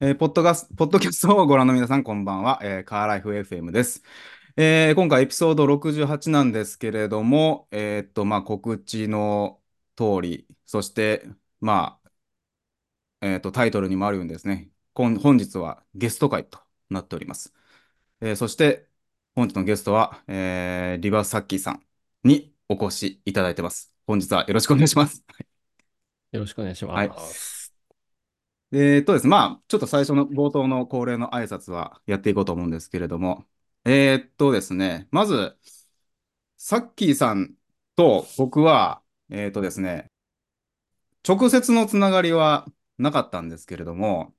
えーポッドガス、ポッドキャストをご覧の皆さん、こんばんは。えーカーライフ FM です。えー今回エピソード68なんですけれども、えーっと、まあ、告知の通り、そして、まあ、えーっと、タイトルにもあるようにですね、こん本日はゲスト会となっております。えーそして、本日のゲストは、えーリバーサッキーさんにお越しいただいてます。本日はよろしくお願いします。よろしくお願いしはい。ます。えーっとですね、まあ、ちょっと最初の冒頭の恒例の挨拶はやっていこうと思うんですけれども、えーっとですね、まず、サッキーさんと僕は、えーっとですね、直接のつながりはなかったんですけれども、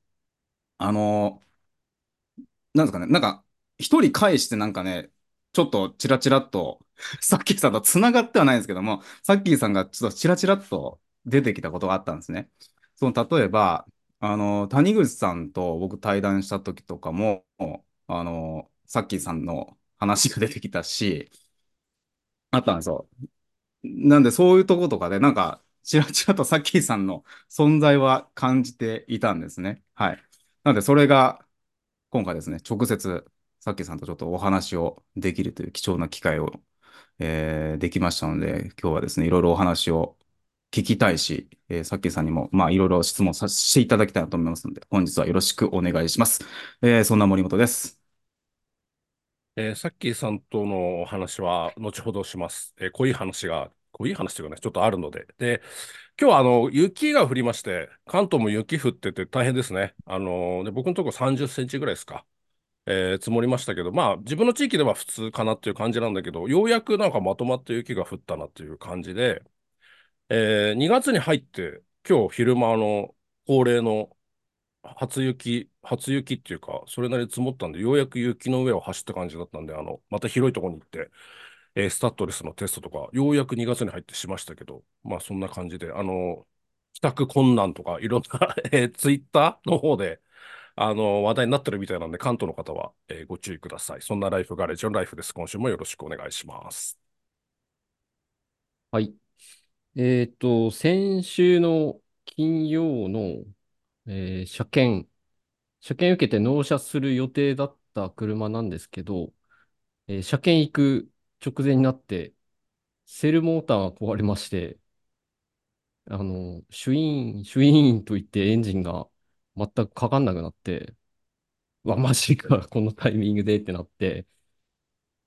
あの、なんですかね、なんか、一人介してなんかね、ちょっとチラチラっと、サッキーさんとつながってはないんですけども、サッキーさんがちょっとチラチラっと出てきたことがあったんですね。その、例えば、あの、谷口さんと僕対談した時とかも、あの、サッキーさんの話が出てきたし、あったんですよ。なんで、そういうとことかで、なんか、ちらちらとサッキーさんの存在は感じていたんですね。はい。なんで、それが、今回ですね、直接、サッキーさんとちょっとお話をできるという貴重な機会を、えーできましたので、今日はですね、いろいろお話を聞きたいし、えーサッキーさんにも、まあ、いろいろ質問させていただきたいなと思いますので、本日はよろしくお願いします。えーそんな森本です。えー、さっきさんとのお話は後ほどします。えー、濃い話が、濃い話というかね、ちょっとあるので。で、今日はあの、雪が降りまして、関東も雪降ってて大変ですね。あのーで、僕のところ30センチぐらいですか。えー積もりましたけど、まあ、自分の地域では普通かなっていう感じなんだけど、ようやくなんかまとまった雪が降ったなっていう感じで、え2月に入って、今日昼間、あの、恒例の初雪、初雪っていうか、それなりに積もったんで、ようやく雪の上を走った感じだったんで、あの、また広いところに行って、えースタッドレスのテストとか、ようやく2月に入ってしましたけど、まあそんな感じで、あの、帰宅困難とか、いろんな、 えー、ツイッターの方で、あの、話題になってるみたいなんで、関東の方は、えーご注意ください。そんなライフガレージのライフです。今週もよろしくお願いします。はい。えっと、先週の金曜の、えー車検、車検受けて納車する予定だった車なんですけど、えー車検行く直前になって、セルモーターが壊れまして、あの、シュイーン、シュイーンと言ってエンジンが全くかかんなくなって、うわ、マジか、このタイミングでってなって、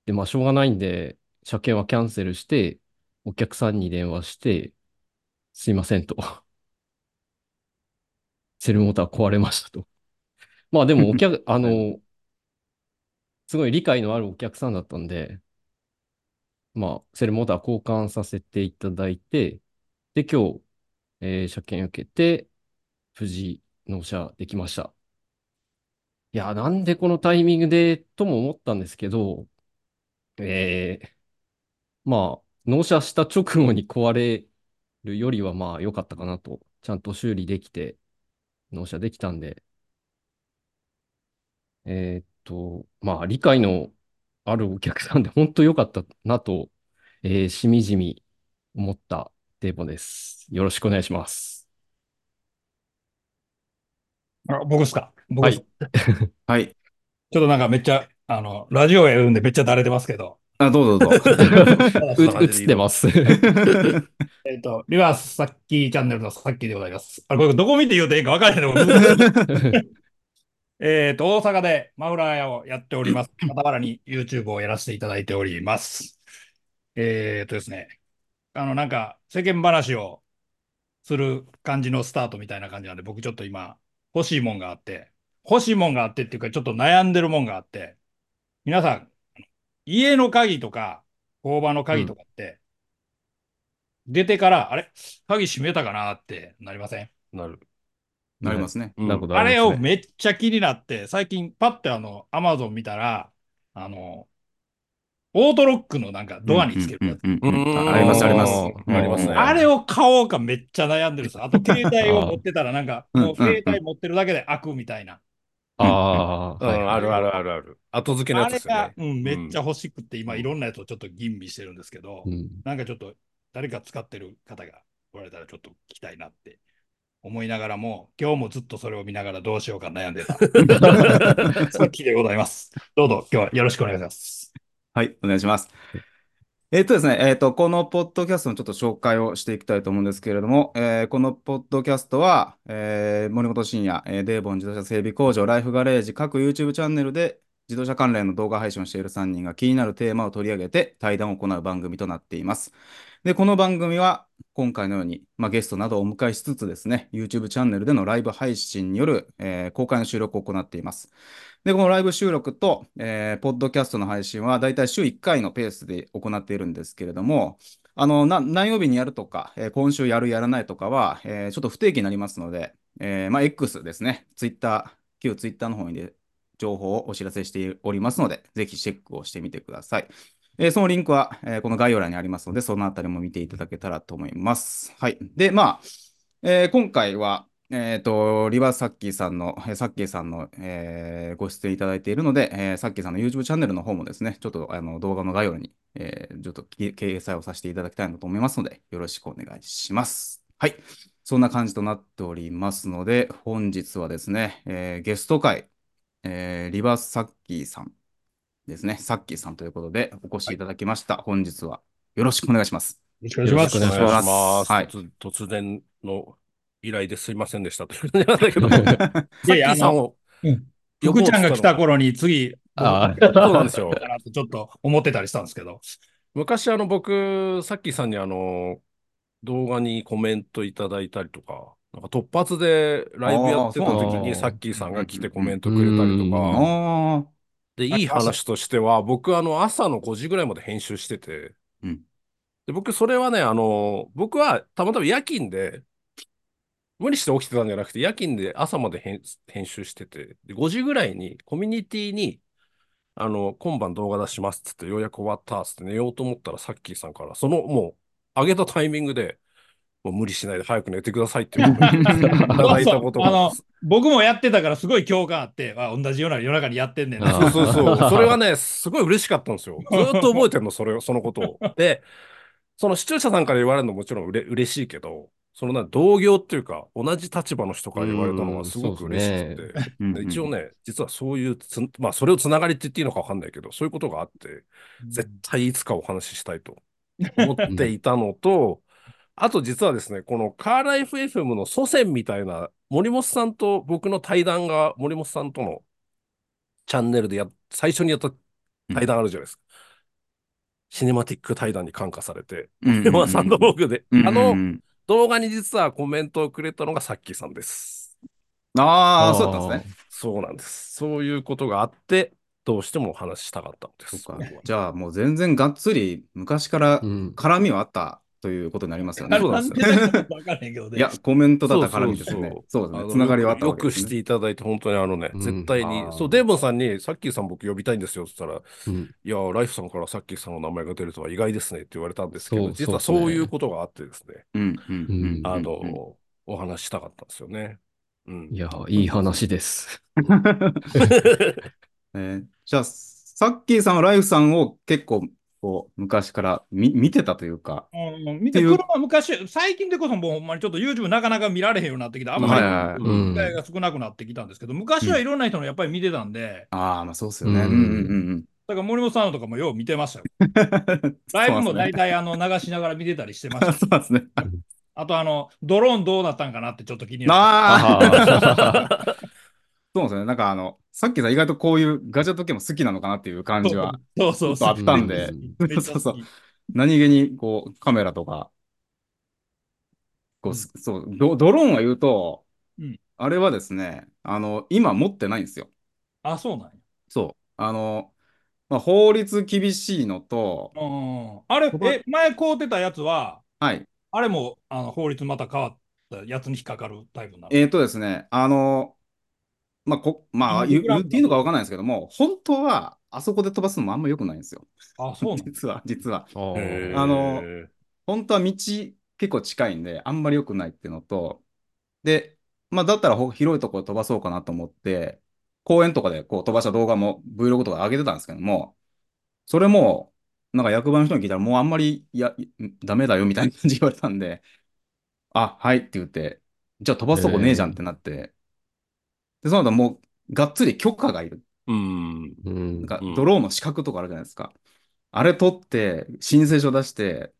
で、まあ、しょうがないんで、車検はキャンセルして、お客さんに電話して、すいませんと、 セルモーター壊れましたと。まあ、でも、お客、あ はいの、すごい理解のあるお客さんだったんで、まあ、セルモーター交換させていただいて、で、今日、えー車検受けて、無事納車できました。いや、なんでこのタイミングで、とも思ったんですけど、えーまあ、納車した直後に壊れるよりは、まあ、良かったかなと。ちゃんと修理できて、納車できたんで、えーっと、まあ、理解のあるお客さんで、本当良かったなと、えーしみじみ思ったデボです。よろしくお願いします。 あ、僕ですか。僕はです。い。ちはい。ょっとなんかめっちゃ、あの、ラジオやるんでめっちゃだれてますけど。あ、どうぞど うぞ。う、そんな映感っじでいていのます。えっと、リバースサッキーチャンネルのサッキーでございます。あ、これどこ見て言うといいか分からへんの難しい。えっと、大阪でマフラー屋をやっております。傍らに YouTube をやらせていただいております。えっとですね、あの、なんか世間話をする感じのスタートみたいな感じなんで、僕ちょっと今欲しいもんがあって、欲しいもんがあってっていうかちょっと悩んでるもんがあって、皆さん、家の鍵とか工場のう鍵とん。かって、出てから、あれ鍵閉めたかなってなりませんなる。なりな、ますね。うなるほ ん。ど、あありますれをね。めっちゃ気になって、最近パッてあの、アマゾン見たら、あの、オートロックのなんかうんドアにつけうるやんつ。うんううんうん。あ、ありますあります。ーん。ありますね。あれを買おうかめっちゃ悩んでるさ。あと携帯をあ持ってたらなんか、 うんもううん携う帯ん。持ってるだけで開くみたいな。あうんうんあ、はいうん、あはい。るあるあるある。後付けのやあつでれすよが、ね。うん、めうっちゃん。欲しくって、今ういん。ろんなやつをちょっと吟味してるんですけど、うん。なんかちょっと誰か使ってる方がおられたらちょっと聞きたいなって思いながらも、今日もずっとそれを見ながらどうしようか悩んでた。さっきでございます。どうぞ、今日はよろしくお願いします。はい、お願いします。えっとですね、えっと、このポッドキャストのちょっと紹介をしていきたいと思うんですけれども、えーこのポッドキャストは、えー森本慎也、えーデーボン自動車整備工場、ライフガレージ、各 YouTube チャンネルで自動車関連の動画配信をしている3人が気になるテーマを取り上げて対談を行う番組となっています。で、この番組は今回のように、まあ、ゲストなどをお迎えしつつですね、YouTube チャンネルでのライブ配信による、えー公開の収録を行っています。で、このライブ収録と、えーポッドキャストの配信は、だいたい週1回のペースで行っているんですけれども、あの、な何曜日にやるとか、えー今週やる、やらないとかは、えーちょっと不定期になりますので、えーまあ、X ですね、Twitter、旧 Twitter の方にで情報をお知らせしておりますので、ぜひチェックをしてみてください。えーそのリンクは、えーこの概要欄にありますので、そのあたりも見ていただけたらと思います。はい。で、まあ、えー今回は、えっと、リバーサッキーさんの、えーサッキーさんの、えーご出演いただいているので、えーサッキーさんの YouTube チャンネルの方もですね、ちょっとあの動画の概要欄に、えーちょっとき掲載をさせていただきたいなと思いますので、よろしくお願いします。はい。そんな感じとなっておりますので、本日はですね、えーゲスト会、えーリバーサッキーさんですね、サッキーさんということで、お越しいただきました。本日はよろしくお願いします。よろしくお願いよしまろす。しくお願いしますはい突突然の依頼ですいませんでしたという感じなんだけ ど、さいやいや、っあきさんの、をうん呼ぼ福うとしちたゃんのが来た頃に次、あどうそうなんですよか。なとちょっと思ってたりしたんですけど。昔、あの、僕、さっきさんに、あの、動画にコメントいただいたりとか、なんか突発でライブやってたあそーう時なんに、ださっきさんが来てコメントくれたりとうんか、あで、いい話としては、僕、あの、朝の5時ぐらいまで編集してて、うんで、僕、それはね、あの、僕はたまたま夜勤で、無理して起きてたんじゃなくて、夜勤で朝まで編編集してて、で、5時ぐらいにコミュニティに、あの、今晩動画出しますっつって、ようやく終わったっつって寝ようと思ったら、さっきさんから、その、もう、上げたタイミングで、もう無理しないで早く寝てくださいっていうい ただいたことそうそうあのが。僕もやってたからすごい共感あって、あ同じような夜中にやってんねんな。あそうーそうそう。 それがね、すごい嬉しかったんですよ。ずーっと覚えてるの、それを、そのことを。で、その視聴者さんから言われるのもちろんうれ嬉しいけど、そのな同業っていうか、同じ立場の人から言われたのうんがすごく嬉しくて、ーで一応、ね、実はそういうつん、まあ、それをつながりって言っていいのかわかんないけど、そういうことがあって、絶対いつかお話しした いと思っていたのと、あと実はですね、このカーライフ FM の祖先みたいな、森本さんと僕の対談が、森本さんとのチャンネルでや最初にやった対談あるじゃないですか。シネマティック対談に感化されて、うん森本さんと僕で、うんうんあうのん動画に実はコメントをくれたのがさっきさんです。ああ、そうだったんですね。そうなんです。そういうことがあって、どうしてもお話ししたかったんです。そっか僕はじゃあもう全然がっつり昔からうん絡みはあったということになりますよね。あれそう ななんんでですよなんかわかんないけどね。いや、コメントだった絡みですね。そそうそうそううですあね。のつながりはあったよわけくですしねていただいて、本当にあのね、うん絶対にあ、ーそう、デーモンさんに、さっきーさん僕呼びたいんですよって言ったら、うんいや、ライフさんからさっきーさんの名前が出るとは意外ですねって言われたんですけそど、う実はそうっすねそういうことがあってですね、うんうんうんうんあの、うんお話ししたかったんですよね。うん。いや、いい話です。えーじゃあ、さっきーさんはライフさんを結構こう昔から見見てたというか。うん、見て、っていう車昔、最近でこそもうほんまにちょっと YouTube なかなか見られへんようになってきて、あんまはいりはいはいうん機会が少なくなってきたんですけど、昔はいろんな人のやっぱり見てたんで、ああ、まあそうですよね。ううんんうんだから森本さんのとかもよう見てましたよ。うん。ライブも大体。体あの流しながら見てたりして ました。そうなんですね。あとあの、ドローンどうなったんかなってちょっと気になっああ。あそうですよね。なんかあの、さっきさん意外とこういうガチャ時計も好きなのかなっていう感じは、て。そうそうそう。あったんでうんめっちゃ好きそうそう何気にこうカメラとか、こう、うんそうド、ドローンは言うと、うんあれはですね、あの、今持ってないんですよ。あ、そうなんや。そう。あの、まあ、法律厳しいのと、うん。あれこ、こえ、前買うてたやつは、はい。あれもあの法律また変わったやつに引っかかるタイプなの。えっ、とですね、あの、まあ、こ、まあ、言う言っていいのかわかんないですけども、本当は、あそこで飛ばすのもあんま良くないんですよ。あ、そうなんや。 実は、実は。へーあの本当は道結構近いんで、あんまり良くないっていうのと、で、まあ、だったらほ広いところ飛ばそうかなと思って、公園とかでこう飛ばした動画も Vlog とか上げてたんですけども、それも、なんか役場の人に聞いたら、もうあんまりいやいダメだよみたいな感じで言われたんで、あ、はいって言って、じゃあ飛ばすとこねえじゃんってなって、で、その後もう、がっつり許可がいる。うん。うんなんかうん、ドローの資格とかあるじゃないですか。あれ取って、申請書出して、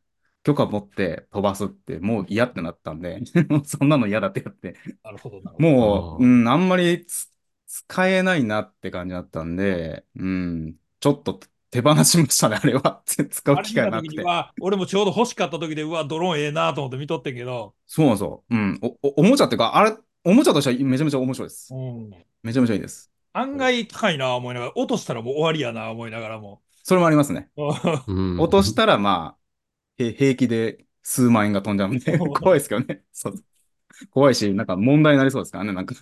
許可持って飛ばすって、もう嫌ってなったんで、 もうそんなの嫌だってやって、なるほどなるほど。もう、あーうん、あんまりつ使えないなって感じだったんで、うん、ちょっと手放しましたね、あれは。 使う機会なあれく見た時にて。は俺もちょうど欲しかった時で、うわ、ドローンええなと思って見とってんけど、そうなんですよ。うん、お、おおもちゃっていうか、あれ、おもちゃとしてはめちゃめちゃ面白いです。うんめちゃめちゃいいです。案外高いな思いながら、落としたらもう終わりやな思いながらも。それもありますね。うん落としたら、まあ、へ平気で数万円が飛んじゃうんで、そう怖いですけどね。そう怖いし、なんか問題になりそうですからね、なん か。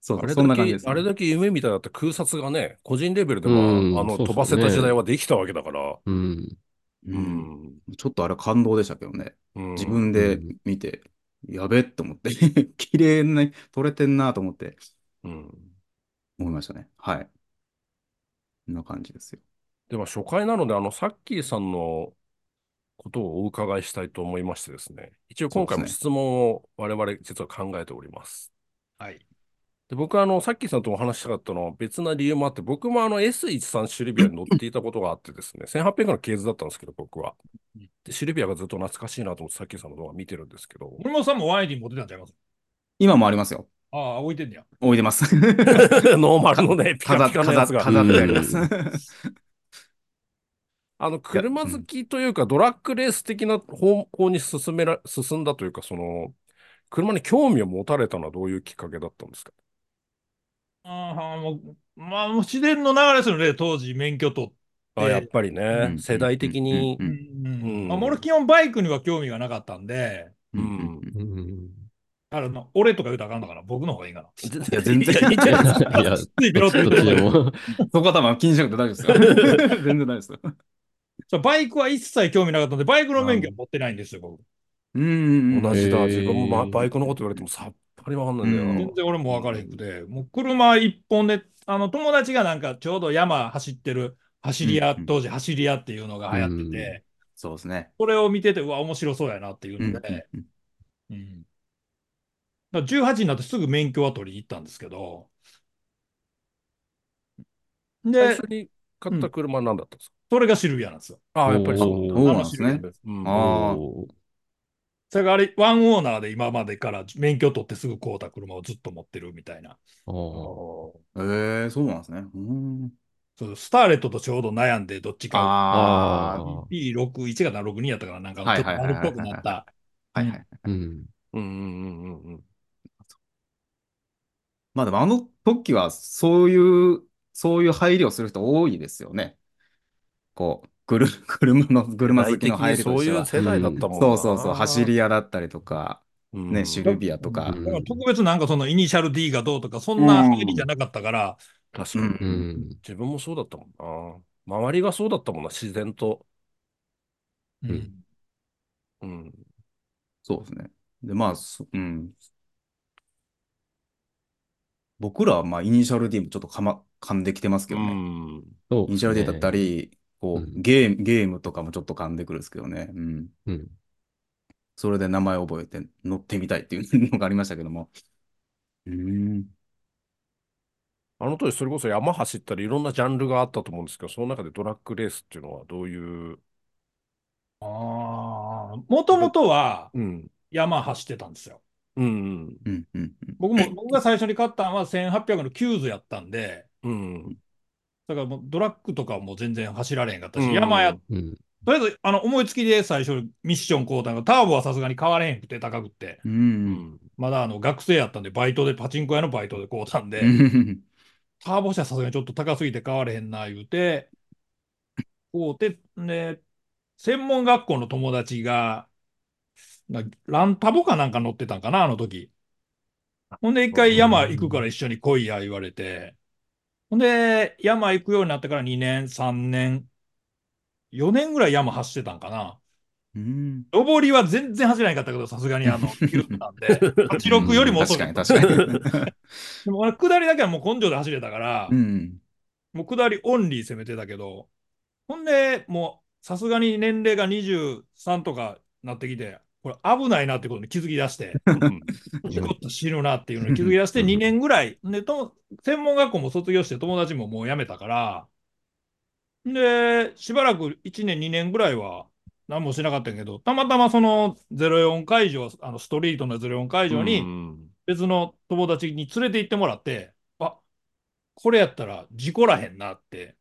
そうあそう、れそんなだ感じけで、すね、あれだけ夢みたいだった空撮がね、個人レベルでも、うんあそうっの、すね飛ばせた時代はできたわけだから。うん。う。うんん。ちょっとあれ感動でしたけどね。うん自分で見て、やべえと思って、 綺麗に撮れてんなと思ってうん。思いましたね。はい。こんな感じですよ。では、初回なので、あの、サッキーさんのことをお伺いしたいと思いましてですね。一応、今回も質問を我々実は考えております。はい。で僕はあの、さっきさんとお話ししたかったのは別な理由もあって、僕もあの S13 シルビアに乗っていたことがあってですね、1800の系図だったんですけど、僕は。で、シルビアがずっと懐かしいなと思って、さっきさんの動画見てるんですけど、森本さんもワインに持ってたんちゃいます今もありますよ。ああ、置いてんねや。置いて ます。ノーマルのね、ピ飾カっピカのやつが。飾ってあります。あの、車好きというか、ドラッグレース的な方向に進めら、進んだというか、その、車に興味を持たれたのはどういうきっかけだったんですかああ、もう、まあ、もう自然の流れですよね、当時、免許取って。あ、やっぱりね、世代的にう。んうんうんまあ、俺、基本バイクには興味がなかったんで、うんうんうんうんうん。あれの俺とか言うとあかんのかな、僕の方がいいかな。いや全然いいじゃないですかいや、どっ ついペロッと言ちうでも。そこは多分気にしなくて大丈夫 ですよ。全然大丈夫ですよ。そうバイクは一切興味なかったんで、バイクの免許は持ってないんですよ、僕。うんうんうん。同じだ。へー自分もまあバイクのこと言われてもさっぱりわかんないんだうんよ全。然俺も分からへんくて、もう車一本で、あの友達がなんかちょうど山走ってる、走り屋、うん当時走り屋っていうのが流行ってて、そうですね。それを見てて、うわ、面白そうやなっていうので、うんうんだから18になってすぐ免許は取りに行ったんですけど、最で初、に買った車なんだったんですそれがシルビアなんですよ。かああ、やっぱりそうそうなんなだ。んですね。うんあーおーそれがあれ、ワンオーナーで今までから免許取ってすぐ買うた車をずっと持ってるみたいな。あーええ、そうなんですね。うんそうスターレットとちょうど悩んで、どっちかああ P61 かな、62やったかな、なんかはいちょっはいはといはい丸っぽくなった。あ。はいはい。ー。うん。うんうんうんうんうん。まあでもあの時はそういう、そういう配慮をする人多いですよね。こう、ぐる、 車の、車好きの配慮そとうしいてうは。世代だったもんなそうそうそう、走り屋だったりとか、うんね、シルビアとか。だから特別なんかそのイニシャル D がどうとか、そんな入りじゃなかったから、確かうにん。うん。自分もそうだったもんな。周りがそうだったもんな、自然と。うんうんうん。そうですね。で、まあ、そうん。僕らは、まあ、イニシャル D もちょっとかま、噛んできてますけうどね。ん。そうイニシャル D だったり。り、こう、うんゲーム、ゲームとかもちょっと噛んでくるんですけどね。うん。うん。それで名前覚えて乗ってみたいっていうのがありましたけども。うーん。あの当時、それこそ山走ったり、いろんなジャンルがあったと思うんですけど、その中でドラッグレースっていうのはどういう。もともとはうん。山走ってたんですよ。うん。うん、うん、うん。僕 も、僕が最初に買ったのは1800のキューズやったんで、うん。だからもうドラッグとかも全然走られへんかったうんし、山や、うん。とりあえずあの思いつきで最初ミッション交代のターボはさすがに買われへんくて高くって、う。うんん。まだあの学生やったんで、バイトで、パチンコ屋のバイトで買うたんで、うんターボ車さすがにちょっと高すぎて買われへんな言うて、こうて、ね、専門学校の友達が、なランタボかなんか乗ってたんかな、あの時。ほんで、一回山行くから一緒に来いや言われて、ほんで、山行くようになってから2年、3年、4年ぐらい山走ってたんかな。うん。上りは全然走らへんかったけど、さすがに あの、急だったんで、86よりも遅確かかっに、た。確かに。でも俺、下りだけはもう根性で走れた から、うん。もう下りオンリー攻めてたけど、ほんで、もうさすがに年齢が23とかなってきて、これ危ないなってことに気づき出して、うんちょっと死ぬなっていうのに気づき出して、うん2年ぐらい。で、と専門学校も卒業して友達ももう辞めたから、で、しばらく1年、2年ぐらいは何もしなかったんやけど、たまたまその04会場、あのストリートの04会場うにん別の友達に連れて行ってもらって、あこれやったら事故らへんなって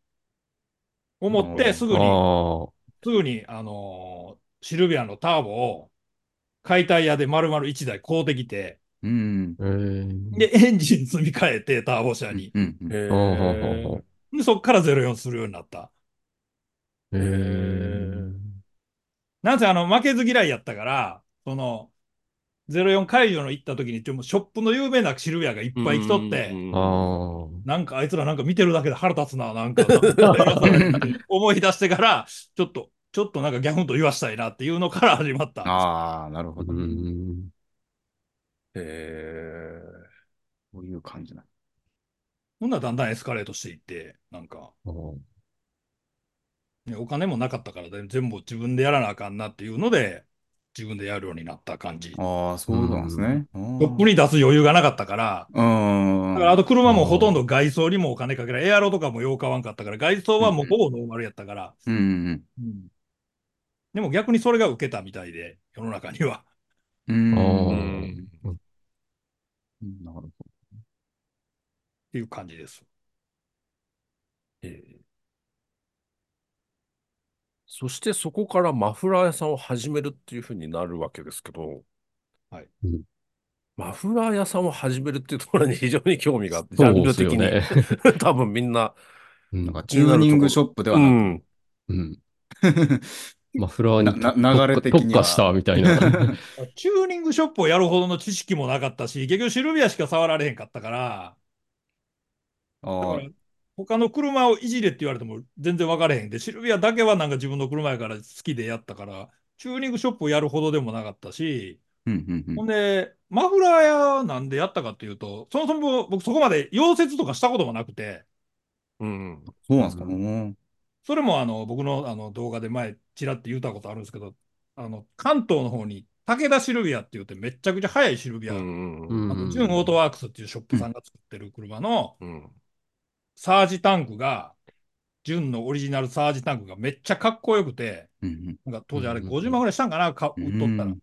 思っうて、んすぐにあすぐに、あのーシルビアのターボを解体屋で丸々1台買うてきて、うん。あ。うんで、エンジン積み替えて、ターボ車に。うん。へあーーでそっから04するようになった。へーーなんせ、あの、負けず嫌いやったから、その、04会場の行った時に、ちょもうショップの有名なシルビアがいっぱい来とって、うんあーなんかあいつらなんか見てるだけで腹立つな、なんか、 なんか思い出してから、ちょっと、ちょっとなんかギャフンと言わしたいなっていうのから始まった。 ああ、なるほど。うこんへーういう感じな。ほんならだんだんエスカレートしていって、なんか、あーねお金もなかったから全全部自分でやらなあかんなっていうので、自分でやるようになった感じ。トああ、そういうことなんですね。トップに出す余裕がなかったから、うん。だからあと車もほとんど外装にもお金かけない。エアロとかもよう買わんかったから、外装はもうほぼノーマルやったから、うんうんでも逆にそれが受けたみたいで、世の中には。うん。あうんーなるほど。っていう感じです。そしてそこからマフラー屋さんを始めるっていうふうになるわけですけど、はいうんマフラー屋さんを始めるっていうところに非常に興味があって、ジャそうンでルす的よに、ね。多分みんな、うんなんか、チューニングショップではうなく、ん、うん。まあ、フラワーになな流れ的には 特化したみたいな。チューニングショップをやるほどの知識もなかったし、結局シルビアしか触られへんかったから、だあかあら他の車をいじれって言われても全然分からへんで、シルビアだけはなんか自分の車やから好きでやったから、チューニングショップをやるほどでもなかったし、うんうんうんほんで、マフラー屋なんでやったかっていうと、そもそも僕そこまで溶接とかしたこともなくて、うん、そうなんですか。うんそれもあの僕のあの動画で前、ちらって言ったことあるんですけど、あの関東の方に武田シルビアって言ってめちゃくちゃ速いシルビうア、ん、ううん、んあの純オートワークスっていうショップさんが作ってる車の、うん、サージタンクが、純のオリジナルサージタンクがめっちゃかっこよくて、うんなんか当時あれうん50万ぐらいしたんかな、かう売んっとったらうん。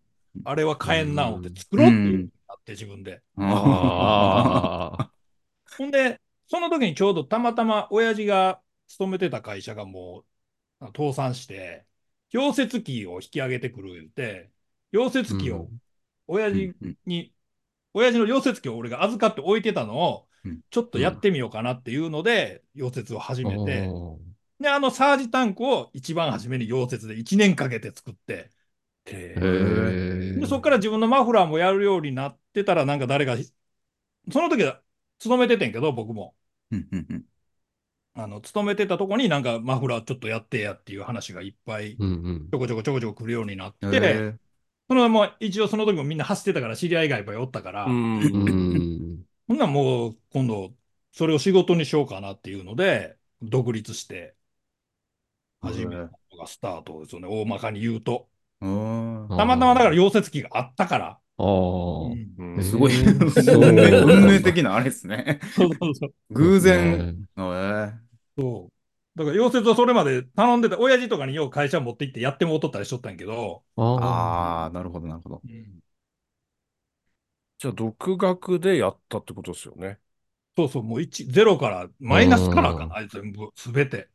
あれは買えんな思って作ろうっていう風になって自分で。うんああほんで、その時にちょうどたまたま親父が勤めてた会社がもうあ倒産して、溶接機を引き上げてくる言って、溶接機を親あ。父に、親父の溶接機を俺が預かって置いてたのをうん、ちょっとやってみようかなっていうので、溶接を始ー。めて、おーで、あのサージタンクを一番初めに溶接で1年かけて作って、へへーーでそこから自分のマフラーもやるようになってたら、なんか誰か、その時は勤めててんけど、僕も。うんうんうんあの、勤めてたとこになんかマフラーちょっとやってやっていう話がいっぱい、ちうんうん。ょこちょこちょこちょこ来るようになって、へそのまま一応その時もみんな走ってたから知り合いがいっぱいおったから、う、ほん、うんん。ならもう今度、それを仕事にしようかなっていうので、独立して、始めたのがスタートですよね、大まかに言うと。えうん たまたまだから溶接機があったから。あーうんうんすごい。え ーそう運命運命的なあれですね。そうそうそう。偶然。のえだから溶接はそれまで頼んでた、親父とかによう会社持って行ってやってもうとったりしとったんやけど、あああ、なるほど、なるほど。じゃあ、独学でやったってことですよね。そうそう、もう1、ゼロから、マイナスからかな、全部、すべて。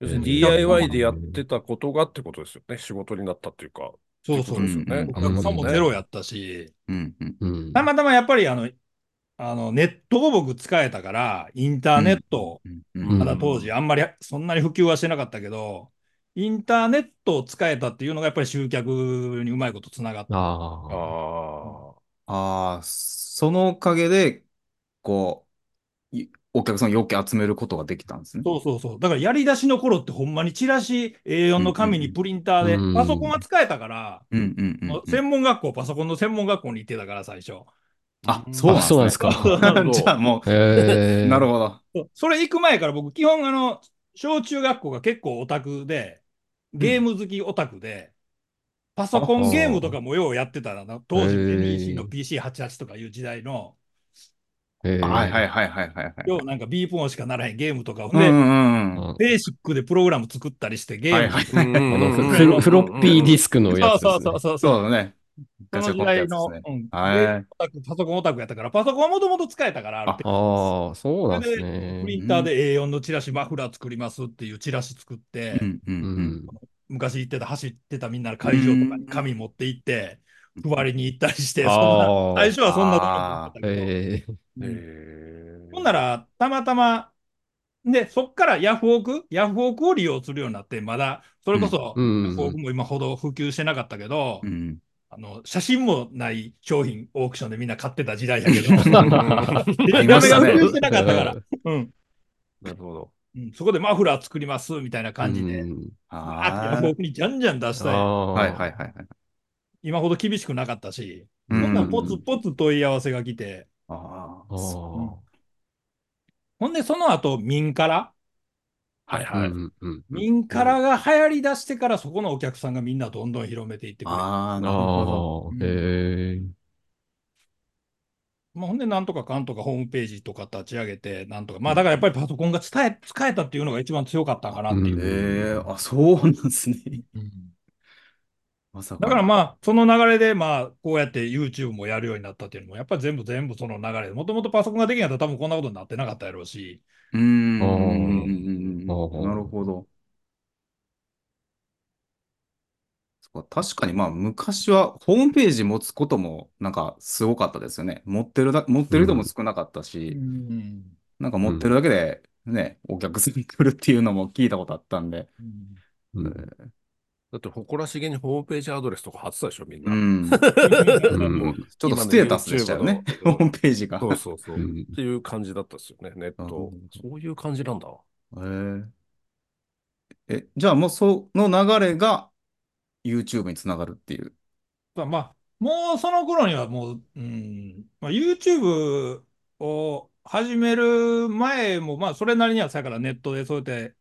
要するにえー DIY でやってたことがってことですよね。仕事になったっていうか。そうそうってことですよね。おん客さんもゼロやったし、うんうんあ。うん。たまたまやっぱりあの、あのネットを僕使えたから、インターネットを、うんうんまだ当時あんまりそんなに普及はしてなかったけど、インターネットを使えたっていうのがやっぱり集客にうまいことつながった。あああ。あ。ああ、そのおかげで、こう、いお客さんをよく集めることができたんですね。そうそうそう。だからやり出しの頃ってほんまにチラシ A4 の紙にプリンターで、うんパソコンは使えたから、うんうんうんうん専門学校、パソコンの専門学校に行ってたから最初。あ、そうあそうなんですか なるほどじゃあもえう、え。なるほど。そうそれ行く前から僕基本あの、小中学校が結構オタクで、ゲーム好きオタクで、パソコンゲームとかもようやってたらな、当時 NEC の PC88 とかいう時代の、えーはいはいはいはいはいはい。ようなんか B ポンしかならへんゲームとかをうんね、うんうん。あベーシックでプログラム作ったりしてゲーム、はいはい。うんうんあうんのうんフフロフロッピーディスクのやつですね。そうそうそうそう。そうだね。そガチャコっての時代やつでのす、ね。うんゲーはムオタクパソコンオタクやったから、パソコンはもともと使えたから、ある程度ああ、そうなんですプリね。ンターで A4 のチラシ、マフラー作りますっていうチラシ作って、い。うんうんううんん。昔行ってた、走ってたみんなの会場とかに紙持って行って、配りに行ったりして、そんなああ最、初はそんなとこだったけど、えーへうんーほんなら、たまたま、で、そっからヤフオク、ヤフオクを利用するようになって、まだ、それこそ、うんうんうんヤフオクも今ほど普及してなかったけど、うん。あの、写真もない商品オークションでみんな買ってた時代やけど、 あダりメまがしたね普及してなかったから、うんなるほど。うんそこでマフラー作りますみたいな感じで、うんあーってヤあフオクにじゃんじゃん出しあたい。あ。あ。はいはいはいはい。今ほど厳しくなかったし、うこんんなんポツポツ問い合わせが来て、ああーほんでその後、民から、はいはうい。んうんうん民からが流行り出してから、そこのお客さんがみんなどんどん広めていってくれた。あー、なるほど。ああ、へえ。まあ、ほんで、なんとかかんとかホームページとか立ち上げて、なんとか、まあだからやっぱりパソコンが伝え、使えたっていうのが一番強かったかなっていう。うんええあ、そうなんですね。まさか。だからまあ、その流れで、まあ、こうやって YouTube もやるようになったっていうのも、やっぱり全部全部その流れで、もともとパソコンができなかったら多分こんなことになってなかったやろうし、うーん。あーうんうんうんあーなるほど。そっか確かに、まあ、昔はホームページ持つことも、なんか、すごかったですよね。持ってるだ、持ってる人も少なかったし、なんか持ってるだけで、ね、お客さん来るっていうのも聞いたことあったんで。 うんだって誇らしげにホームページアドレスとか貼ってたでしょ、みんうな。 ん。うんもうちょっとステータスでしたよね。今の YouTube ホーのムページが。そうそうそう。うっんていう感じだったですよね、ネットうん。そういう感じなんだ。へーえ、じゃあもうその流れが YouTube につながるっていう。まあまあ、もうその頃にはもう、うん、まあ、YouTube を始める前も、まあ、それなりにはさやからネットでそうやって、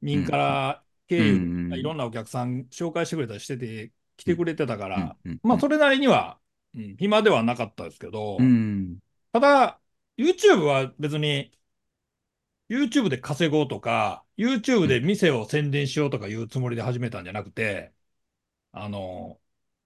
民から経由うんうんうんいろんなお客さん紹介してくれたりしてて、来てくれてたから、うんうんまあ、それなりには、うん、暇ではなかったですけど、うん。ただ、YouTube は別に、YouTube で稼ごうとか、YouTube で店を宣伝しようとかいうつもりで始めたんじゃなくて、あの、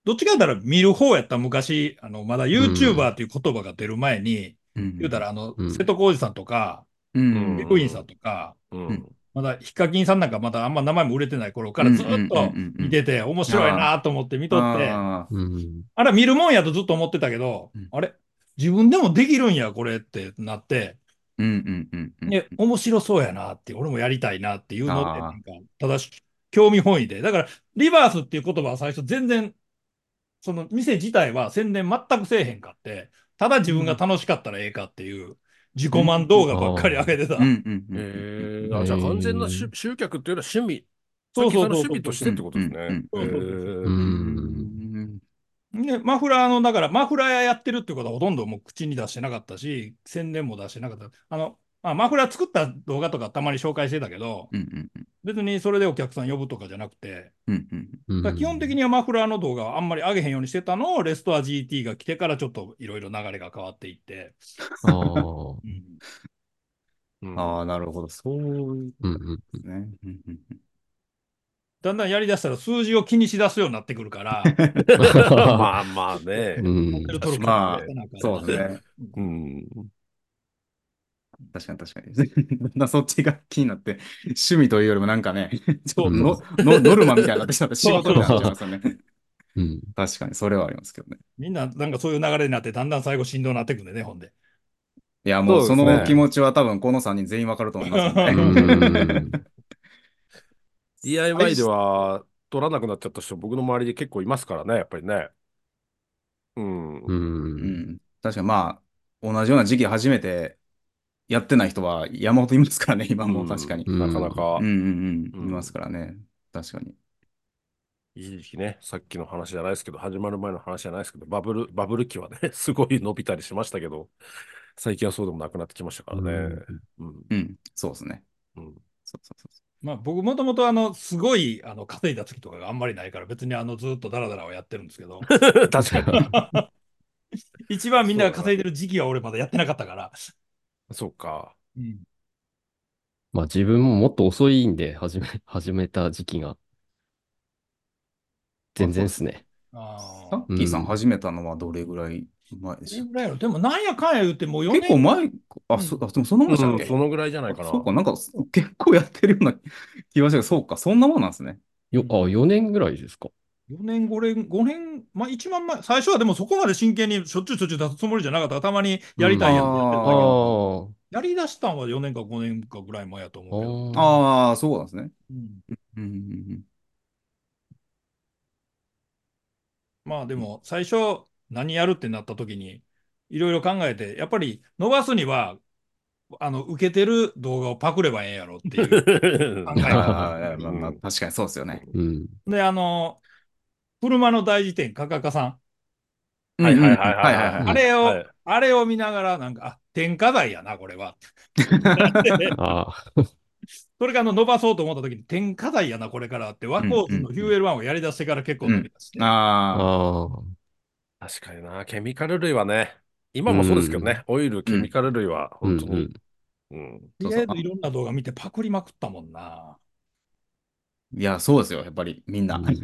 どっちか言ったら見る方やった昔、あの、まだ YouTuber っていう言葉が出る前に、うん言うたら、あの、うん瀬戸康史さんとか、うんエクインさんとか、うん。まだヒカキンさんなんかまだあんま名前も売れてない頃からずっと見てて、面白いなと思って見とって、あーうんあれ見るもんやとずっと思ってたけど、うんあれ自分でもできるんや、これってなって、うんうんうんで、面白そうやなって、俺もやりたいなっていうので、あーなんか、ただし、興味本位で。だから、リバースっていう言葉は最初全然、その店自体は宣伝全くせえへんかって、ただ自分が楽しかったらええかっていう、自己満動画ばっかり上げてた。うんうんうんうんえー、あじゃあ完全なし集客っていうのは趣味。そうそうそうさっき言ったの趣味としてってことですね。うんうんうえーんで、マフラーの、だから、マフラーやってるってことはほとんどもう口に出してなかったし、宣伝も出してなかった。あの、まあ、マフラー作った動画とかたまに紹介してたけど、うんうん別にそれでお客さん呼ぶとかじゃなくて、うんうんうんだから基本的にはマフラーの動画はあんまり上げへんようにしてたのを、レストア GT が来てからちょっといろいろ流れが変わっていって、あーうんうんああ、なるほど。そうでうんうんすね。うんうんうんだんだんやりだしたら数字を気にしだすようになってくる から、 まあまあねう。んホテル登録まあしてなんかそうですね。うん。確かに確かに。だんだんそっちが気になって、趣味というよりもなんか ね、ちょっとののノルマみたいになってしまって仕事になっちゃいますよね。 うん確かに、それはありますけどね。みんななんかそういう流れになって、だんだん最後振動になってくるんでね、ほんで。いや、もうそそうですねの気持ちは多分この3人全員わかると思いますうよ ね。ん DIY では取らなくなっちゃった人、僕の周りで結構いますからね、やっぱりね。うん。ううんん、確かにまあ、同じような時期初めてやってない人は山ほどいますからね、今も確かに。うんなかなかうんうんうん、うんいますからね。確かに。一時期ね、さっきの話じゃないですけど、始まる前の話じゃないですけど、バブル、バブル期はね、 すごい伸びたりしましたけど、最近はそうでもなくなってきましたからね。うん。 うん、そうですね。うんそうそうそうまあ、僕もともとあの、すごい、あの、稼いだ月とかがあんまりないから、別にあの、ずっとダラダラはやってるんですけ ど、確かに。一番みんなが稼いでる時期は俺まだやってなかったから。そうか。うん。まあ自分ももっと遅いんで、始め、始めた時期が。全然ですね。あサあ。ッキーさうんん始めたのはどれぐらい前でどしれたぐらいやろでも、なんやかんや言ってもう4結構年。前、あ、そ、あ、でもそんなもんでしたっうんけそのぐらいじゃないかあな。そうか、なんかす結構やってるような気がしたけど、そうか、そんなもんなんですね。よ、あ、4年ぐらいですか。 4年、5年、5年、まあ一番前、最初はでもそこまで真剣にしょっちゅうしょっちゅう出すつもりじゃなかったからたまにやりたいやつやってただけだからうんあーやり出したのは4年か5年かぐらい前やと思うけど。ああ、ああ、ああ、そうなんですね。うんうんうんうんまあでも最初何やるってなった時にいろいろ考えてやっぱり伸ばすにはあの受けてる動画をパクればええんやろっ ていう考はいえはいがはいはいまあまあうん確かにそうですよね。うん。であの車の大辞典カカカさん はいははいいはいはいはいはあい。れを、はいあれを見ながらなんかあ添加剤やなこれはあそれがあの伸ばそうと思った時に添加剤やなこれからってワコーズのフューエルワンをやりだしてから結構伸び出して、ああ、あ、確かにな。ケミカル類はね、今もそうですけどね、オイル、ケミカル類はうん本当に。うんとりあえずいろんな動画見てパクりまくったもんな。いや、そうですよ、やっぱりみんな。うん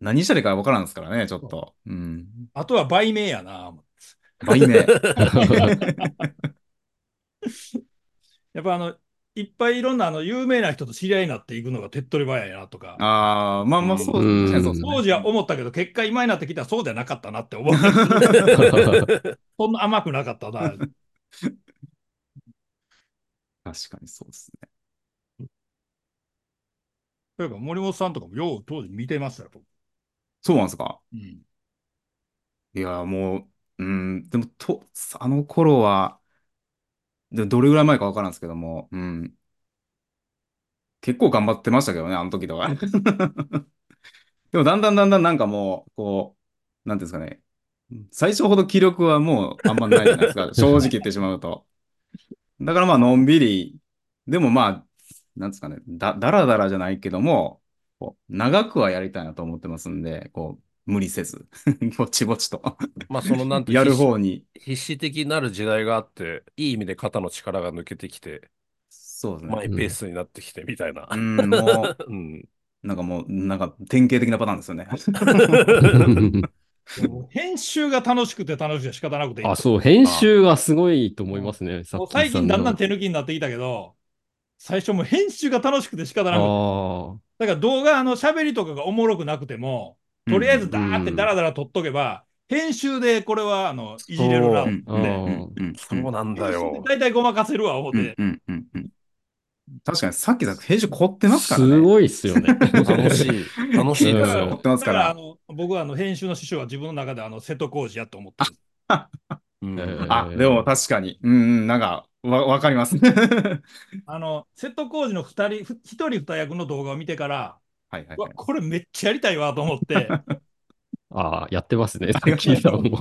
何したらいいか分からんですからね、ちょっと。うん。あとは売名やな。倍名。やっぱあの、いっぱいいろんなあの有名な人と知り合いになっていくのが手っ取り早いなとか、ああ、まあまあ、そううんそうですね当時は思ったけど、結果今になってきたらそうじゃなかったなって思う。そんな甘くなかったな。確かにそうですね。例えば森本さんとかもよう当時見てましたよ。僕そうなんですか。うんいや、もう、うん、でも、と、あの頃は、でどれぐらい前か分からんですけども、うん。結構頑張ってましたけどね、あの時とか。 でも、だんだんだんだんなんかもう、こう、なんていうんですかね、最初ほど気力はもうあんまないじゃないですか、正直言ってしまうと。だからまあ、のんびり、でもまあ、なんですかね、だ、だらだらじゃないけども、こう長くはやりたいなと思ってますんで、こう、無理せず、 ぼちぼちと、まあ、そのなんてやる必死方に。必死的になる時代があって、いい意味で肩の力が抜けてきて、そうですね。マイペースになってきてみたいなう。ん、もうん。う、なんかもう、なんか典型的なパターンですよね。でも編集が楽しくて楽しくて仕方なくていいあ、そう、編集がすごいと思いますね、さっもうき最さ近だんだんの手抜きになってきたけど、最初もう編集が楽しくて仕方なあくて。あ、だから動画あの喋りとかがおもろくなくても、とりあえずダーってダラダラ撮っとけば、編集でこれはあのいじれるそうな思うんって。うんうんそうなんだ編集よで。大体ごまかせるわ、思っうんて。うんうんうん確かにさっきだと編集凝ってますからね。すごいっすよね。楽しい。楽しいです凝っよ。てまだすかからあら。の僕はあの編集の師匠は自分の中であの瀬戸康史やと思ってる。うんうんあ、でも確かに。うんうん、なんか、わ、わかります。 あの瀬戸康史の二人、ふ一人二役の動画を見てから、はいはいうわはい。これめっちゃやりたいわと思 って、ああ、やってますね、さっきさんも。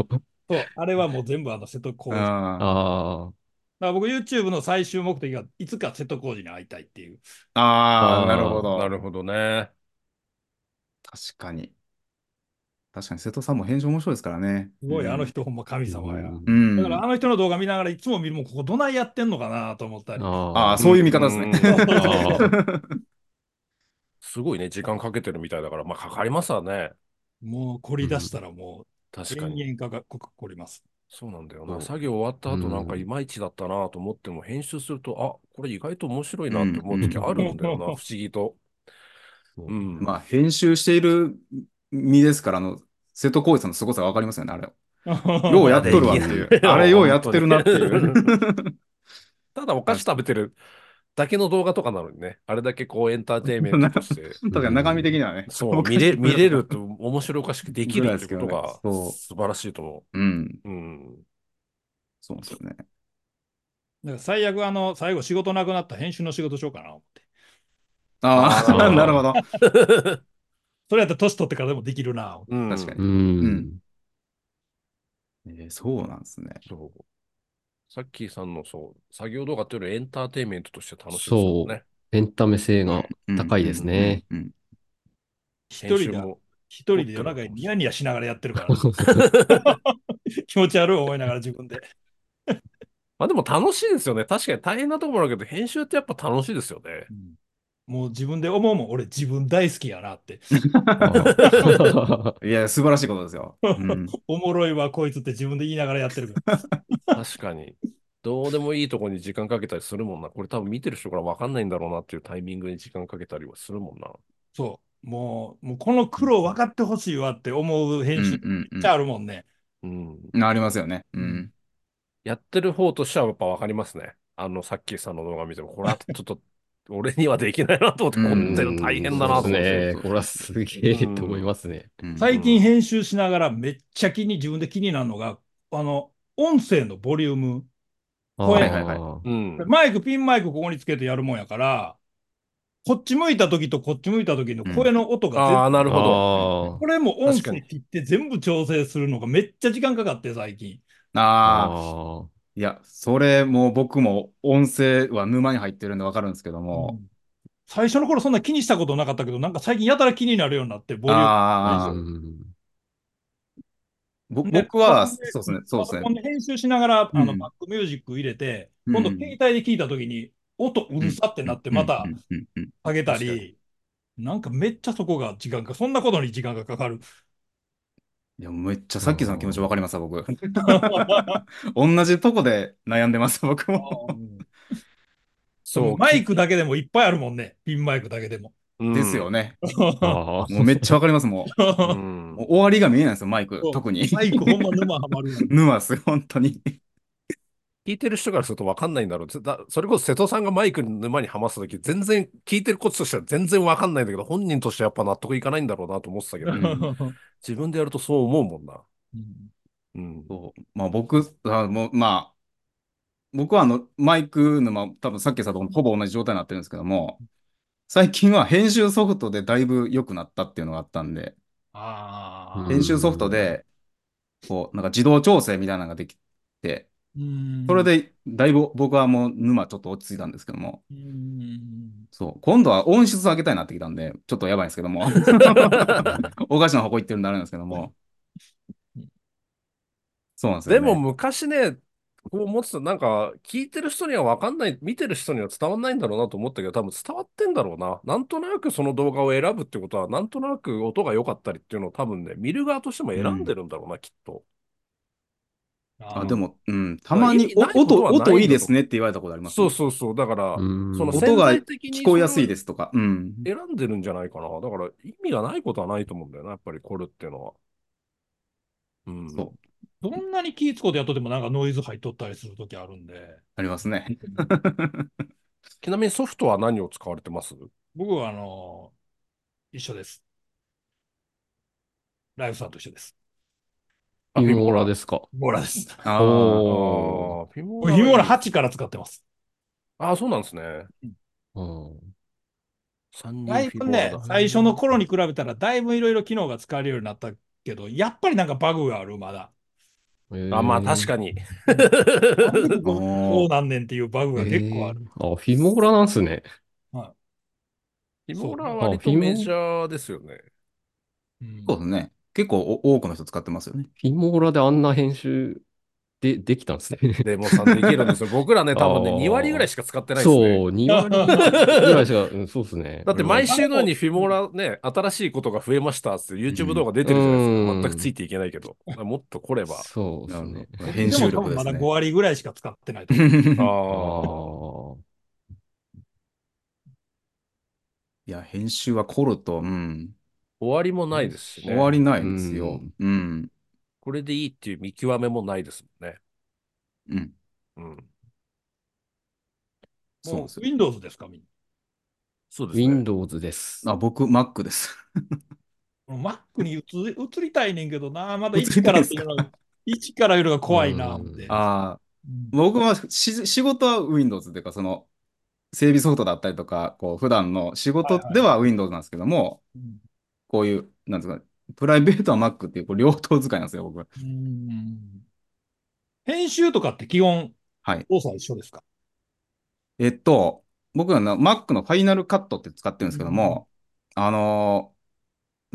そうあれはもう全部あの瀬戸康史。だかああら僕 YouTube の最終目的がいつか瀬戸康史に会いたいっていう。ーああー、ーなるほど。なるほどね。確かに。確かに瀬戸さんも編集面白いですからね。すごい、うんあの。人ほんま神様や。うん。だからあの人の動画見ながらいつも見るもんここどないやってんのかなと思ったり。あああ、そういう見方ですね。うんあーすごいね、時間かけてるみたいだから、まあ、かかりますわね。もう凝り出したらもう確か人に。間化がこ凝ります。そうなんだような。ん作業終わった後、なんかうんいまいちだったなと思っても、編集すると、あ、これ意外と面白いなって思う時あるんだよな、不うん思議と。うん。まあ、編集している身ですから、あの、瀬戸康史さんの凄さがわかりますよね、あれ。ようやっとるわっていう。あれようやってるなっていう。ただ、お菓子食べてるだけの動画とかなのにね、あれだけこうエンターテインメントと して、だから中身的にはね。そう、おかし見く れ見れると面白おかしくできるっていうことぐらいでがすけどねそう素晴らしいと思うん。う。うん。そうですよね。 だから最悪あの最後仕事なくなった編集の仕事しようかな思って。あああ、ー なるほど。それやったら年取ってからでもできるな思って。うん確かにうん。えーそうなんですね。そうさっきーさんのそう、作業動画というよりエンターテインメントとして楽しいですもんね。エンタメ性が。高いですね。うんうん一人編集が、も一人で夜中にニヤニヤしながらやってるから、気持ち悪い思いながら自分で。まあでも楽しいですよね。確かに大変なところもあるけど、編集ってやっぱ楽しいですよね。もう自分で思うもん、俺自分大好きやなって。うんいや、素晴らしいことですよ。うんおもろいわ、こいつって自分で言いながらやってるから。確かに。どうでもいいとこに時間かけたりするもんな。これ多分見てる人から分かんないんだろうなっていうタイミングに時間かけたりはするもんな。そう。もう、もうこの苦労分かってほしいわって思ううん編集うんうんめっちゃあるもんね。うん。ありますよね。うん。やってる方としてはやっぱ分かりますね。あの、さっきーさんの動画見ても、これはちょっと 俺にはできないなと思って、うんこんなの大変だなと思っそうて。ですね。これはすげえと思いますね。うん最近編集しながらめっちゃ気に、自分で気になるのが、あの、音声のボリューム。あはいはいはいーうん。マイク、ピンマイクここにつけてやるもんやから、こっち向いた時とこっち向いた時の声の音が全ああ、なるほど。あこれも音確か声に切って全部調整するのがめっちゃ時間かかって、最近。ああ、ー。いや、それもう僕も音声は沼に入ってるんでわかるんですけども。最初の頃そんな気にしたことなかったけど、なんか最近やたら気になるようになって、ボリューム。ああ、うんぼで僕は、パそうでソすコンね、そうですパソコンね。で編集しながら、あうの、んバックミュージック入れて、うん今度携帯で聞いたときに、音うるさってなって、またうんうんうんうん上げた確り、なんかめっちゃそこが時間か、そんなことに時間がか かる。いや、めっちゃさっきの気持ちわかりますわ、僕。 同じとこで悩んでます、僕も。そ、そうマイクだけでもいっぱいあるもんね。ピンマイクだけでも。うんですよね。あーもうめっちゃわかります、もう。うんもう終わりが見えないんですよ、マイクそ、う特に。マイクほんま沼ハマるやん沼です、本当に。聞いてる人からすると分かんないんだろうぜだ。それこそ瀬戸さんがマイクの沼にはまったとき、全然、聞いてるこっちとしては全然分かんないんだけど、本人としてはやっぱ納得いかないんだろうなと思ってたけど、 うん自分でやるとそう思うもんな。うんうん。そうまあ僕、あもうまあ、僕はあのマイク沼、多分さっきさんとほぼ同じ状態になってるんですけども、最近は編集ソフトでだいぶ良くなったっていうのがあったんで、ああ。編集ソフトで、こう、なんか自動調整みたいなのができて、それでだいぶ僕はもう沼ちょっと落ち着いたんですけども、うん、うんそう、今度は音質上げたいなってきたんで、ちょっとやばいんですけども、お菓子の方向行ってるんであれなんですけども、そうなんですよ、でね。も昔ね、こう思ってた、なんか、聞いてる人には分かんない、見てる人には伝わんないんだろうなと思ったけど、多分伝わってんだろうな。なんとなくその動画を選ぶってことは、なんとなく音が良かったりっていうのを多分ね、見る側としても選んでるんだろうな、きっと。あ、ーでも、うん、たまにおないこと音、はないんだと音いいですねって言われたことあります、そうそうそう。だから、うんその音潜が在的に聞こえやすいすですとか。うん。選んでるんじゃないかな。だから意味がないことはないと思うんだよな、やっぱりこれっていうのは。うん。そどんなに気ぃつこうとやっとってもなんかノイズ入っとったりするときあるんで、 ありますね。ちなみにソフトは何を使われてます僕はあの一緒です。ライフさんと一緒です。ピンモラですか。フィモーラです。あーおーあーフィモ僕フィモーラ8から使ってます。ああ、そうなんですね。うん3人だいフィぶモーねラ、だ最初の頃に比べたらだいぶいろいろ機能が使えるようになったけど、やっぱりなんかバグがある、まだ。あ、まあ確かに。に。こうおーなんねんっていうバグが結構ある。あ、フィモーラなんすね。フィモーラはそう割あフとィモメジャーですよね。うんそうですね。結構お多くの人使ってますよね。フィモーラであんな編集で、できたんですね。 デモさんできるんですよ。僕らね、多分ね、あー2割ぐらいしか使ってないですね。そう、2割ぐらいしか、うんそうですね。だって毎週、週のようにフィモーラね、新しいことが増えましたっつって YouTube 動画出てるじゃないですか。うん全くついていけないけど。もっと来れば。そうですね。なるほど編集力でも多分ですまだね5。割ぐらいしか使ってないとあ ああ。思う。ー いや、編集は凝ると、うん、終わりもないですしね。終わりないんですよ。うん。これでいいっていう見極めもないですもんね。うん。うん。そうなんですよ。 Windows ですか、みんそうですね。 Windows です。あ、僕、Mac です。な。この Mac に移り移りたいねんけどな、まだ移り1たかいらでっすてかいうのが、1からいうのが怖いな、思って。ああ、うん僕はし仕事は Windows というか、その、整備ソフトだったりとか、こう、普段の仕事では Windows なんですけども、うんこういう、なんですか、プライベートは Mac っていう、こう両方使いなんですよ、僕。うん編集とかって基本、はい。動作は一緒ですかえっと、僕はあの Mac のファイナルカットって使ってるんですけども、あのー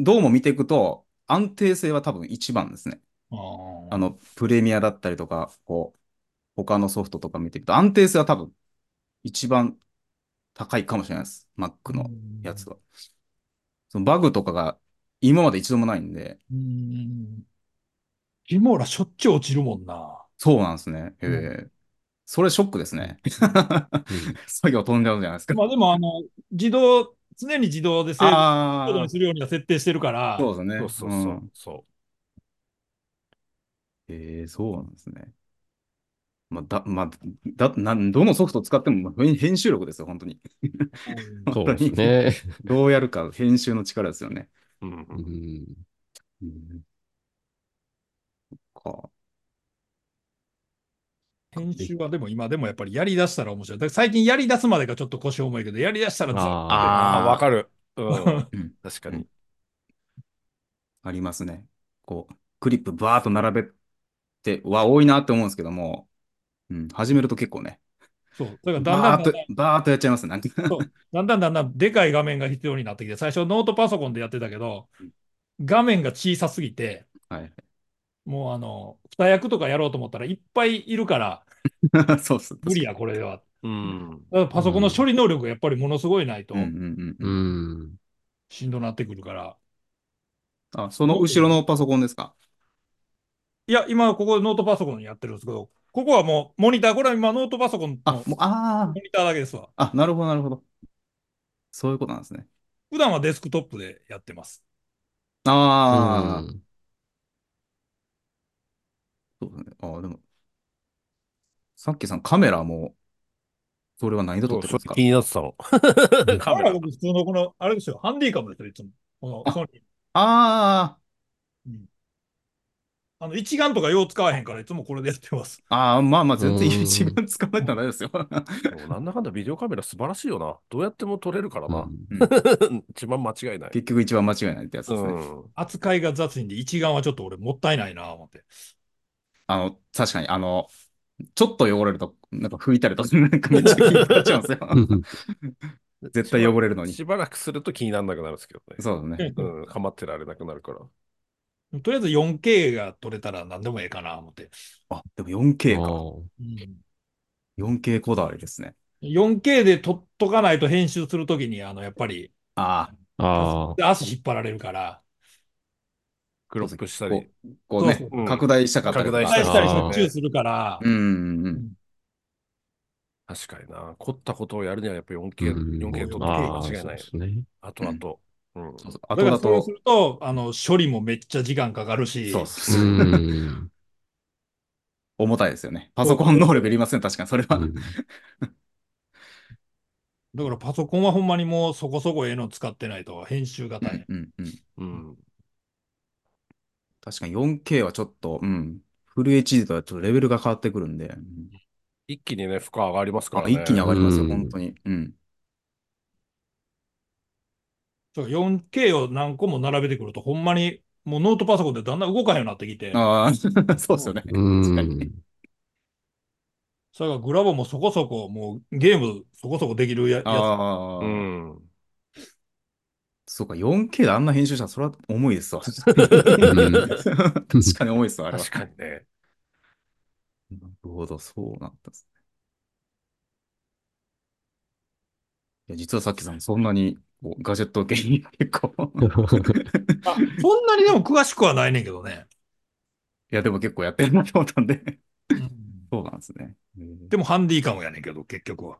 どうも見ていくと、安定性は多分一番ですね。ああの、プレミアだったりとか、こう、他のソフトとか見ていくと、安定性は多分一番高いかもしれないです。Mac のやつは。そのバグとかが今まで一度もないんで、うん。キモーラしょっちゅう落ちるも んな。そうなんですね。ええそれショックですね。 作業飛んじゃうじゃないですか。まあでも、あの、自動、常に自動で制度あにするようには設定してるからあ、、そうですね。そうそうう。そうんそええそうなんですね。まあ、だ、まあ、だ、なん、どのソフトを使っても、まあ編集力ですよ、本当に。うんそうですね。どうやるか、編集の力ですよね。う。うんううんん、うん。そっか。編集はでも今でもやっぱりやり出したら面白い。だから最近やり出すまでがちょっと腰重いけど、やり出したらずっとあああ、あ、わかる。 ううんん。確かに。ありますね。こう、クリップバーっと並べては多いなって思うんですけども、うん、始めると結構ね、そう。だからだんだバーんっだとんだん、バーっとやっちゃいますね。なんかだんだんだんだんでかい画面が必要になってきて、最初ノートパソコンでやってたけど、画面が小さすぎて、はい。もうあの、二役とかやろうと思ったらいっぱいいるから、 そうっす。無理や、これでは。うん。だからパソコンの処理能力がやっぱりものすごいないとうんうんうんううん。ん。しんどなってくるから。あ、その後ろのパソコンですか。いや、今ここノートパソコンやってるんですけど、ここはもうモニター、これは今ノートパソコンあ、のもう、あモニターだけですわ。あ、あ、なるほど、なるほど。そういうことなんですね。普段はデスクトップでやってます。ああ、うんそうですね。ああ、でも、さっきさんカメラも、それは何で撮そっう、てるんそれですか気になってたの。カメラカメラが。普通のこの、あれですよ、ハンディカムですよ、いつも。このあソニーああの一眼とかよう使わへんから、いつもこれでやってます。あ、ああ、まあまあ、全然うん一番使われたら大丈夫ですよ。 でもなんだかんだビデオカメラ素晴らしいよな。どうやっても撮れるからな。 一番間違いない。結局一番間違いないってやつうですね。ん。扱いが雑いんで、一眼はちょっと俺もったいないなぁ思って。あの、確かに、あの、ちょっと汚れると、なんか拭いたりとか、 なんかめっちゃ気になっちゃうんですよ。絶対汚れるのにしばらくすると気にならなくなるんですけどね。そうですね。うん。かまってられなくなるから。とりあえず 4K が撮れたら何でもええかなぁ思って。あ、でも 4K あか。ーうん、 4K こだわりですね。 4K で撮っとかないと編集するときに、あの、やっぱりああ、あー。足引っ張られるから、クロップしたり。こうね、そうそううん拡大したかったりとか。拡大返したりしあーょっちゅうするから、うんうんうん。確かにな。凝ったことをやるにはやっぱり 4K、うん 4K 撮っあとー間違いないそ。うですね。あとあと。うん。そうそうだあかとらだそうとす、ると、あの、処理もめっちゃ時間かかるし、そううそう。ん。重たいですよね。パソコン能力いりません、確かに、それは。だからパソコンはほんまにもうそこそこええの使ってないと編集が大変。うんうん。うん。確かに 4K はちょっと、うん。フル HD とはちょっとレベルが変わってくるんで。うん一気にね、負荷上がりますからあね。一気に上がりますよ、うん本当に。うん。そう 4K を何個も並べてくると、ほんまにもうノートパソコンでだんだん動かんようになってきて、ああ、 そうですよね。う確んかに。それからグラボもそこそこ、もうゲームそこそこできるややああ、うん。そうか、4K であんな編集したら、それは重い ですわ。うん 確かに重いですわ、あれは確。かにね。なるほど、そうなんですね。いや、実はさっきさん、そんなにこうガジェット系 に結構いつ。あそんなにでも詳しくはないねんけどね。や、でも結構やってるなと思ったんで。 うんそうなんですね。でもハンディカムやねんけど、結局は。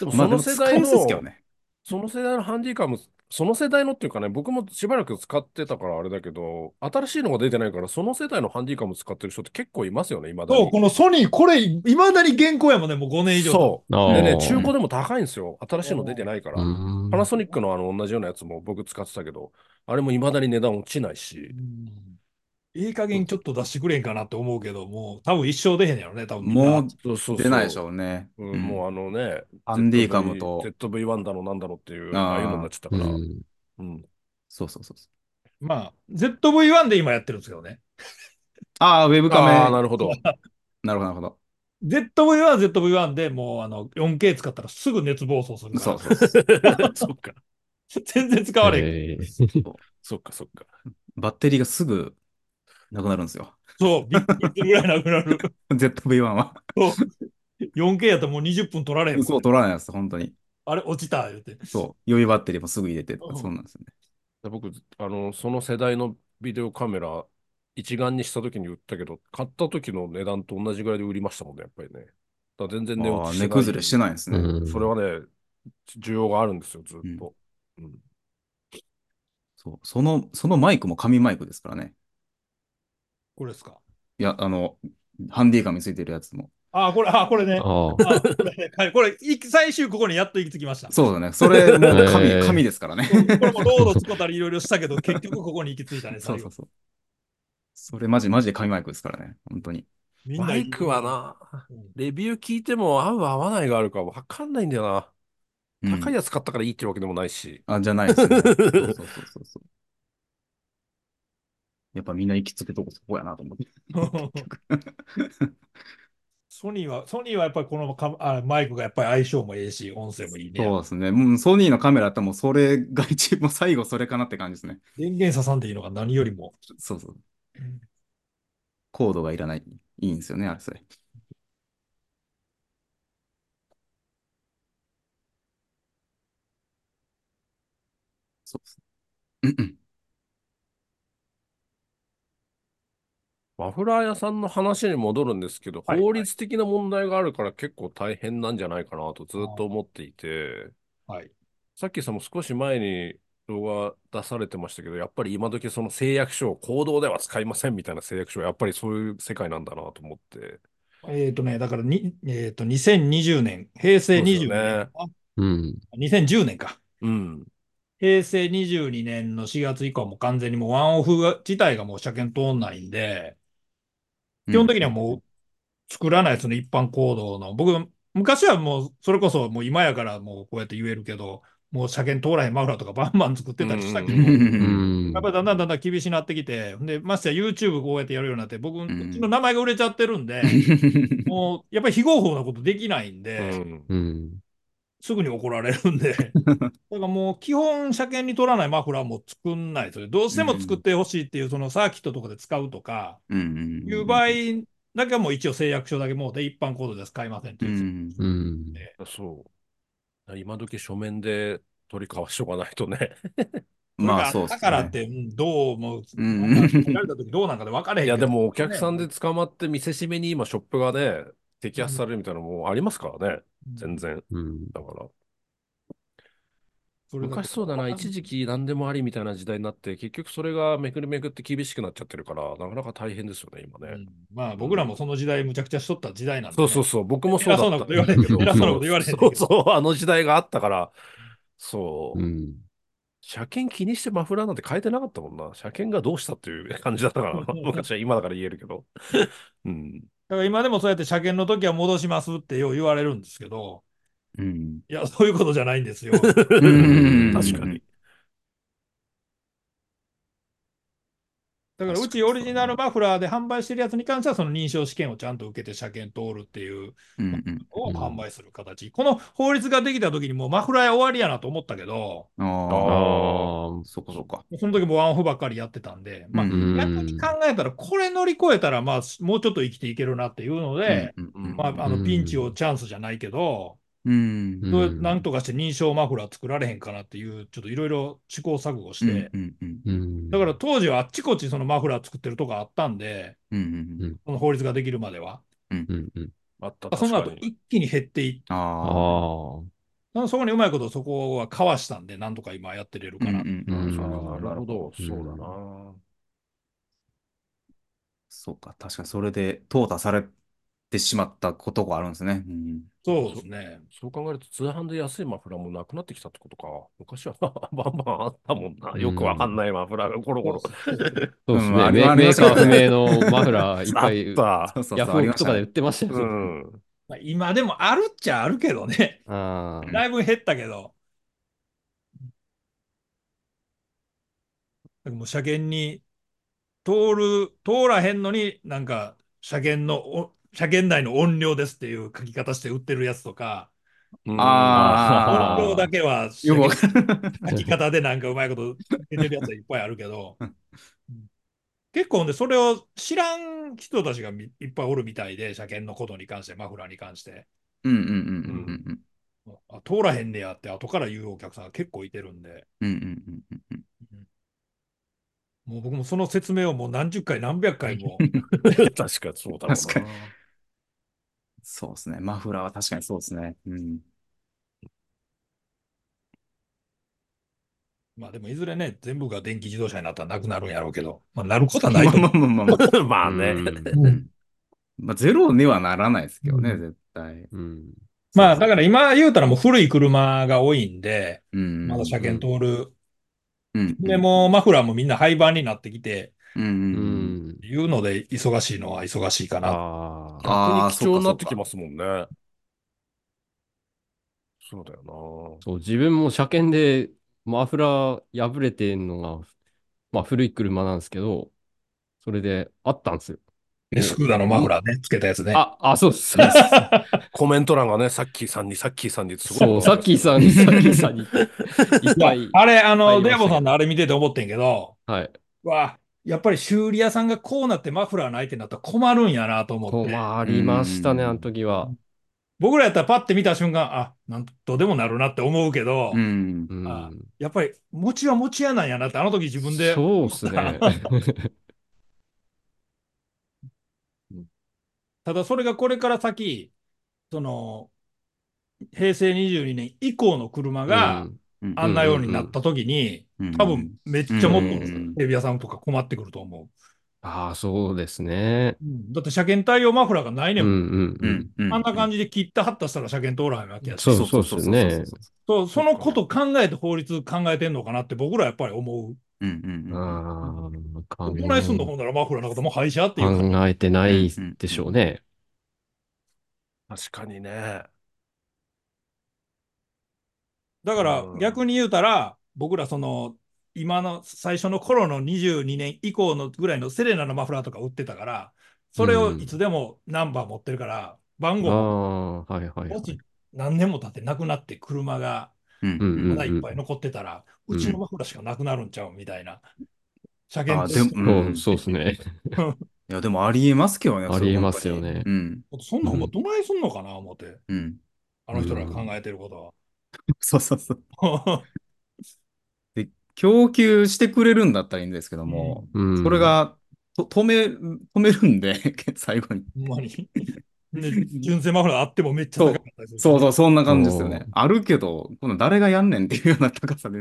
でもまそあ、でのも世使い代やの、すいですけどね。その世代のハンディカム、その世代のっていうかね、僕もしばらく使ってたからあれだけど、新しいのが出てないから、その世代のハンディカム使ってる人って結構いますよね、今だに。そう、このソニー、これ、いまだに現行やもんね、もう5年以上。そあう。ーでね、中古でも高いんですよ。新しいの出てないから。うんパナソニックのあの同じようなやつも僕使ってたけど、あれも未だに値段落ちないうし。んいい加減ちょっと出してくれんかなって思うけど、もう多分一生出へんやろね、多分みんな。もそうそううそう出ないでしょうね。うんもうあのね、ハンディカムと ZV ZV-1 だのなんだのっていあう、ーああいうのになっちゃったうから。んうん。そうそうそうそう。まあ、ZV-1 で今やってるんですけどね。ああ、ウェブカメ。 ああ、なるほど。なるほど、なるほど。 ZV-1 は ZV-1 でもうあの 4K 使ったらすぐ熱暴走するかそらうそうそう。そっか、 全然使われへん。えーそっか、そっか。バッテリーがすぐなくなるんですよ。 そう、びっくりするぐらいなくなる。 ZV-1 は。 4K やともう20分取られへんもん。そう、取らないです、本当に。あれ、落ちた、言うて。そう。予備バッテリーもすぐ入れてとか、うんそうなんですよね。僕、あの、その世代のビデオカメラ、一眼にしたときに売ったけど、買った時の値段と同じぐらいで売りましたもんね、やっぱりね。だから全然値落あちーし値崩れしてない。ないんですね。うんそれはね、需要があるんですよ、ずっと。うんそう。その、そのマイクも紙マイクですからね。これですか。いや、あの、ハンディカムについてるやつも。あ、これ、あ、これね。ああ。あこれね はいこれ、い最終ここにやっと行き着きました。そうだね。それもう紙、えー紙ですからね。 これもロードつこたりいろいろしたけど、結局ここに行き着いたね、そ最う後そうそう。それマジマジで紙マイクですからね。本当に。みんなマイクはな、レビュー聞いても合う合わないがあるかわかんないんだような。ん高いやつ買ったからいいってわけでもないし。あ、じゃないですね。そうそうそうそうそう。やっぱみんな行き着くとこそこやなと思って。うん。ソニーは、ソニーはやっぱりこのかあマイクがやっぱり相性もいいし、音声もいいね。そうですね。もうソニーのカメラってもうそれが一もう最後それかなって感じですね。電源差さんでいいのが何よりも。そうそう。コードがいらない。いいんですよね、あれそれ。そうですね。うんうんマフラー屋さんの話に戻るんですけど、はい法律的な問題があるから結構大変なんじゃないかなとずっと思っていて、はい。さっきさんも少し前に動画出されてましたけど、やっぱり今時その誓約書を行動では使いませんみたいな誓約書はやっぱりそういう世界なんだなと思って。えっ、とね、だからに、えっ、と、2020年、平成そうです20よ年、ねあうん。 2010年か。うん。平成22年の4月以降はもう完全にもうワンオフ自体がもう車検通んないんで、基本的にはもう作らないですね、一般行動の。僕、昔はもう、それこそもう今やからもうこうやって言えるけど、もう車検通らへんマフラーとかバンバン作ってたりしたけうんど、うやっうんん。ぱりだんだんだんだん厳しくなってきて、で、ましてや YouTube こうやってやるようになって、僕、うんちの名前が売れちゃってるんで、うん。もうやっぱり非合法なことできないんうで、ん。うん。すぐに怒られる んで、だからもう基本、車検に取らないマフラーも作んないですよね。どうしても作ってほしいっていう、そのサーキットとかで使うとか、うんうんいう場合だけはもう一応誓約書だけもうで一般コードでは使いませんってういう。んうん。そう。今時書面で取り交わしとかないとね。まあそうですだね。からって、うんどうも、うんなんか見られた時どうなんかで分かれへんいけどや、でもお客さんで捕まって見せしめに今ショップがね、摘発されるみたいなのもありますからね。全然。うん。だから。それだけ昔そうだな、一時期何でもありみたいな時代になって、結局それがめくるめくって厳しくなっちゃってるから、なかなか大変ですよね、今うね。んまあ僕らもその時代むちゃくちゃしとった時代なんで、そうそううそう、僕もそうだ偉そうなっこたと言われんけど、偉そうなこと言われへんけそどうそう、あの時代があったから、そうう。ん。車検気にしてマフラーなんて変えてなかったもんな。車検がどうしたっていう感じだった からな、昔は今だから言えるけど。うん。だから今でもそうやって車検の時は戻しますってよう言われるんですけど、うん。いや、そういうことじゃないんですよ。うん確かに。だからうちオリジナルマフラーで販売してるやつに関しては、その認証試験をちゃんと受けて車検通るっていううんうんのをうん販売する形。この法律ができた時にもうマフラー屋終わりやなと思ったけど、あああ、。あそっかそっか。その時もワンオフばっかりやってたんで、まあう、ん逆に考えたら、これ乗り越えたら、まあ、もうちょっと生きていけるなっていうので、うんうんうんまあ、あうのんピンチをチャンスじゃないけうど、んうんどうなんとかして認証マフラー作られへんかなっていう、ちょっといろいろ試行錯誤して、うんうんうん。だから当時はあっちこっちそのマフラー作ってるとこあったんで、うんうんうんその法律ができるまでは。うん。うん。あったその確後かに一気に減っていっあああ。あ。た、そこにうまいことそこはかわしたんで、なんとか今やってれるかな。うんうんそうあかなるほど、うんそうだな。そうか、確かにそれで淘汰されてしまったことがあるんですね。うんそうですね。そう考えると、通販で安いマフラーもなくなってきたってことか。昔はバンバンあったもんな。よくわかんないマフラーがゴロゴロ。そうですね。うんあれメはねメーカー不明のマフラーいっ ぱい、あっそうそうヤそフう、あオりクましとたかで売ねっ。てましたた。よ。うん。まあ今でもあるっちゃあるけどね、ああ。だいぶ減ったけど。でもう車検に通る、通らへんのに、なんか車検のお車検内の音量ですっていう書き方して売ってるやつとか、あ音量だけはよくわ書かる。き方でなんかうまいこと出てるやつはいっぱいあるけど、うん結構ね、それを知らん人たちがみいっぱいおるみたいで、車検のことに関して、マフラーに関して。うんうんうんうんうんあ通らへんねやって後から言うお客さんが結構いてるんで、うんうんうんうんうん。もう僕もその説明をもう何十回何百回も 確かにそうだろうな。確かにそうですね。マフラーは確かにそうですね。うん。まあでもいずれね、全部が電気自動車になったらなくなるんやろうけど、まあなることはないとま思あまあまあまあま まあね。うんあ。うう。んまあ、ゼロにはならないですけどね、うん絶対。うん。まあだから今言うたらもう古い車が多いんで、うん。まだ車検通る。うん。でもうマフラーもみんな廃盤になってきて、うん、ううんうん。ん。いうので忙しいのは忙しいかな。ああ。あー逆に貴重になってきますもんね。そうだよそう、自分も車検でマフラー破れてんのが、まあ古い車なんですけど、それであったんですよ。でスクーダのマフラーね、つけたやつね。あ、あ、そうです。な。コメント欄がね、さっきーさんに、さっきーさんにってすごいそう、さっきーさんに、さっきーさんに、いっぱ い。あれ、あの、入りましたねデアボさんのあれ見てて思ってんけど、はい。わあ、やっぱり修理屋さんがこうなってマフラーないってなったら困るんやなと思って。困りましたね、うんあの時は。僕らやったらパッて見た瞬間、あ、なんとでもなるなって思うけど、うんうん。あやっぱり餅は餅屋なんやなって、あの時自分で。そうです ね。ただそれがこれから先、その、平成22年以降の車がうんうんあんなようになった時うんに、多分めっちゃもっとうんテレビ屋さんとか困ってくると思ああ、そうですね。う。だって車検対応マフラーがないねうんん。うんううん。んうん。あんな感じで切ったはったしたら車検通らへんわけやしそうそうですよねそう、そのこと考えて法律考えてんのかなって僕らやっぱり思う。うんうんうん。ああ、考どえないすんのほんならマフラーのことも廃車っていうか。考えてないでしょうね。確かにね。だからうん逆に言うたら、僕らその、今の最初の頃の22年以降のぐらいのセレナのマフラーとか売ってたから、それをいつでもナンバー持ってるから、番あ号もあ、はいはいはいも。し何年も経ってなくなって車がうんうんうんまだいっぱい残ってたら、うんうちのマフラーしかなくなるんちゃうみたいな。車あ検でも、でうそんう、そうですね。いや、でもありえますけどね。ありえますよねそ。れ本そんなんもどないすんのかな思って、当に。うん。うん。あの人らが考えてることは。 そうそうそう。供給してくれるんだったらいいんですけども、うん。それ、がと止め、止めるんで、 最後に。 ほんまに。で純正マフラーあってもめっちゃ高かったりする。そうそう、そんな感じですよねおー。あるけど、この誰がやんねんっていうような高さで。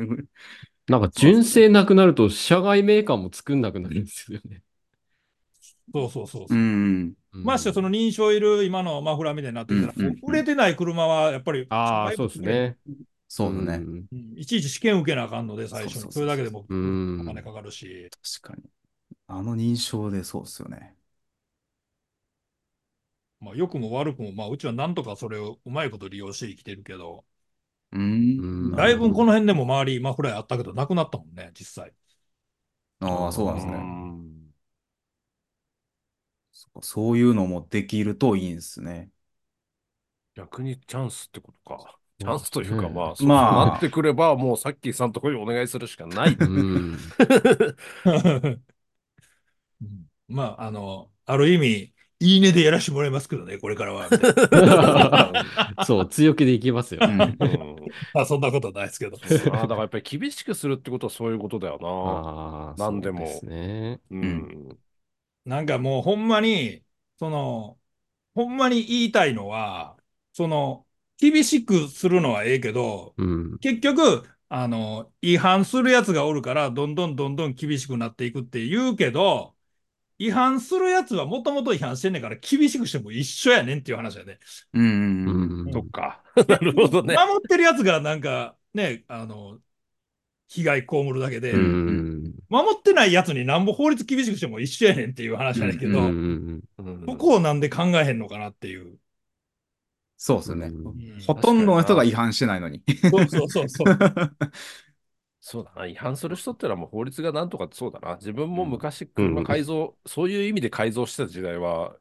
なんか純正なくなると、社外メーカーも作んなくなるんですよね。そうそうそうそうう。ん。ましてその、の認証いる今のマフラーみたいになってきたら、うんうんうんもう売れてない車はやっぱり、ああ、そうですね。そうだね。ん。うん。いちいち試験受けなあかんので、最そ初うそうそうに。それだけでもうんお金かかるし。確かに。あの認証でそうっすよね。まあ、良くも悪くも、まあ、うちはなんとかそれをうまいこと利用して生きてるけど、ううんん。だいぶこの辺でも周りマフラーあったけど、なくなったもんね、実際。 ああ、そうなんですうね。んそっかそういうのもできるといいんですね。逆にチャンスってことか。チャンスというか、うんまあ、そうまあなってくれば、もうさっきーさんのところにお願いするしかない。 うん。うんまあ、あの、ある意味、いいねでやらせてもらいますけどね、これからは。そう、強気でいきますよう。ん。うん まあ、そんなことはないですけど。ああだからやっぱり厳しくするってことはそういうことだよああ、なんでもそうですね。な。うん。なんかもうほんまに、その、ほんまに言いたいのは、その、厳しくするのはええけど、うん。結局、あの、違反するやつがおるから、どんどんどんどん厳しくなっていくって言うけど、違反するやつはもともと違反してんねんから、厳しくしても一緒やねんっていう話だよね。うんううん。ん。そっか。 なるほどね。守ってるやつがなんか、ね、あの、被害被るだけで、うん。守ってないやつになんぼ法律厳しくしても一緒やねんっていう話やねんけうど、ん。うんここをなんで考えへんのかなっていう。そうっすよね。うんほとんどの人が違反してないのに。そうそうそう そう。そうだな。違反する人ってのはもう法律がなんとかそうだな。自分も昔う車ん改造、そういう意味で改造してた時代は、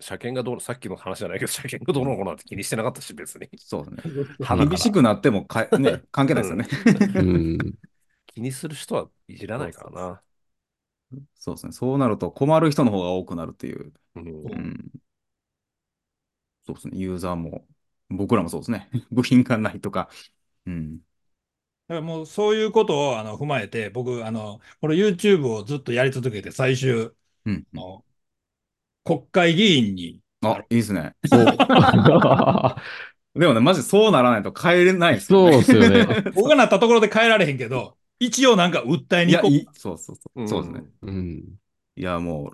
車検がどう、さっきの話じゃないけど、車検がどうのこうのって気にしてなかったし、別に。 そうだね。 鼻から厳しくなってもかえ、ね、関係ないですよね。うん。気にする人はいじらないからな。そうですね。そうなると困る人の方が多くなるっていう。うんうん。そうですね。ユーザーも、僕らもそうですね。 部品がないとか。うん。だからもうそういうことをあの踏まえて、僕、あの、この YouTube をずっとやり続けて、最終、うん。あの国会議員に、あ、いいですね。そ う。でもね、マジそうならないと変えれないですよそうね。っすよね。僕がなったところで変えられへんけど、一応なんか訴 えいに行や、こいういそうそうそう。そうですね。うん。いや、も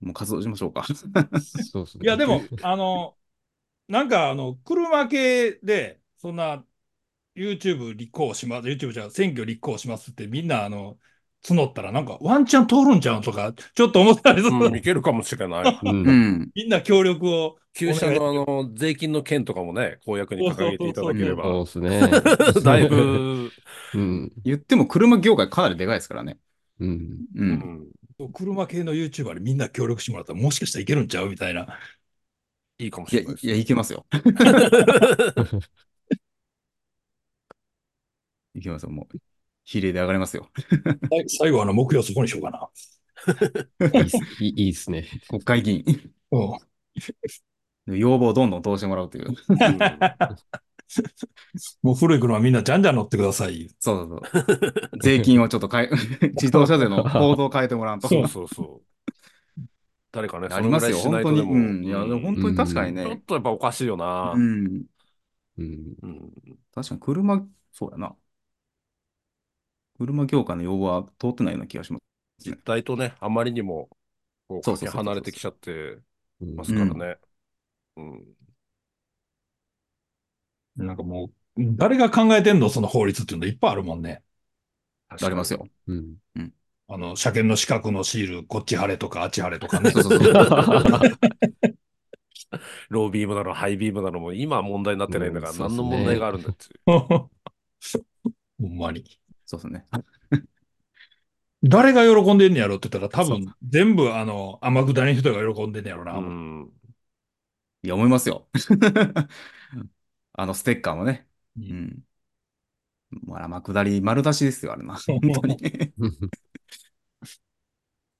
う、もう活動しましょうか。そうっすね。いや、でも、あの、なんか、あの、車系で、そんな、YouTube 立候補します、YouTube じゃ、選挙立候補しますって、みんな、あの、募ったら、なんか、ワンチャン通るんちゃうとか、ちょっと思ったりする。うんいけるかもしれ ない。う。うんん。みんな協力を。旧車のあの税金の件とかもね、公約に掲げていただけれそうば。っ、すね だい。ぶ、うん。 言っても車業界かなりでかいですからね。うん。う。うんん、車系の YouTuber にみんな協力してもらったら、もしかしたらいけるんちゃうみたいな。いいかもしいや、れないいですや、ね。いけ ますよ。いけますよ。もう、比例で上がりますよ。最最後、あの、目標そこにしようかな。いいっすいいいいっすね。国会議員。うん。要望をどんどん通してもらうという。もう古い車みんなじゃんじゃん乗ってください。そうそう そう。税金をちょっと変え、自動車税の構造を変えてもら うと。そうそうそう。誰かね、ありますよ。その本ぐら当いしに。うん。ないといでや、もでも本当に確かにちょっね。とやっぱおかしいよなう。ん。うん。うん確かに車、そうやな。車業界の要望は通ってないような気がします。実態とね、あまりにも、こう、そうかそけうそうそう離れてきちゃってうんますからね。うん。なんかもう、誰が考えてんのその法律っていうのいっぱいあるもんね。ありますよ。うん。あの、車検の資格のシール、こっち貼れとか、あっち貼れとか ね。そうそうそう。 ロービームなの、ハイビームなのも、今は問題になってないんだから、うん何のそうですね問題があるんだっていう。ほんまに。そうですね。誰が喜んでんねやろって言ったら、多そ分全部、あの、天下りの人が喜んでんねやろな。うん。いや、思いますよ。 あのステッカーもね。ううんん。もう天下り丸出しですよ、あれな。本当 に。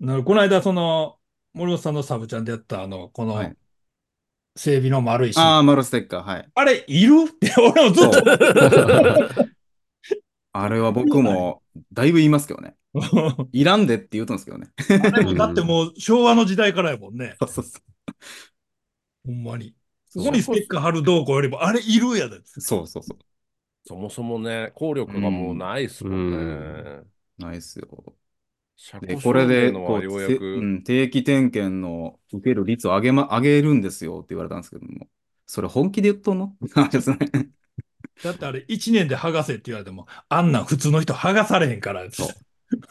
なこの間、その、森本さんのサブチャンでやった、あの、こはのい、整備の丸いシールああ、丸ステッカー、はい。あれ、いる って、俺もずっとあれは僕も、だいぶ言いますけどね。うんいらんでって言うとんですけどね。あれもだってもう昭和の時代からやもんね。そうそうそほんまに。そそうこにステッカー貼るどうこうよりも、あれいるやで。う。そうそうそそもそもね、効力がもうないっすもんね。うんう。ないっすよ。車で、庫これで、証明のこはう、ようやせく、うん、定期点検の受ける率を上げま、上げるんですよって言われたんですけども。それ本気で言っとんの あですね。だってあれ、1年で剥がせって言われても、あんなん普通の人剥がされへんから。そう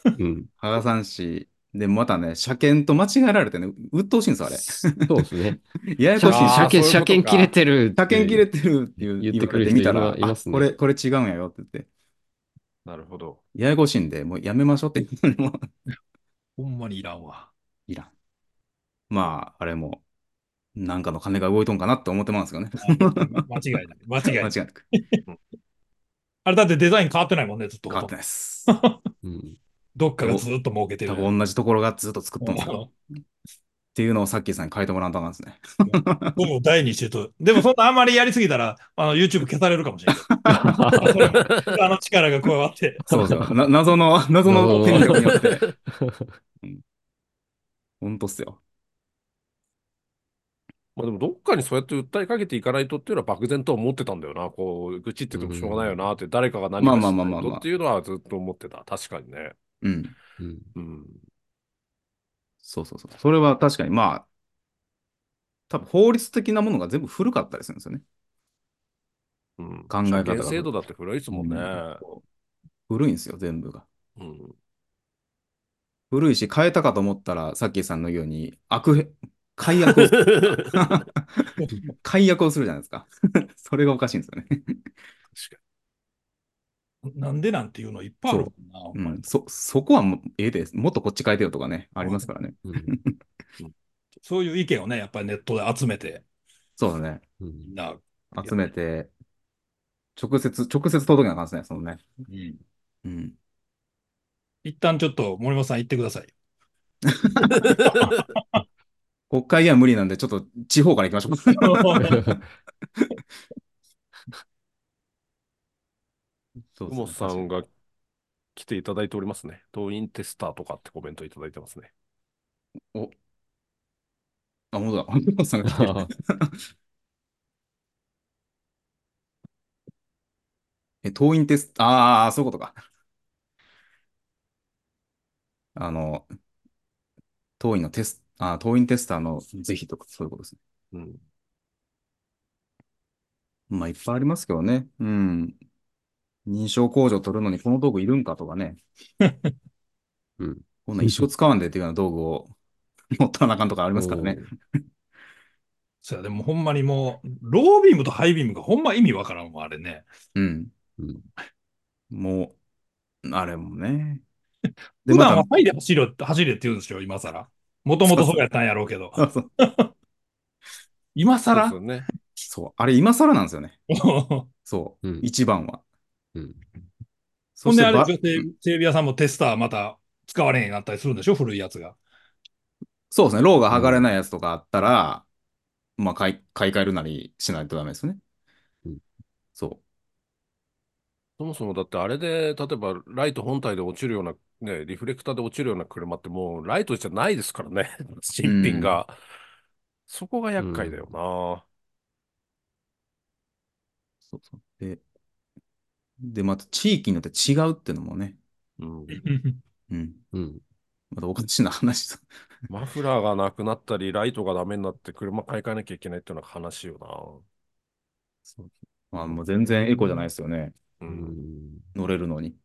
うん。羽賀さん氏。で、またね、車検と間違えられてね、鬱陶しいんですよ、あれ。そうっすね。ややこしいあー車検、そう車いうことか検切れてる。車検切れててるっていう言って言わくれるて人みたら、いまいますねあこれ、これ違うんやよって言って、なるほど。ややこしいんで、もうやめましょうって言うのもほんまにいらんわ。いらん。まあ、あれも、なんかの金が動いとんかなって思ってますけどね。間 違いない。間違い間違いな。ないくあれだってデザイン変わってないもんね、ずっと。変わってないです。る。うん。どっかがずっと儲けて多る。分同じところがずっと作っとんですよ。もっていうのをさっきさんに変えてもらわんとあかんですね。う第二週と。でもそんなあんまりやりすぎたら、あの、YouTube 消されるかもし れない。それもあの力が加わって。そうそう。 な謎の、謎の権力によ って。ほんとっすよ。まあでも、どっかにそうやって訴えかけていかないとっていうのは漠然と思ってたんだよな。こう、愚痴っててもしょうがないよなって、誰かが何かまあしまあなまあまあいまとあっていうのはずっと思ってた。確かにね。うん。うん。うん。そうそうそう。それは確かに、まあ、多分法律的なものが全部古かったりするんですよね。うん、考え方が車検制度だって古いですもんね。古いんですよ、全部が。 うん。古いし、変えたかと思ったら、さっきさんのように、悪へ、解約 をする。解約をするじゃないですか。 それがおかしいんですよ ね。なんでなんていうのいっぱいあるもんなほうんまにん、そ、そこはもうええで、もっとこっち変えてよとかね、ありますからね。うん。そういう意見をね、やっぱりネットで集めて、そうだね。みんな、集めて、直接、直接届けな感じね、そのね。うんうん。一旦ちょっと森本さん行ってくだ さい。国会議員は無理なんで、ちょっと地方から行きましょう。そうですねふもさんが来ていただいておりますね。党員テスターとかってコメントいただいてますね。 あ、本当だ。本当さんが来てるえ、党員テスト、ああ、そういうことか。あの、党員のテスト、あ、党員テスターの是非とか、そういうことですね。うん。まあ、いっぱいありますけどね。うん。認証控除取るのにこの道具いるんかとかね。 うんこんなん一生使わんでっていうような道具を 持ったらなあかんとかありますからね。そうや、でもほんまにもう、ロービームとハイビームがほんま意味わからんわ、あれね。うん。うんもう、あれも ね。で、普ま段たは、ハイで走れ、走れって言うんですよ、今更。もともとそうやったんやろうけ ど。そうそう今そうで更すよね。そう、あれ今更なんですよね。 そうう、ん一番は。うんそほんしてであればでしょ、整整備屋さんもテスターまた使われへんようになったりするんでしょ、古いやつが。そうですね、ローが剥がれないやつとかあったら、まあ買い、買い替えるなりしないとダメですよねうん。そそもそもだってあれで、例えばライト本体で落ちるような、ね、リフレクターで落ちるような車ってもうライトじゃないですからね、 新品が。そこが厄介だよな。う。そうそうで、で、また地域によって違うっていうのもね、うんうん。うん。またおかしな話だ。マフラーがなくなったり、ライトがダメになって車買い替えなきゃいけないっていうのは悲しいよまあ、もう全然エコじゃないですよね。な。ううんん。乗れるのに。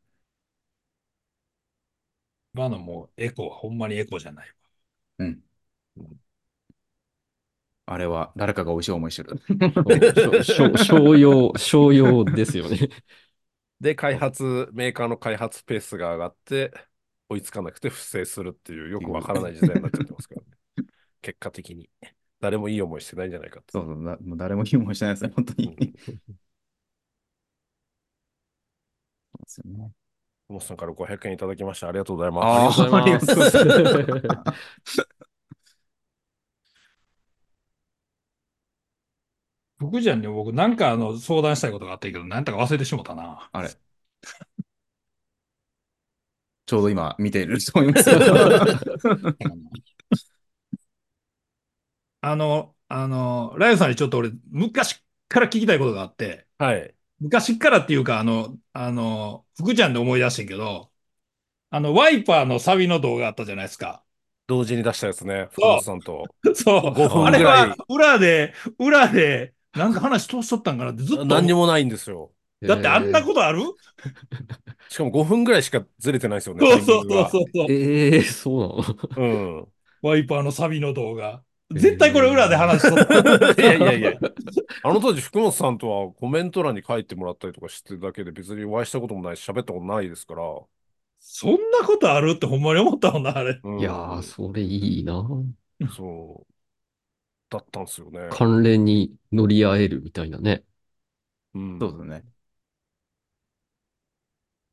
今のもうエコはほんまにエコじゃないわ。うん。あれは誰かが美味しい思いしてる。そうしょ商用、商用ですよね。で、開発、メーカーの開発ペースが上がって、追いつかなくて不正するっていう、よくわからない時代になっちゃってますからね。 結果的に、誰もいい思いしてないんじゃないかって。そうそう、だもう誰もいい思いしてないですね、本当に。うんそうですよね。モスさんから500円いただきました。ありがとうございあます。ーありがとうございます。僕じゃんに僕なんかあの相談したいことがあったけど、なんとか忘れてしもたな。 あれ。ちょうど今見ている人もい ますよ。あの、あの、ライオンさんにちょっと俺、昔から聞きたいことがあって、はい。昔からっていうか、あの、あの、福ちゃんで思い出してんけど、あの、ワイパーのサビの動画あったじゃないですか。 同時に出したやつね。福本さんと。そう。 5分あれぐら。はい裏で、裏で、なんか話通しとったんかなってずっと。何にもないんですよ。だってあんなことある、しかも5分ぐらいしかずれてないですよね。そうそうそううそうそう。ええー、そうそう。うん。ワイパーのサビの動画。絶対これ裏で話しとった。 いやいやいや。あの当時、福本さんとはコメント欄に書いてもらったりとかしてるだけで、別にお会いしたこともないし、喋ったことないですから。そんなことあるってほんまに思ったもんな、あれ。うなんのいやー、それいいな。そう。だったんですよね。関連に乗り合えるみたいなね。うんそうですね。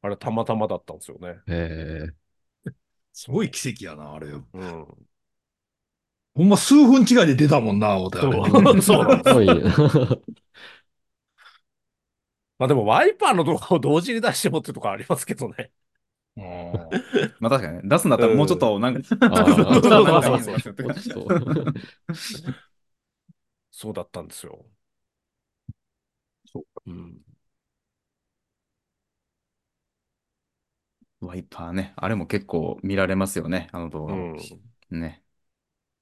あれ、たまたまだったんですよね。ええすごい奇跡やな、あれよ。うん。ほんま数分違いで出たもんな、思ってあれ。そうそうなんですごいね。まあでも、ワイパーの動画を同時に出してもってとこありますけどね。うんまあ確かにね、出すんだったらもうちょっとなんか、あーそうそうそうそうちょっとそうだったんですよ。そううん。ワイパーね、あれも結構見られますよね、あの動画も。ね。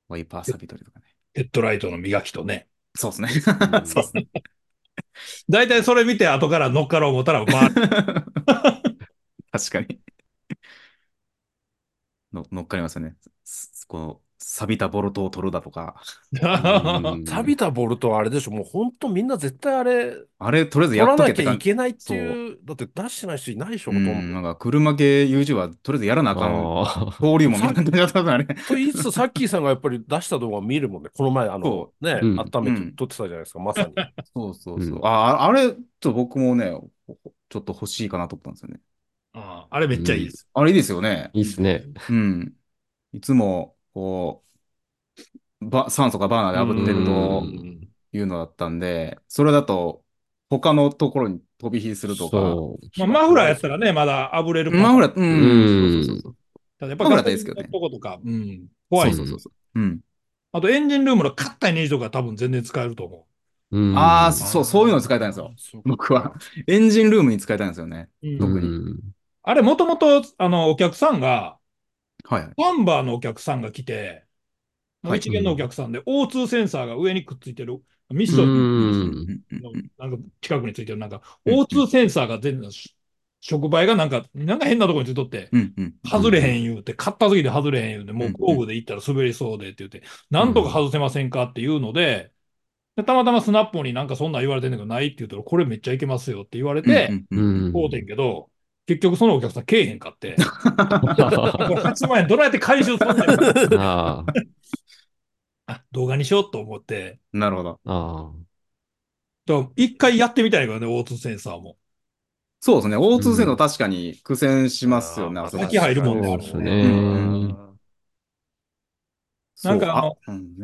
ワイパーサビ取りとかね。ヘッドライトの磨きとね。そうですね。う んそうですね。だいたいそれ見て後から乗っかろう思ったら、まあ、確かにの。乗っかりますよね。すこの錆びたボルトを取るだとか、うん錆びたボルトはあれでしょ、もう本当みんな絶対あれ、あれ、とりあえず取やらっとなけっきてゃい感じ。けないっていう、だって出してない人いないでしょ、うほとんど。ん、なんか車系 UG はとりあえずやらなあかん。ああ、登竜門みたいな感じだったからね。と言いつつ、さっきーさんがやっぱり出した動画見るもんね、この前、あのそ、ね、うん温めて撮ってたじゃないですか、まさに。そうそうそうう。んあ、あれ、ちょっと僕もね、ちょっと欲しいかなと思ったんですよね。 ああれめっちゃいいです。あれいいですよね。いいっすね。うん。いつも、こう、ば、酸素がバーナーで炙ってるとうんいうのだったんで、それだと、他のところに飛び火するとか。そまあ、マフラーやったらね、まだ炙れるかマフラー、う。う。うんん。ただやっマフラぱー大好きだねとことか、うん、怖いですそうそうそうそう。うん。あとエンジンルームの硬いネジとか多分全然使えると思うんああ、そう、そういうのを使いたいんですよ。そうか僕は。エンジンルームに使いたいんですよね。う。特にうんあれ、もともと、あの、お客さんが、はいはい。バンバーのお客さんが来て、もうはい一元のお客さんで、O2 センサーが上にくっついてる、ミッショうンんうんうんのうんなんか近くについてる、なんか、うん O2 センサーが全然、触媒がなんか、なんか変なところについとって、うんうん。外れへん言うて、買った時で外れへん言うて、もう工具で行ったら滑りそうでって言って、なんとか外せませんかっていうので、でたまたまスナップになんかそんなん言われてんだけどないって言うと、これめっちゃいけますよって言われて、うんうんうんうんこうてんけど、結局そのお客さんけえへんかって、これ8万円どうやって回収すんねんあああ動画にしようと思って、なるほど。ああ。と一回やってみたいからね、オートセンサーも。そうですね。O2 線の確かに苦戦しますよね、あーあそこ先入るもんねそあうれですね。ね。なんかあの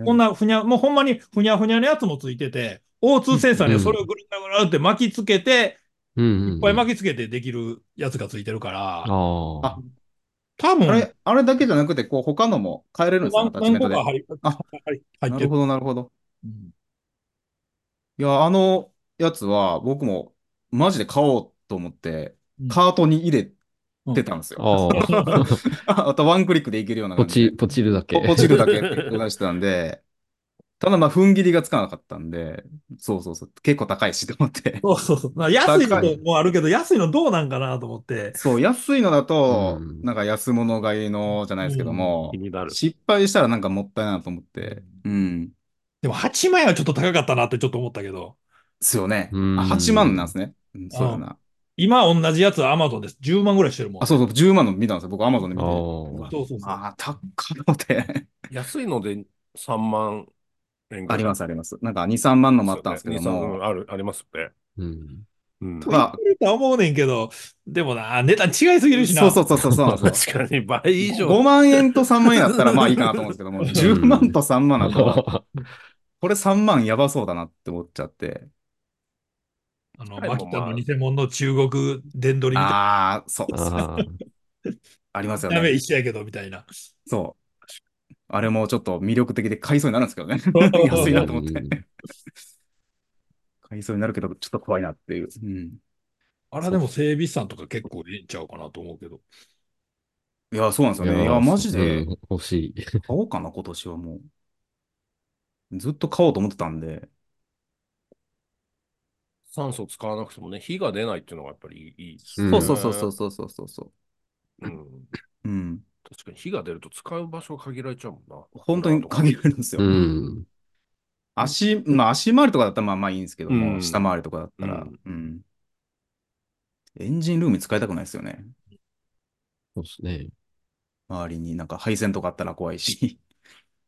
こんなふにゃ、もうほんまにふにゃふにゃのやつもついてて、O2 センサーにそれをぐるぐるぐるって巻きつけて、うん。いっぱい巻きつけてできるやつがついてるから、ああ。多あ分れ、あれだけじゃなくて、こう、他のも変えれるんですよ、ア何タッチメ何ント個で。か入あ入入なってるるほ。ど、なるほど。うんいや、あのやつは、僕も、マジで買おうと思って、うんカートに入れてたんですよ。あ あ。あと、ワンクリックでいけるようなポ感じチ、で。ポチるだけ。ポチるだけ出してたんで、ただ、まあ、踏ん切りがつかなかったんで、そうそうそう、結構高いしと思って。そうそうそう。なんか安いのもあるけど、安いのどうなんかなと思って。そう、安いのだと、うんなんか安物買いのじゃないですけども気、になる。失敗したらなんかもったいないなと思って。うん。でも8万円はちょっと高かったなってちょっと思ったけど、ですよね。あ、うん8万なんですね。うん、そうだな。今同じやつは Amazon です。10万ぐらいしてるもん。あ、そうそう、10万の見たんですよ。僕、アマゾンで見て。うあーわそうそうそうあー、高っかと思って。 安いので3万円ぐらいあります、あります。なんか2、3万のもあったんですけどそうね2 3も。万ある、ありますよね。うん。うんただ、いるとは思うねんけど、でもな、値段違いすぎるしな。そうそうそうそうそうなんですよ。確かに倍以上。 5万円と3万円だったらまあいいかなと思うんですけども、10万と3万だと、これ3万やばそうだなって思っちゃって。あの、はいマキタまあの偽物の中国電取りみたいな。ああ、そう、あ あ。ありますよダメね。一緒やけど、みたいな。そう。あれもちょっと魅力的で買いそうになるんですけどね。 安いなと思ってうん。買いそうになるけど、ちょっと怖いなっていう。うんあれでも整備士さんとか結構いいんちゃうかなと思うけど。いや、そうなんですよね。いや、マジでう、ん欲しい。買おうかな、今年はもう。ずっと買おうと思ってたんで。酸素使わなくてもね、火が出ないっていうのがやっぱりいいですうんね。そうそうそうそうそうそうそうそうんう。うん。確かに火が出ると使う場所が限られちゃうもんな。本当に限られるんですよ。うん。足、まあ足回りとかだったらまあまあいいんですけども、うん下回りとかだったら、うん。エンジンルーム使いたくないですよね。そうですね。周りになんか配線とかあったら怖い し。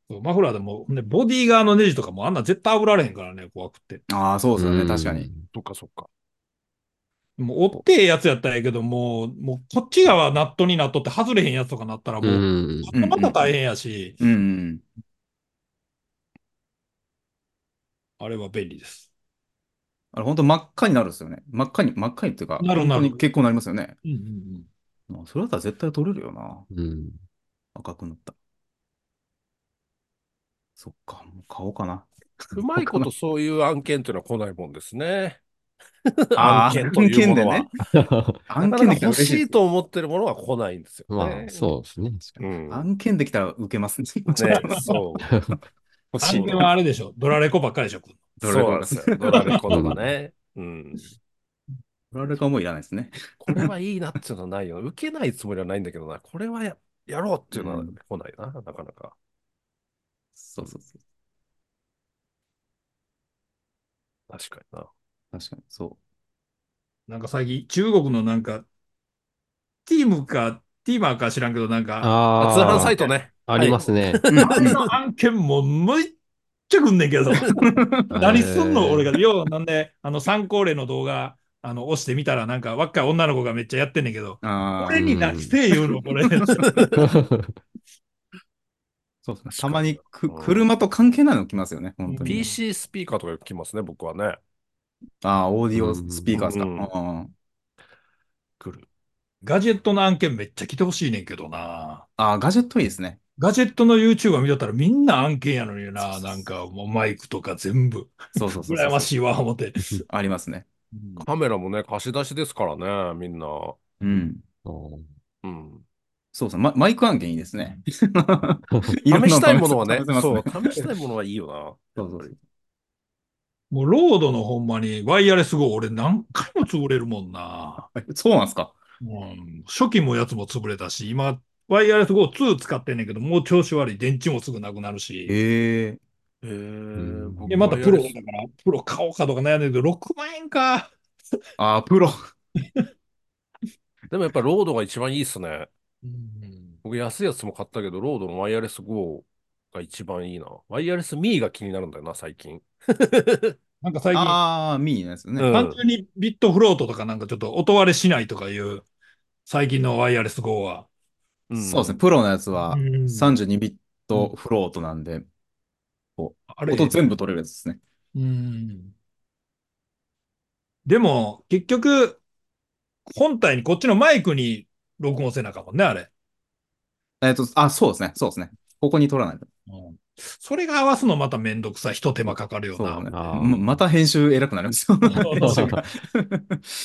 そうマフラーでも、ね、ボディ側のネジとかもあんな絶対炙られへんからね、怖くて。ああ、そうですよね。ん確かに。。そっかそっか。もう折ってええやつやったらええけど、もう、もうこっち側ナットになっとって外れへんやつとかなったらうもう、ん。また大変やし、うんうん。あれは便利です。あれ、本当真っ赤になるんですよね。真っ赤に、真っ赤にっていうか、なるな本る当に結構なりますよね。うんうんうん。まあそれだったら絶対取れるよな。うん。赤くなった。そっか、もう買おうかな。うま いことそういう案件っていうのは来ないもんですね。あー案件というものは。案件案なか件なでかきたら嬉欲ししいいでと思ってるものは来ないんですよまね。あ、そうですね。すよ。うん案件できたら受けますね。ねそう。 欲あしいれはあれでしょ。ドラレコばっかりでしょ。ドそうラなんレでコすよ。ドラレコとかね。うん。ドラレコはもういらないですね。これはいいなっていうのはないよ。受けないつもりはないんだけどな。これはややろうっていうのは来ないな、なかなか。そうそうそう。確かにな。確かに、そなんか最近、中国のなんか、ティームか、ティーマーか知らんけど、なんか、あ通販あサイトね。あ、ありますね。う。うんあんな案件もむっちゃくんねんけ ど、何すんえのー俺が。要はなんで、あの、参考例の動画、あの、押してみたら、なんか、若い女の子がめっちゃやってんねんけど、あー俺に何して言うの、これ。 そそうですね。たまにくうん車と関係ないの来ますよね、本当に。 PC スピーカーとかよく来ますね、僕はね。ああ、オーディオスピーカーですか。うんあ来る。 ガジェットの案件めっちゃ来てほしいねんけどな。あー、ガジェットいいですね。ガジェットの YouTuber 見とったらみんな案件やのにな。なんかもうマイクとか全部。そうそうそうそう。羨ましいわ、思って。ありますね。カメラもね、貸し出しですからね、みんな。うん。うん。そうそう、まマイク案件いいです ね。いろんな試したいものはね試せま、すそう、試したいものはいいよそうそうもうロードのほんまにワイヤレス号俺何回も潰れるもんな。あそうなんですか。うん、初期もやつも潰れたし、今、ワイヤレス号2使ってんねんけど、もう調子悪い。電池もすぐなくなるし。ええな。へえん。僕で、またプロはだから、プロ買おうかとか悩んでるけど、6万円か。ああ、プロ。でもやっぱロードが一番いいっすね。うん、僕安いやつも買ったけど、ロードのワイヤレス GO が一番いいな。ワイヤレス ME が気になるんだよな、最近。なんか最近、ああ、ミーですね。うん単純にビットフロートとかなんかちょっと音割れしないとかいう、最近のワイヤレス号は。そうですね。ね、プロのやつはうん32ビットフロートなんで、あれ音全部取れるやつですね。うん。でも、結局、本体にこっちのマイクに録音せなあかんもんね、あれ。えっ、と、あ、そうですね、そうですね。ここに取らないと。それが合わすのまためんどくさい。一手間かかるよそうだね。な。あーままた編集偉くなりますよ。編集が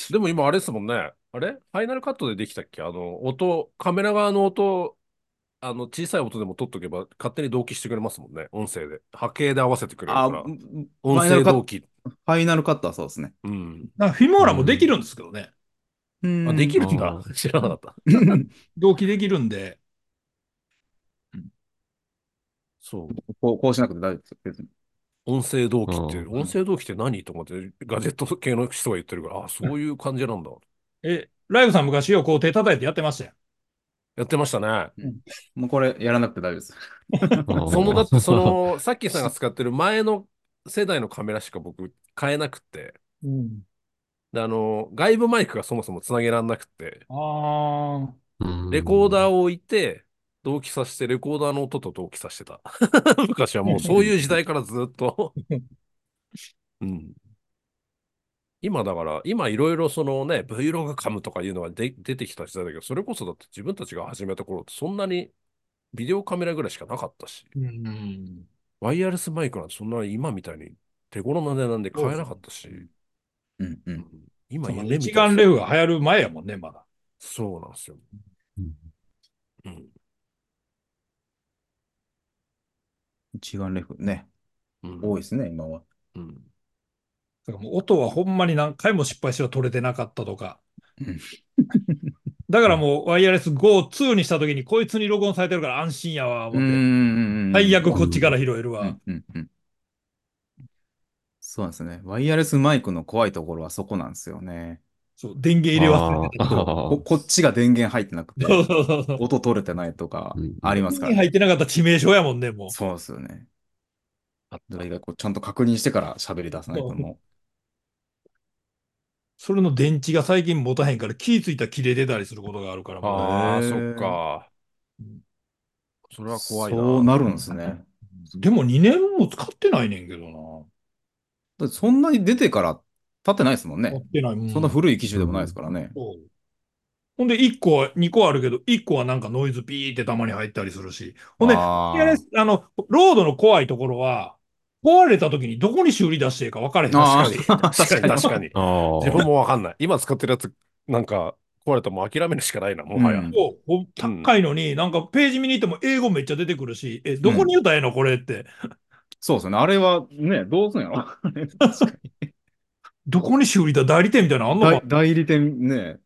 でも今あれですもんね。あれファイナルカットでできたっけあの、音、カメラ側の音、あの、小さい音でも取っとけば勝手に同期してくれますもんね。音声で。波形で合わせてくれるあ、かフら。音ァイナ声ルカット、同フ期。ァイナルカットはそうですね。うん。なんかフィモーラもできるんですけどね。うんあ、できるんうだ。 知らなかった。同期できるんで。そう。こうこうしなくて大丈夫です。別に音声同期って、うん音声同期って何と思って、ガジェット系の人が言ってるから、あ、そういう感じなんだ。え、ライブさん昔よ、こう手叩いてやってましたよ。やってましたね。もうこれやらなくて大丈夫です。その だってそ、のさっきさんが使ってる前の世代のカメラしか僕買えなくってうん。であの外部マイクがそもそもつなげらんなくってああ。レコーダーを。を置いて同期させてレコーダーの音と同期させてた 昔はもうそういう時代からずっ とうん今だから今いろいろそのね Vlog カムとかいうのがで出てきた時代だけどそれこそだって自分たちが始めた頃ってそんなにビデオカメラぐらいしかなかったしうん。ワイヤレスマイクなんてそんな今みたいに手頃な値段で買えなかったし、うんううんん。今その夢み一たい眼なレフが流行る前やもんね、まだ。そうなんですよ。うん。一眼レフね、うん多いですね、今は。うんだからもう音はほんまに何回も失敗しては取れてなかったとかうん。だからもうワイヤレス GO2 にしたときにこいつに録音されてるから安心やうわ、思って。ん。最悪こっちから拾えるうわん。うんうん。そうなんですね。ワイヤレスマイクの怖いところはそこなんですよね。そう、電源入れ忘れてた。あーここっちが電源入ってなくて、そうそうそうそう。音取れてないとかうんありますか電ら源入っね。てなかったら致命傷やもんね、もう。そうですよね。大学こうちゃんと確認してから喋り出さないともそれの電池が最近持たへんから気ぃついたら切れてたりすることがあるから、もうああ、へそーっか。それう。は怖いな。そうなるんですね。でも2年も使ってないねんけどだってそんなに出てから経ってないですもんな。使ねっ。てない。うそんな古い機種でもないですからね。そうほんで、1個は、2個あるけど、1個はなんかノイズピーってたまに入ったりするし。ほんで、あーああの、ロードの怖いところは、壊れた時にどこに修理出していいか分かれへん。あ確 かに。 確かに、確かに。あー自分もわかんない。今使ってるやつ、なんか壊れたらもう諦めるしかないな、もはや。うんそうほん高いのに、なんかページ見に行っても英語めっちゃ出てくるし、え、どこに言うたらええのこれって。そうですよね。あれはね、どうすんやろ確かにどこに修理だ代理店みたいなのあんのか代 代理店ね。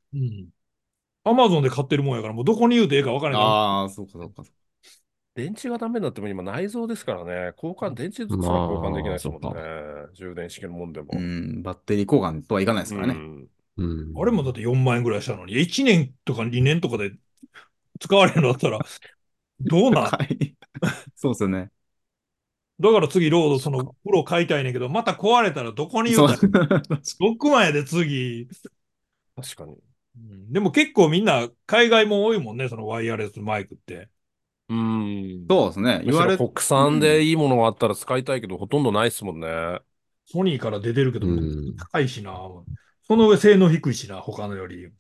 アマゾンで買ってるもんやから、もうどこに言うてええか分からない。ああ、そうかそうか。電池がダメになっても今内臓ですからね、交換、電池ずつはまあ交換できないですもんねそっ。充電式のもんでも。うん、バッテリー交換とはいかないですからうね。んうん。あれもだって4万円ぐらいしたのに、1年とか2年とかで使われるのだったら、ど うなんはい。 そうですよね。だから次、ロード、その、プロ買いたいねんけど、また壊れたらどこに言そううたら、6万円で次、確かに。うんでも結構みんな、海外も多いもんね、そのワイヤレスマイクって。うん。そうですね。む言しわろれ国産でいいものがあったら使いたいけど、ほとんどないですもんね。ソニーから出てるけど、うん高いしな、その上性能低いしな、他のより。うん。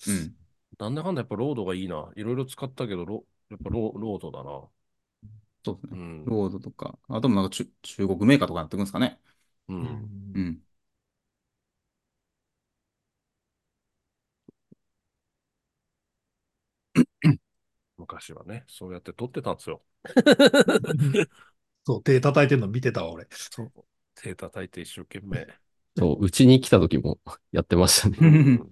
なんだかんだやっぱロードがいいな。いろいろ使ったけど、ロやっぱロロードだな。そうですうね。ん。ロードとか、あともなんか中中国メーカーとかやってくんですかね。う。うんうんん。昔はね、そうやって撮ってたんで すよ。そう、手叩いてんの見てたわ、俺。そう。手叩いて一生懸命。そう、うちに来た時も やって ましたね。うん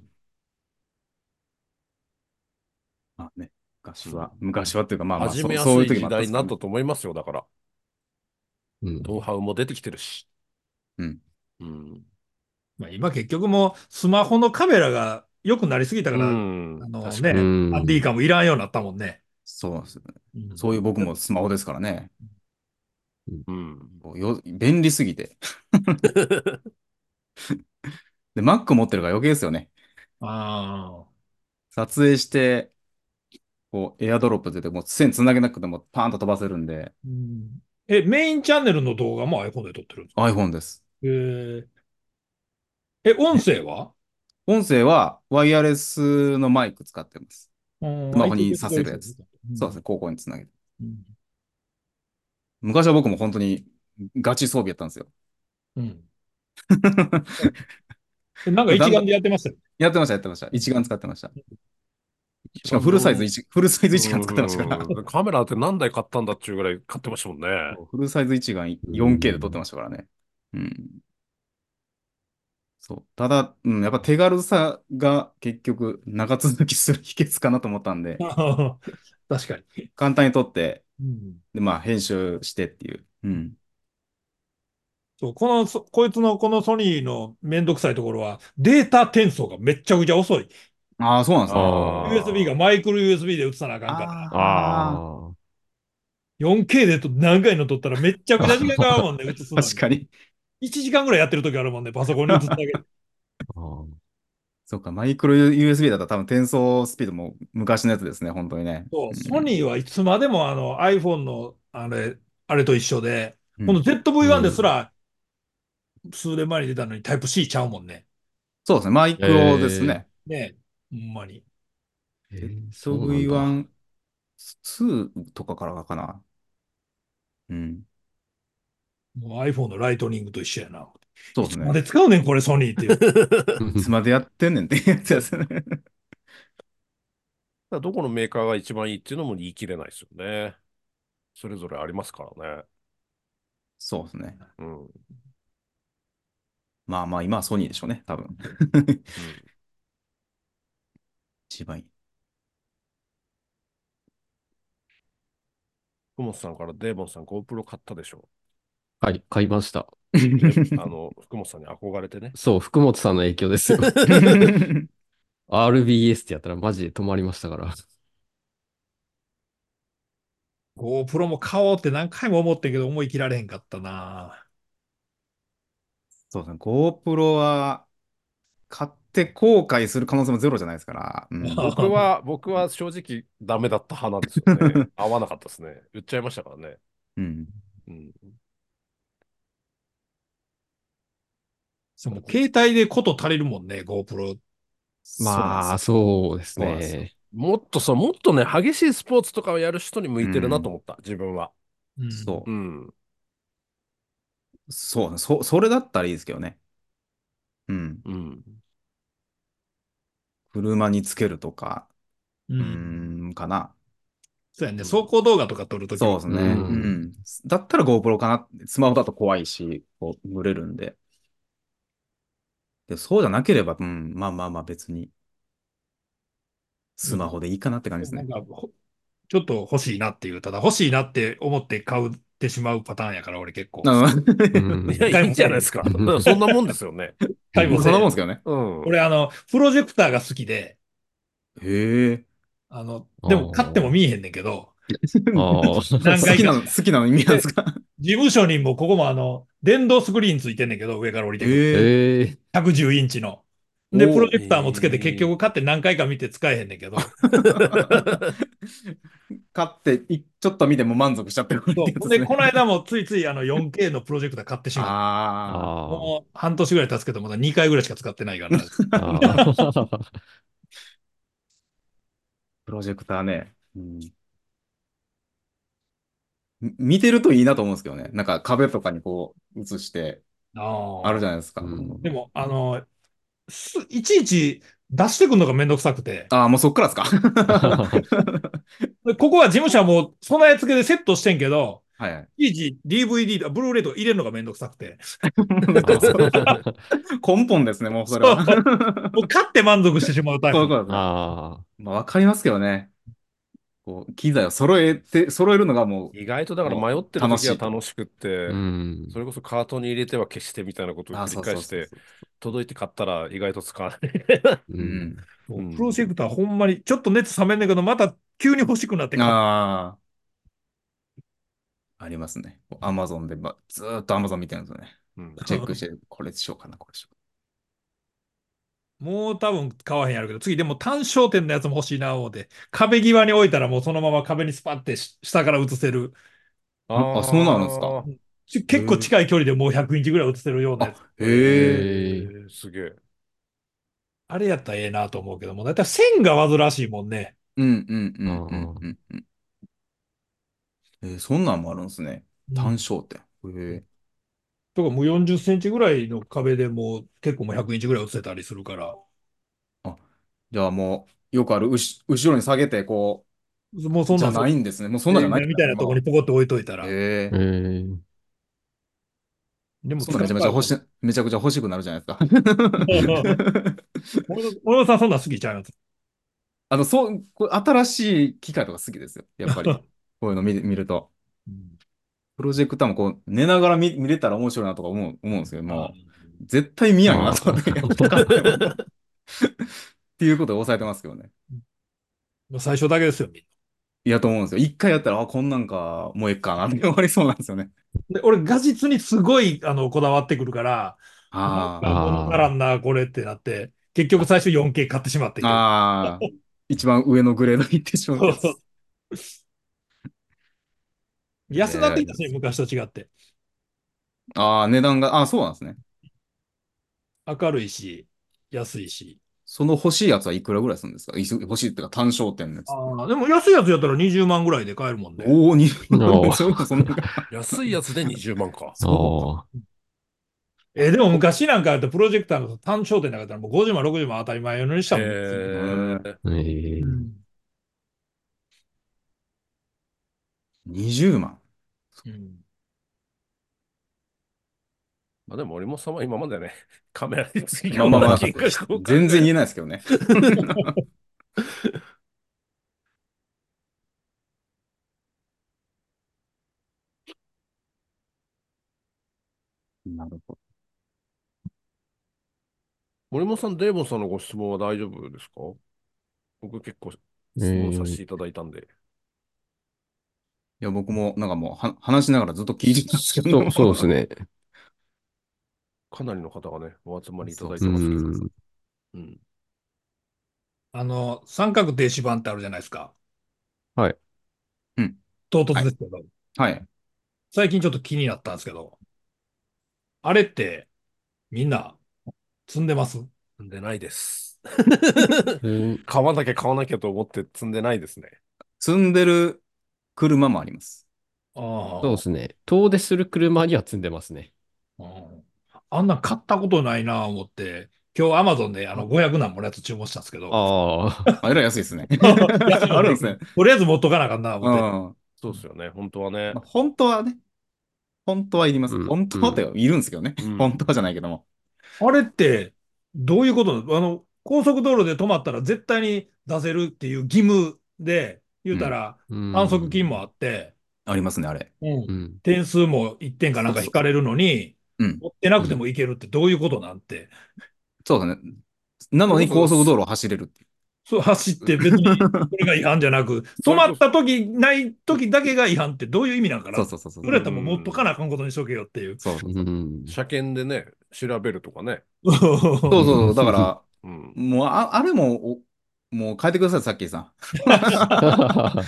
まあね、昔は、昔はっていうか、まあまあ、始そうめやすそういいう時も時あったんで代すけにどなったと思いますよ、だから。うん。ノウハウも出てきてるし。うん。うん。まあ、今結局もうスマホのカメラが良くなりすぎたから、うんあの確かね、にうんアンディーカもいらんようになったもんね。そうですね。そういう僕もスマホですからね。うん。こうよ便利すぎて。で、Mac 持ってるから余計ですよね。あ撮影して、こう、エアドロップ出て、もう線つなげなくてもパーンと飛ばせるんで、ーえ、メインチャンネルの動画も iPhone で撮ってるんですか iPhone です。えーえ、音声は音声はワイヤレスのマイク使ってます。ススマホにさせるやつ。そうですね、高校につなげて。昔は僕も本当にガチ装備やったんですよ。うん。えなんか一眼でやってまし たよ。やってました、やってました。一眼使ってました。しかもフルサイズ一、フルサイズ一眼使ってましたから。うんカメラって何台買ったんだっちゅうぐらい買ってましたもんね。フルサイズ一眼 4K で撮ってましたからね。うん。そう。ただ、うん、やっぱ手軽さが結局長続きする秘訣かなと思ったんで、確かに。簡単に撮って、うんで、まあ編集してっていう。うん。そう、このそ、こいつのこのソニーのめんどくさいところは、データ転送がめっちゃくちゃ遅い。ああ、そうなんですね。あー USB がマイクロ USB で映さなあかんから。ああ 4K でと何回の撮ったらめっちゃくちゃ時間かかるも んね、映すーのに。確かに。 1時間ぐらいやってる時あるもんね、パソコンに映すだけで。あー。そうか、マイクロ USB だったら多分転送スピードも昔のやつですね、本当にね。 そう、ソニーはいつまでもあの iPhone のあれ、あれと一緒で、うんこの ZV-1 ですら、数年前に出たのにタイプ C ちゃうもんね。そうですね、マイクロですね。ねえ、ほんまに。えーそうなんだ ZV-1、2とかからかな。うん。もう iPhone のライトニングと一緒やな。そうですねま。で使うねん、これソニーってい う。いつまでやってんねんってやつ ですね。だからどこのメーカーが一番いいっていうのも言い切れないですよね。それぞれありますからね。そうですね。うん。うんまあまあ、今はソニーでしょうね、多分。一 番いい。福本さんからデーボンさん GoPro 買ったでしょ。はい、買いました。であの、 福本さんに憧れてね。そう、福本さんの影響ですよ。RBS ってやったらマジで止まりましたから。 GoPro も買おうって何回も思ってんけど、思い切られへんかったな。そうですね。GoPro は、買って後悔する可能性もゼロじゃないですから。うん僕は、僕は正直ダメだった派なんです よね。合わなかったですね。売っちゃいましたからね。うん。うん。でも携帯でこと足りるもんね、GoPro。まあ、そそうですそうなんですよね。もっとさ、もっとね、激しいスポーツとかをやる人に向いてるなと思った、自分は。ううなんんですよ。そうう。ん。そうね。そ、それだったらいいですけどね。うん。うん。車につけるとか、う。うんーん、かな。そうやね、走行動画とか撮るときそうですね。うんうん。だったら GoPro かなって。スマホだと怖いし、こう、ブレるんで。で、そうじゃなければ、うん、まあまあまあ別に、スマホでいいかなって感じですなんね。かほちょっと欲しいなっていう、ただ欲しいなって思って買うってしまうパターンやから、俺結構。なるほど。うんいや、いいんじゃないですか。だからそんなもんです よね。買いもうそ物せんんなもんですけどね。うん。俺、あの、プロジェクターが好きで、へえ。あの、であーも買っても見えへんねんけど、あ何好回きなかの、好きなの意味なんですか事務所にもここもあの、電動スクリーンついてんねんけど、上から降りてくる。へえ。ええ110インチの。で、おープロジェクターもつけえてー結局買って何回か見て使えへんねんけど、買って、いちょっと見ても満足しちゃってるってそやうつですで、ね。この間もついついあの 4K のプロジェクター買ってしまっあた。あもう半年ぐらい経つけど、まだ2回ぐらいしか使ってな いから。あああ。ープロジェクターね。うんみ見てるといいなと思うんですけどね。なんか壁とかにこう映して、あるじゃないですか。うんでも、あの、すいちいち出してくるのがめんどくさくて、ああ、もうそっから ですか。でここは事務所はもう備え付けでセットしてんけど、はいはい。いちいち DVD だ、ブルーレイとか入れるのがめんどくさくて、根本ですね、もう それは。そうもう買って満足してしまうタイそういうプ。ことですねあまあ、わかりますけどね。こう、機材を揃えて、揃えるのがもう、意外とだから迷ってる時は楽しくってあ。う、ん。それこそカートに入れては消してみたいなことをあ繰り返して、。届いて買ったら意外と使わない。う。うんん。うんプロジェクターほんまに、ちょっと熱冷めんねんけど、また急に欲しくなって買うああ。ありますね。アマゾンで、まあ、ずーっとアマゾン見てるん ですよね。うんチェックして、これしようかな、これしようもう多分買わへんやろうけど、次でも単焦点のやつも欲しいな思うて、壁際に置いたらもうそのまま壁にスパッてし下から映せる。ああそうなんですかあーし結構近い距離でもう100インチぐらい映せるようなやつ。かな。へえ。えええーすげえ。あれやったらええなと思うけども、だいたい線が煩わしいもんね。うんうんうんうんうんうん。えー、そんなんもあるんですね。単焦点。へえ。とかもう40センチぐらいの壁でもう結構もう100インチぐらい映せたりするから、じゃあもう、よくある、うし後ろに下げて、こもううそ、んじなゃんないんですね。もうそんなんじゃないみたいなとこにポコッと置いといたら。へええ。えでもそんなんめちゃめちゃ欲しい。、 めちゃくちゃ欲しくなるじゃないですか。 俺のさんそんなん好きちゃうやつ。あの、そう、これ新しい機械とか好きですよ。や っぱり。こういうの見見ると。プロジェクターもこう、寝ながら見見れたら面白いなとか思う、思うんですけど、もう、絶対見やんよなとかね。とかって思うっていうことを抑えてますけどね。もう最初だけですよ、みんな。いやと思うんですよ。一回やったら、あ、こんなんか、もうええかなって終わりそうなんです よね。で俺、画実にすごいあのこだわってくるから、あなんあ。か物足らんな、これってなって、結局最初 4K 買ってしまって。ああ。一番上のグレードに行ってしまうやつ。 そう安なってきたし、昔と違って。ああ、値段が、ああ、そうなんですね。明るいし、安いし。その欲しいやつはいくらぐらいするんですかいす欲しいっていうか、単焦点のやつ。ああ、でも安いやつやったら20万ぐらいで買えるもんね。おお、に、おー そういうことそんな。安いやつで20万か。あえーでも昔なんかやったらプロジェクターの単焦点なかったらもう50万、60万当たり前のようにしたえもん。ーあ。ええうん20万。うんまあでも森本さんは今までね、 カメラについてまあまあまあ、喧嘩したこと全然言えないですけどね。 なるほど。森本さん、デーボンさんのご質問は大丈夫ですか僕結構質問させていただいたんで。いや、僕もなんかもうは話しながらずっと聞いてたんですけそど。う、そうですね。かなりの方がね、お集まりいただいてうますけど。ん。うんあの、三角停止板ってあるじゃないですか。はい。うん。唐突ですけど、はい。最近ちょっと気になったんですけど、あれって、みんな、積んでます積んでないです。 え買わなきゃ買わなきゃと思って積んでないですね。積んでる車もあります。あそうですね。遠出する車には積んでますね。あうんあんなん買ったことないなぁ思って、今日アマゾンであの500何ものやつ注文したんですけど、ああ。あえらい 安いですね。安いあるんですね。とりあえず持っとかなあかんなうぁん。思って、まそうですよね。本当はねあ。本当はね、本当はいります。うん本当はっているんですけどねうん。本当はじゃないけども。あれって、どういうことなのあの、高速道路で止まったら絶対に出せるっていう義務で、言うたら、うん反則金もあって、ありますね、あれ。 うん。点数も1点かなんか引かれるのに、うん持ってなくてもいけるってどういうことなんて。そうだね。なのに高速道路を走れるっていう。 そう走って別にそれが違反じゃなく、止まった時ない時だけが違反ってどういう意味なんかなそうそうそうそう。それやったらもう持っとかなあかんことにしとけよっていう。そうそううんうん。車検でね、調べるとかね。そそうそう。だから、うん。もう、ああれも、おもう変えてください、さっきさん。あ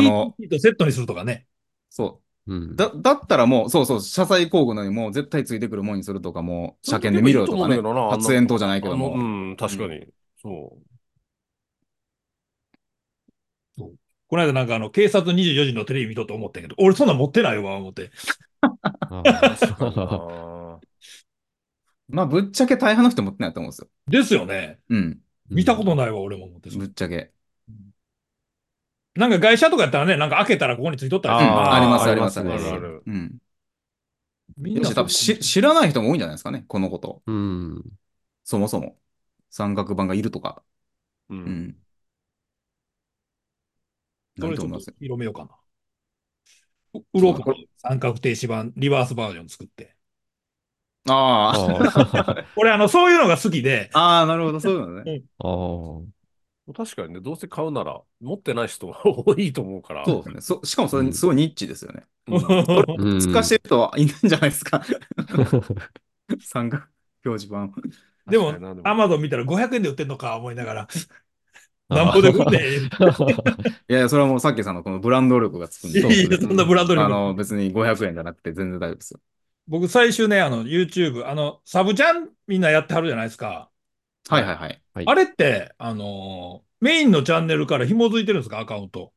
の、とセットにするとかね。そうう。んだ、だったらもう、そうそう、車載工具のにもう絶対ついてくるもんにするとか、もう、車検で見ろよとかね。それでもいいと思うんだけどなあんな発煙筒じゃないけあどの、うも。ん、確かに。そう。この間なんかあの、警察24時のテレビ見とって思ったんやけど、俺そんなん持ってないわ、思って。あ ーあまあ、ぶっちゃけ大半の人持ってないと思うんですよ。ですよね。うん。見たことないわ、俺も思って。ぶっちゃけ。なんか外車とかやったらね、なんか開けたらここについとっうたんら、あーあります、あります、あありりまますすね。あるあるうん。みんよなし、多分し知らない人も多いんじゃないですかね、このこと。うん。そもそも。三角板がいるとか。う。うんん。そなれるちとょ思いまっとすよ。広めようかな。うろうかな三角停止版、リバースバージョン作って。ああ。あ俺、あの、そういうのが好きで、 ああ、なるほど、そういうのね。 あー。確かにね、どうせ買うなら、持ってない人が 多いと思うから。そうですね。そしかもそれ、すごいニッチですよね。うん。うん透かしてる人はいないんじゃないですか。 三角表示板。で確かもに、なアマゾン見たら500円で売ってんのか、思いながら。なんぼで売ってへん。いやいや、それはもうさっきさんのこのブランド力がつくんで。いやいやそんなブランドあ力。の、別に500円じゃなくて全然大丈夫ですよ。僕、最終ね、あの、YouTube、あの、サブチャンみんなやってはるじゃないですか。はいはいはい。はいあれって、あのーメインのチャンネルから紐づいてるんですか、アカウント。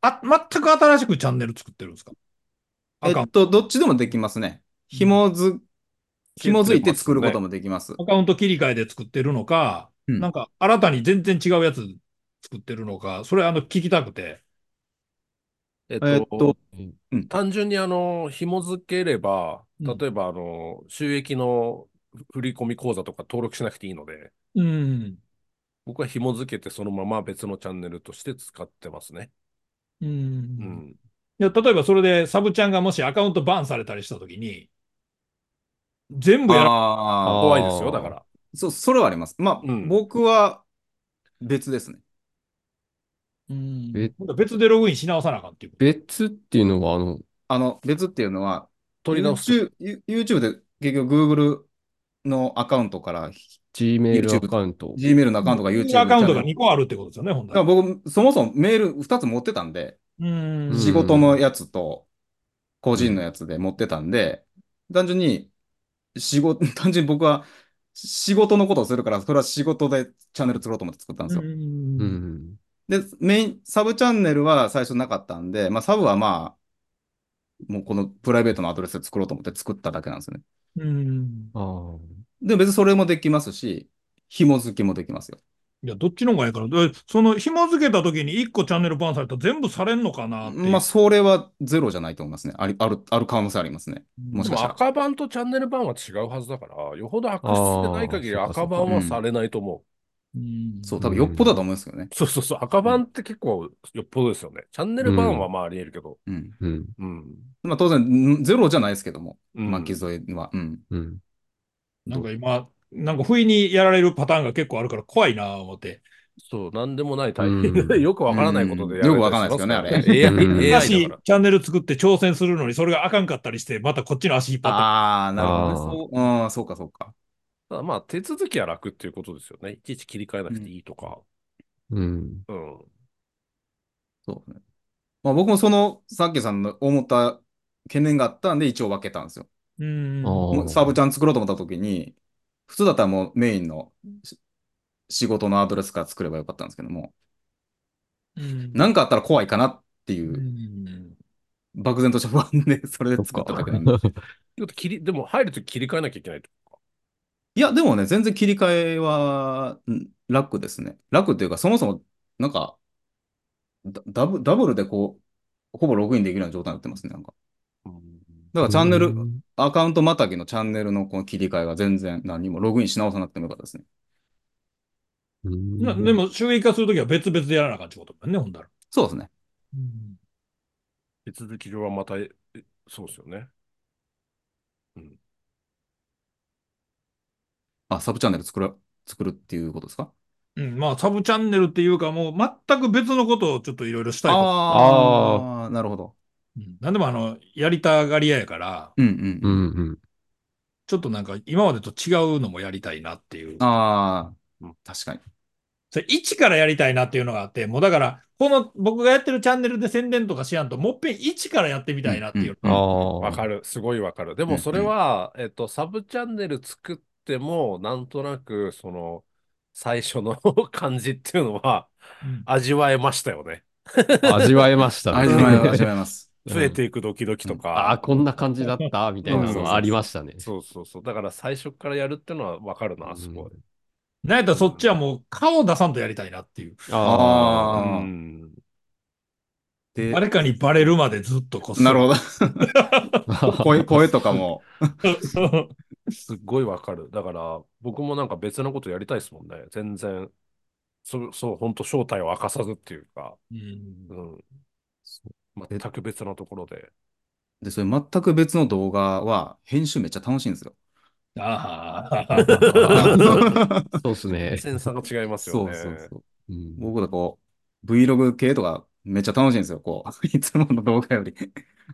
あ、全く新しくチャンネル作ってるんですかアえカウっンと、どっちでもできますね。紐づ、紐づいて作ることも。もできますト、。アカウント切り替えで作ってるのか、うんなんか新たに全然違うやつ作ってるのか、それあの、聞きたくて。えっえっとと、単純にあの、紐付ければ、うん例えばあの、収益の振り込み口座とか登録しなくていいので、うん。僕は紐付けてそのまま別のチャンネルとして使ってますね。うん。うん。いや、例えばそれでサブチャンがもしアカウントバンされたりしたときに、全部やらああ、怖いですよ、だから。そう、それはあります。まあ、うん僕は別ですね。うん え今度は別でログインし直さなあかんっていうこと。別っていうのは、あの、あの、別っていうのは、取り直す。 YouTube, You- YouTube で結局 Google のアカウントから、 Gmail YouTube アカウント。 Gmail のアカウントが YouTube アカウントがチャンネ2ル個あるってことですよね、本だ当からは。僕、そもそもメール2つ持ってたんで、うん仕事のやつと個人のやつで持ってたんで、単純に仕事、 単純に僕は仕事のことをするから、それは仕事でチャンネル作ろうと思って作ったんですよ。うんうん。で、メイン、サブチャンネルは最初なかったんで、まあサブはまあ、もうこのプライベートのアドレスで作ろうと思って作っただけなんですよね。うんああ。で、別にそれもできますし、紐付きもできますよ。いや、どっちの方がいいかな。えその、紐付けたときに1個チャンネルバンされたら全部されんのかなっていう。まあ、それはゼロじゃないと思いますね。あり、ある、ある可能性ありますね。うんもしでかしもたら。赤版とチャンネル版は違うはずだから、よほど悪質でない限りあー赤版はされないと思う。うんそう、多分よっぽどだと思うんですけどね。そうそうそう、赤版って結構よっぽどですよね。チャンネル版はまああり得るけど。うん。うん。うん。まあ、当然、んゼロじゃないですけども、うん巻き添えは。うん。うん。なんか今、なんか不意にやられるパターンが結構あるから怖いなぁ思って。そう、なんでもない大 変、うんよくわからないことでやるうんよくわかんないですよね あれ AI、うんだ AI だしから。、チャンネル作って挑戦するのにそれがあかんかったりして、またこっちの足引っ張って。ああ、なるほどね。そう、うん、そうか、そうか。ただまあ、手続きは楽っていうことですよね。いちいち切り替えなくていいとか。うん。うん。そうね。まあ、僕もその、さっきさんの思った懸念があったんで、一応分けたんですよ。うんあーもうサブチャン作ろうと思った時に、普通だったらもうメインのし仕事のアドレスから作ればよかったんですけども、うんなんかあったら怖いかなっていうう、ん漠然とした不安で、それで作っただけなんで。ちょっと切り、でも入るとき切り替えなきゃいけないとか。いや、でもね、全然切り替えはん楽ですね。楽っていうか、そもそも、なんか、ダダブ、ダブルでこう、ほぼログインできるような状態になってますね、なんか。だからチャンネル、アカウントまたぎのチャンネルのこの切り替えが全然何もログインし直さなくてもよかったですね。なでも、収益化するときは別々でやらなあかんってことだよね、ほんだら。そうですね。手続き上はまた、えそうですよね。あ、サブチャンネル作る、作るっていうことですかうん、まあ、サブチャンネルっていうか、もう全く別のことをちょっといろいろしたいこと。ああ、なるほど。うんなんでも、あの、やりたがり屋やから、うんうんう。んうん。ちょっとなんか今までと違うのもやりたいなっていう。あうあん、確かに。それ一からやりたいなっていうのがあって、もうだから、この僕がやってるチャンネルで宣伝とかしやんと、もっぺん一からやってみたいなっていう。うんあわかる。る。すごいわかる。でうんうもんそれは、えっと、サブチャンネル作っても、なんとなく、その、最初の 感じっていうのは、うん味わえましたよね。味わえましたね。味わえ味わえます。増えていくドキドキとああ、か。こんな感じだった、みたいなうんのありました ね。そうそうそう。だから最初からやるってのはわかるな、すごい。なんやったらそっちはもう顔出さんとやりたいなっていう。ああーうんで、誰かにバレるまでずっとこっそりなるほど。 あ。声、声とかも。すっごいわかる。だから、僕もなんか別のことやりたいですもんね。全然。そそう、本当正体を明かさずっていうか、うんうん。全く別のところで。で、それ全く別の動画は、編集めっちゃ楽しいんですよ。あああ。のそうですね。センサーが違いますよそうね。そうそう。うん僕らこう、Vlog 系とかめっちゃ楽しいんですよ。こう、 いつもの動画より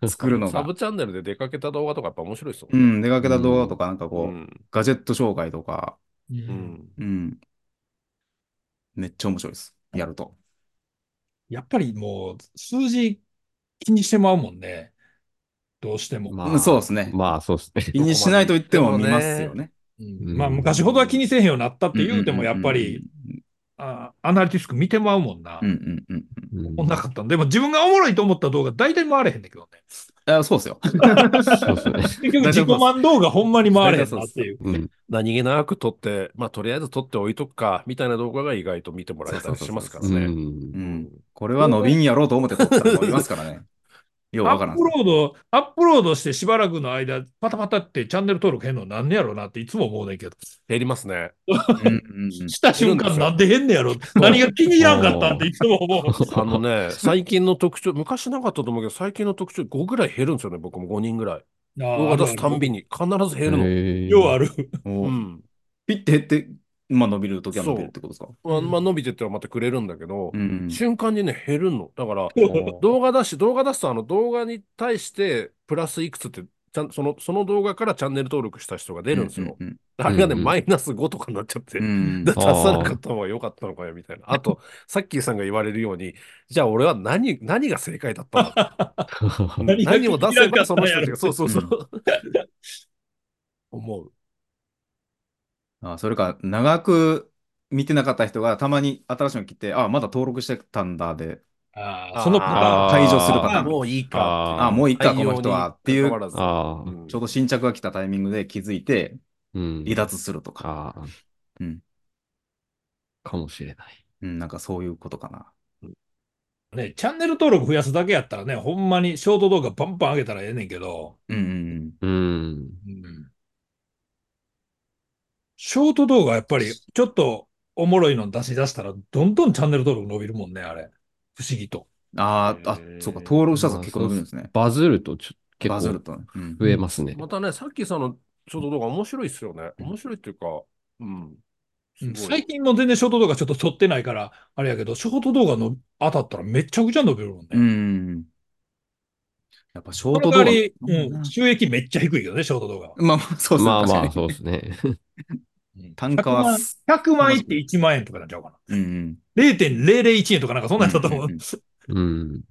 作るのサがブ。チャンネルで出かけた動画とかやっぱ面白いですもうんね。ん、出かけた動画とか、なんかうこう、ん。ガジェット紹介とか、ううんん。うん。めっちゃ面白いです。やると。やっぱりもう数字気にしてまうもんね。どうしても。まあうんそうですね。まあ、そうですね。気にしないと言っても見ますよね。うんまあ昔ほどは気にせえへんようになったって言うてもやっぱり、あアナリティスク見てまうもんなうん。うんうんうんうん。うんおもんなかったんでも自分がおもろいと思った動画大体回れへんだけどね。あそうですよ。そうですね。結局自己満動画ほんまに回れへんなっていう。うん何気なく撮って、まあとりあえず撮っておいとくか、みたいな動画が意外と見てもらえたりしますからうね。うんうんん。これは伸びんやろうと思って撮ったら伸びますから ね。ようアわからッんプ。ロード、アップロードしてしばらくの間、パタパタってチャンネル登録変のなんねやろなっていつも思うねんけど。減りますね。うんうんうんした瞬間なんで変ねやろ何が気に入らんかったんっていつも思う。あのね、最近の特徴、昔なかったと思うけど、最近の特徴5ぐらい減るんですよね、僕も5人ぐらい。動画出すたんびに必ず減るの。へーようある。おうーん。ピッて減って、まあ伸びるときは伸びるってことですかまあ、まあ伸びてってはまたくれるんだけどう、ん。瞬間にね、減るの。だから、おー動画出し、動画出すと、あの動画に対して、プラスいくつって、ちゃんそのその動画からチャンネル登録した人が出るんですよ。うんあれがね、うんうんマイナス5とかになっちゃって、うんうん。出さなかった方が良かったのかよ、みたいな。あと、さっきーさんが言われるように、じゃあ俺は何、何が正解だったのか何が何を出せばその人たち嫌いだったんやろが、そうそうそう。 思う。あ、それか、長く見てなかった人がたまに新しいの来て、あ、まだ登録してたんだで、あーそのパターンあー解除するパターあン。もういいかって。あ、もういいか、この人はっていう、関わらずああ。うんちょうど新着が来たタイミングで気づいて、うん。離脱するとか、ああ。うんかもしれない。うん、なんかそういうことかな。ね、チャンネル登録増やすだけやったらね、ほんまにショート動画バンバン上げたらええねんけど、うんうんうん。ショート動画やっぱりちょっとおもろいの出し出したら、どんどんチャンネル登録伸びるもんね、あれ。不思議と。うん。あーあへ、ーそうか、登録者数結構伸びるんですね。バズるとちょ結バズる構とね。うん増えますね。またね、さっきさんのショート動画面白いっすよね。面白いっていうか、うん。すごい最近も全然ショート動画ちょっと撮ってないから、あれやけど、ショート動画の当たったらめちゃくちゃ伸びるもんね。うん。やっぱショそートの動画。代わり、うん、収益めっちゃ低いけどね、ショート動画は。まあまあ、そうですね。まあ確かまにあ、そうですね。単価は、 100万いって1万円とかになっちゃうかうん うん。な。0.001円とかなんかそんなんやったと思う。うんうんうんうん。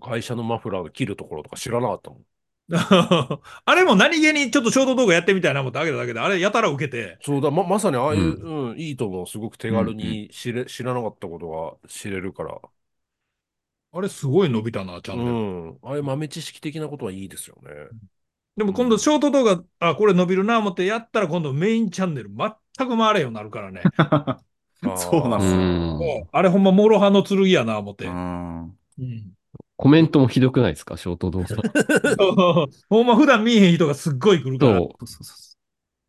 会社のマフラーを切るところとか知らなかったもん。 あれも何気にちょっとショート動画やってみたいな思ってあげただけで、あれやたら受けて、そうだ、ま、まさにああいう、ううん、いいと思う。すごく手軽に知れ、知らなかったことが知れるから。あれすごい伸びたな、チャうンネル。ん。ああいう豆知識的なことはいいですよね。でも今度ショート動画、あ、これ伸びるな思ってやったら今度メインチャンネル全く回れんようになるからね。あーそうなんうですよん。もうあれほんま諸刃の剣やな思って。うんうんコメントもひどくないですかショート動画。そうほんま普段見えへん人がすっごい来るかそら。そうそうそう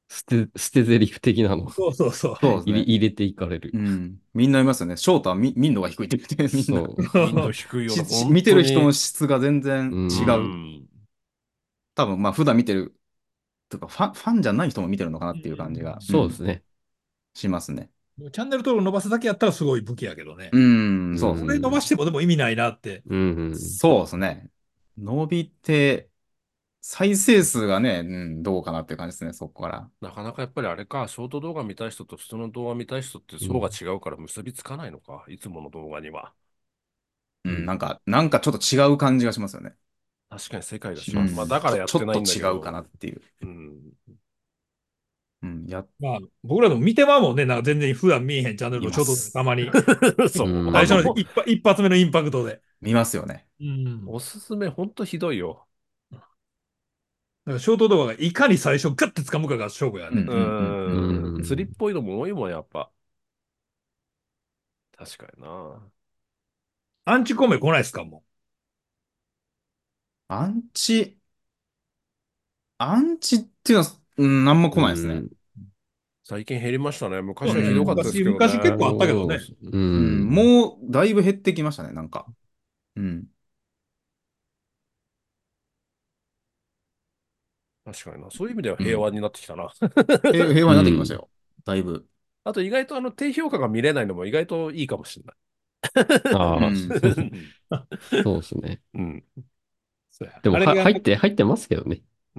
捨て、捨て台詞的なのそうそうそう。そうです入れね。入れていかれるう。ん。みんな言いますよね。ショートはみ 民度が低いって言って、みんそな。う。頻度低いような し見てる人の本質が全然違当う。に多分、まあ、普段見てる、とかファン、ファンじゃない人も見てるのかなっていう感じが、そうですんね。しますね。チャンネル登録伸ばすだけやったらすごい武器やけどね。うん、そうですそね。れ伸ばしてもでも意味ないなって。うんうん。そうですね。伸びて、再生数がね、うん、どうかなっていう感じですね、そこから。なかなかやっぱりあれか、ショート動画見たい人と普通の動画見たい人って層が違うから結びつかないのか、いつもの動画には。ううんん、なんか、なんかちょっと違う感じがしますよね。確かに世界が違うう。んまあだからやっちょてないんだけちど。ょっと違うかなっていう。うん。 うん、やっまあ、僕らでも見てまうもんね、なんか全然普段見えへんチャンネルのちょうどたまに。そう。うん最初あの一発一発目のインパクトで。見ますよね。うんおすすめ、ほんとひどいよ。なんかショート動画がいかに最初ガッて掴むかが勝負やね。うんうんうん。釣りっぽいのも多いもん、やっぱ。確かにな。アンチコメ来ないっすか、もアンチ、アンチっていうのは、うん、あんま来ないですうねん。。最近減りましたね。昔はひどかったですけど、ね昔昔結構あったけどねう。うんん、もう、だいぶ減ってきましたね、なんか。 うん。確かにな。そういう意味では平和になってきたな。平平和になってきましたよ。だいぶ。あと意外とあの低評価が見れないのも意外といいかもしれあうあ、んない。そうですね。うん。う。でもあれはが入って、入ってますけどね。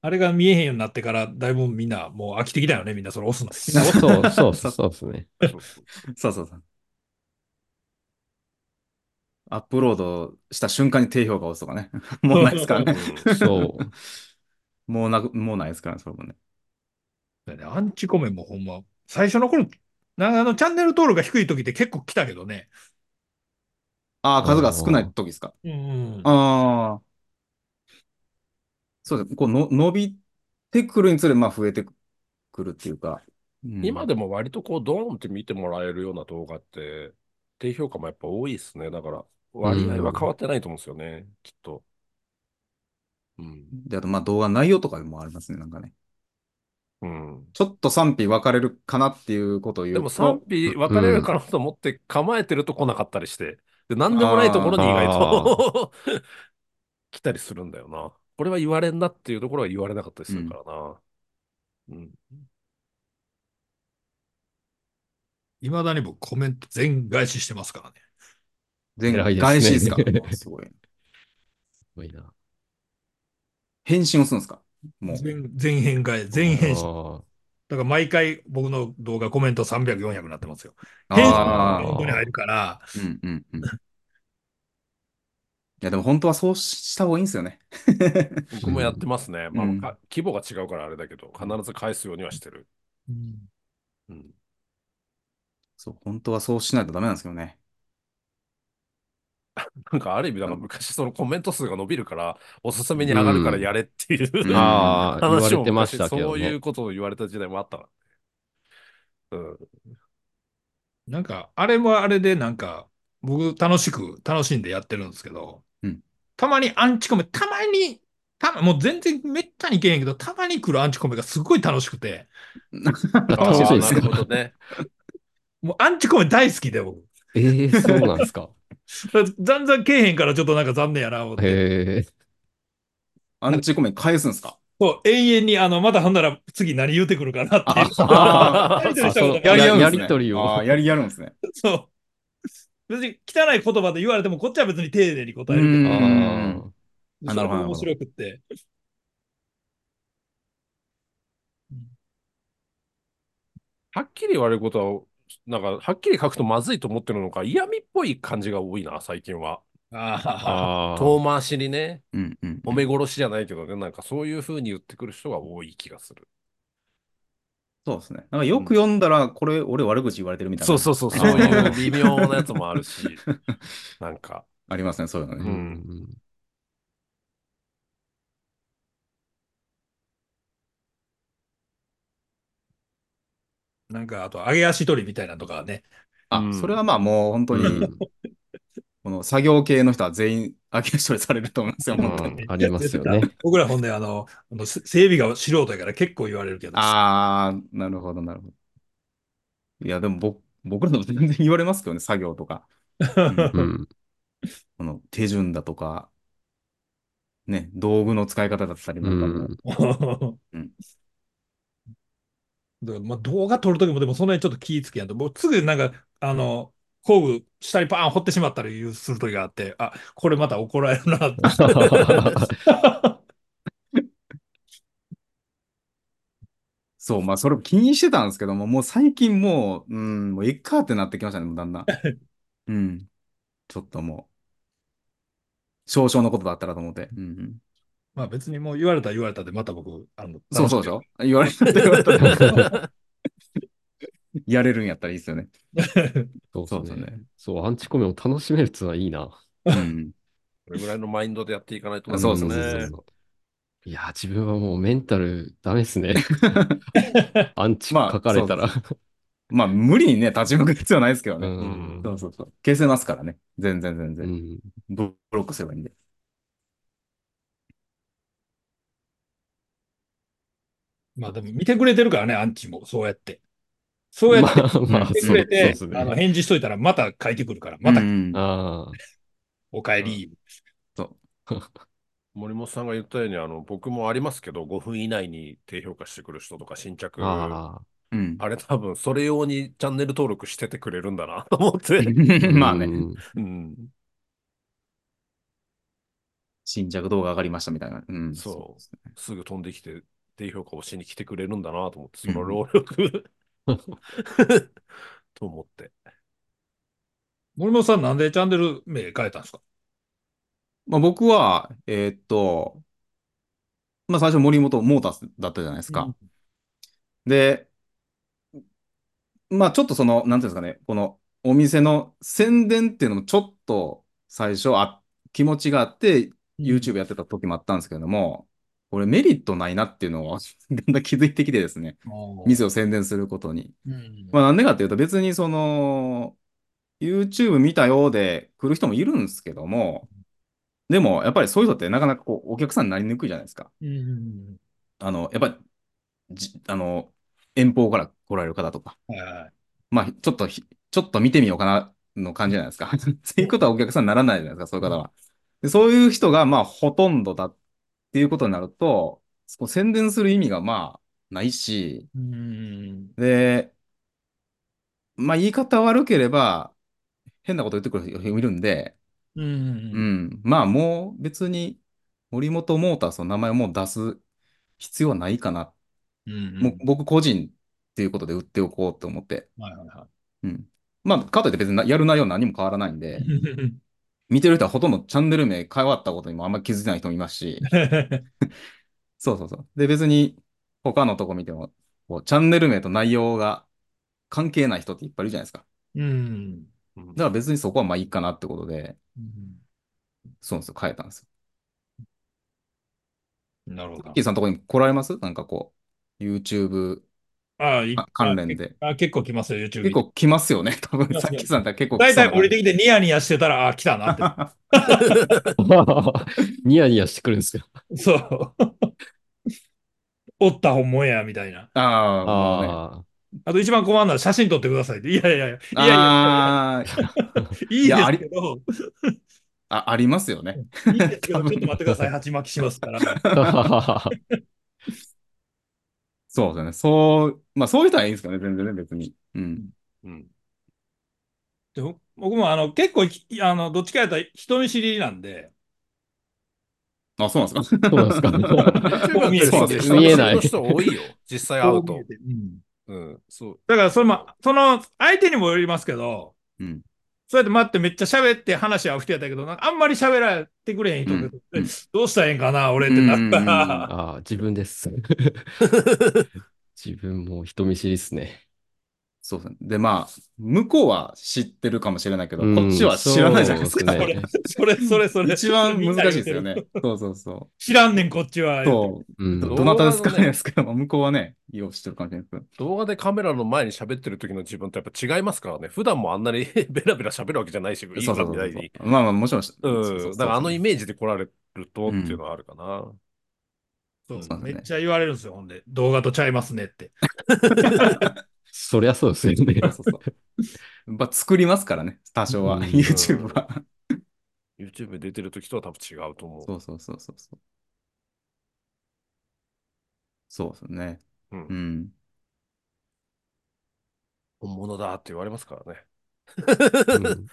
あれが見えへんようになってから、だいぶみんなもう飽きてきたよね、みんなそれ押すの。そうそうそうそうですね。そうそうそうそうそう。アップロードした瞬間に低評価を押すとかね。 もうないですからね。そう。もうなく、もうないですからね、それもね。だよねアンチコメもほんま、最初の頃、なあのチャンネル登録が低い時って結構来たけどね。ああ、数が少ない時ですか。うんああ。そうです。こうの、伸びてくるにつれ、まあ増えてくるっていうか。うん今でも割とこうドーンって見てもらえるような動画って低評価もやっぱ多いですね。だから割合は変わってないと思うんですよね、きっと。うん。で、あと、まあ動画内容とかでもありますね、なんかね。うん、ちょっと賛否分かれるかなっていうことを言うでと。も賛否分かれるかなと思って構えてると来なかったりして、で何でもないところに意外と 来たりするんだよな。これは言われんなっていうところは言われなかったりするからな。うん。いまだに僕コメント全返ししてますからね。全偉いですね外資ですかすごい。すごいな。返信をするんですかもう。全全編返し、全あ編し。ーだから毎回僕の動画コメント300、400になってますよ。編集あコメントに入るから、ーうんうんうん。いや、でも本当はそうした方がいいんですよね。僕もやってますね。まあ、うんか規模が違うからあれだけど、必ず返すようにはしてる。うん。そう、本当はそうしないとダメなんですけどね。なんかある意味、だから昔そのコメント数が伸びるから、おすすめに上がるからやれっていう、 うんあー、言わ話れをてま昔したけそどういうね。ことを言われた時代もあったからね。なんか、あれもあれで、なんか、僕、楽しく、楽しんでやってるんですけどうん、たまにアンチコメ、たまに、たま、もう全然めったにいけへんけど、たまに来るアンチコメがすごい楽しくて、うん。楽しいですあーなるかほどね。もうアンチコメ大好きで、僕。 ええ、そうなんですか。だんだんけえへんから、ちょっとなんか残念やな、思って。へえ。アンチコメント返すんですかそう、永遠に、あの、またほんなら次何言うてくるかなっていう。 あやり取りあしたそこのとやないり合やうんですやねりとりをあ。ーやりやるんですね。そう。別に汚い言葉で言われても、こっちは別に丁寧に答えうるんあーけあなど、るそれほども面白くって。 はっきり言われることは、なんか、はっきり書くとまずいと思ってるのか、嫌味っぽい感じが多いな、最近は。ああ、あー遠回しにね、うんうん。おめ殺しじゃないけどね、なんかそういう風に言ってくる人が多い気がする。そうですね。なんかよく読んだら、これ、俺悪口言われてるみたいな。そうそうそう、そういう微妙なやつもあるし、なんか。ありますね、そういうのうね。ん。なんか、あと、揚げ足取りみたいなのとかはね。あ、それはまあもう本当に、この作業系の人は全員秋の処理されると思うんですよ、う本当に。ん、ありますよ ね。僕らほんで、あの、あのせ整備が素人やから結構言われるけど。ああ、なるほど、なるほど。いや、でも僕、僕らでも全然言われますけどね、作業とか。 うんうん。この手順だとか、ね、道具の使い方だったりうなんかもん。うんだからまあ、動画撮るときも、でもその辺ちょっと気ぃつけやんと、もうすぐなんか、あの、工具、下にパーン掘ってしまったりいうするときがあって、あ、これまた怒られるなって。そう、まあ、それを気にしてたんですけども、もう最近もう、うん、もういっかってなってきましたね、もうだん だん。うん。ちょっともう、少々のことだったらと思って。うんうん、まあ別にもう言われたら言われたで、また僕、あの、そうそうでしょ言われたって言われたら やれるんやったらいいですよね。そうそうでですすねね。そう、アンチコメを楽しめるっつうのはいいな。うん。これぐらいのマインドでやっていかないとあダメそでうすそうそうね。いやー、自分はもうメンタルダメっ すね。アンチ書まあかれたら。まあ、無理にね、立ち向かう必要はないですけどうね。んそうそうそう。消せますからね。全然全う然。ん。ブロックすればいいんで。まあでも見てくれてるからね、アンチも、そうやって。そうやって まあまあ、見てそくうれて、そうですあのね。返事しといたら、また書いてくるから、またうんうんあお帰り。森本さんが言ったように、あの、僕もありますけど、5分以内に低評価してくる人とか新着、あ。ああうん。れ多分それ用にチャンネル登録しててくれるんだなと思 って。あ。まあねう、ん うん、新着動画上がりましたみたいな。うん、そうですねすぐ飛んできて低評価をしに来てくれるんだなと思って、その労力 と思って。森本さん、なんでチャンネル名変えたんですかまあ、僕は、えーっと、まあ、最初森本モータスだったじゃないですか。で、まあ、ちょっとその、なんていうんですかね、このお店の宣伝っていうのもちょっと最初あ、気持ちがあって、YouTube やってた時もあったんですけれども、これメリットないなっていうのを だんだん気づいてきてですね、水。店を宣伝することに。うんまあ、なんでかっていうと、別にその、YouTube 見たようで来る人もいるんですけども、でも、やっぱりそういう人ってなかなかこう、お客さんになりにくいじゃないですか。うんあの、やっぱり、じあの、遠方から来られる方とか、はいはいまあ、ちょっとひ、ちょっと見てみようかな、の感じじゃないですか。 そういうことはお客さんにならないじゃないですか、そういう方は。でそういう人が、まあ、ほとんどだっていうことになると、そこ宣伝する意味が、まあ、ないし、うんで、まあ言い方悪ければ、変なこと言ってくる人もいるんで、ううんん、まあもう別に森本モータースの名前をもう出す必要はないかな。うんもう僕個人っていうことで売っておこうと思って。はいはいはうん。まあ、かといって別になやる内容何も変わらないんで、い。見てる人はほとんどチャンネル名変わったことにもあんまり気づいてない人もいますし、そうそうそう。で、別に他のとこ見ても、こうチャンネル名と内容が関係ない人っていっぱいいるじゃないですか。うん。うんだから別にそこはまあいいかなってことで、うんそうなんですよ、変えたんですよ。なるほどキー。さんのとこに来られますなんかこう、YouTube ああいあ関連で。あ結構来ますよ、YouTube。結構来ますよね、多分いやさっきさんだ結構大来体た 降りてきてニヤニヤしてたら、あ、来たなっかニヤニヤしてくるんですよ。て。そう。 おった本物や、みたいな。なあーもうねああと一番困るのは写真撮ってくださいって。いやいやいや、いやいや、あーいいいやあでりすけど、あ、ありますよね。いいですけど、ちょっと待ってく ださい。鉢巻きしますから。あ。そうですよね。そう、まあそういう人はいいんですけどね、全然ね、別に。うん。うんでも僕もあの結構きあの、どっちかやったら人見知りなんで、あ、そうなん ですか。 そうなんですか。もう見えてるそうです見えない人多いよ。実際会うとこ。う見えてうんうん、そう。だからそれも、その相手にもよりますけど、うんそうやって待ってめっちゃ喋って話合う人やったけど、なんかあんまり喋られてくれへん人が、うんうんどうしたらええんかな、俺ってなったら、 ああ、自分です。自分も人見知りっすね。そうですね。で、まあ、向こうは知ってるかもしれないけど、うんこっちは知らないじゃないですか。そうこれ、 それ、それ、それ。一番難しいですよね。そうそうそ 知らんねん、こっちは。う。そうう。んどどどなたですか動画のね ねですけども、向こうはね、よう知ってるかもしれないです動画でカメラの前に喋ってる時の自分とやっぱ違いますからね。普段もあんなに ベラベラ喋るわけじゃないし、けど。飯そうそさんうみそたういそうに。。。まあまあ、もちろん知ってそうそうそううんだからあのイメージで来られるとっうてんいうのはあるかな。そうそうなんだめねっちゃ言われるんですよ、ほんで。動画とちゃいますねって。そりゃそうですよね。そうそうそう。 まあ、作りますからね、多少は、うん YouTube は。 YouTube で出てる時とは多分違うと思う。そうそうそうそうそう。そうですね。うんうん。本物だって言われますからね。 うん